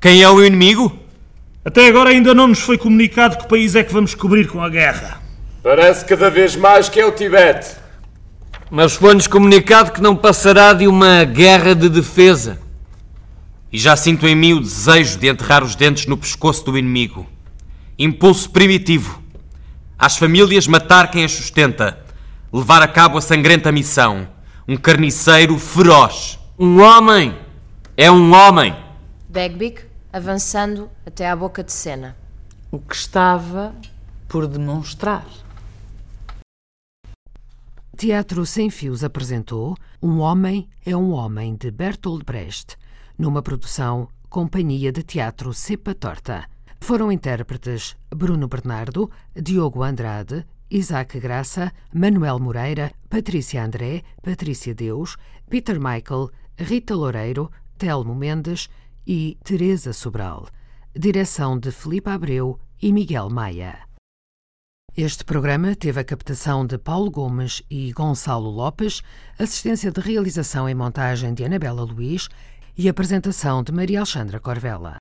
Speaker 5: Quem é o inimigo?
Speaker 10: Até agora ainda não nos foi comunicado que país é que vamos cobrir com a guerra.
Speaker 9: Parece cada vez mais que é o Tibete.
Speaker 7: Mas foi-nos comunicado que não passará de uma guerra de defesa.
Speaker 5: E já sinto em mim o desejo de enterrar os dentes no pescoço do inimigo. Impulso primitivo. Às famílias matar quem as sustenta. Levar a cabo a sangrenta missão. Um carniceiro feroz.
Speaker 7: Um homem é um homem.
Speaker 4: Bagbic, avançando até à boca de cena.
Speaker 12: O que estava por demonstrar.
Speaker 1: Teatro Sem Fios apresentou Um Homem é um Homem, de Bertolt Brecht, numa produção Companhia de Teatro Cepa Torta. Foram intérpretes Bruno Bernardo, Diogo Andrade, Isaac Graça, Manuel Moreira, Patrícia André, Patrícia Deus, Peter Michael, Rita Loureiro, Telmo Mendes e Teresa Sobral. Direção de Filipe Abreu e Miguel Maia. Este programa teve a captação de Paulo Gomes e Gonçalo Lopes, assistência de realização e montagem de Anabela Luiz e apresentação de Maria Alexandra Corvella.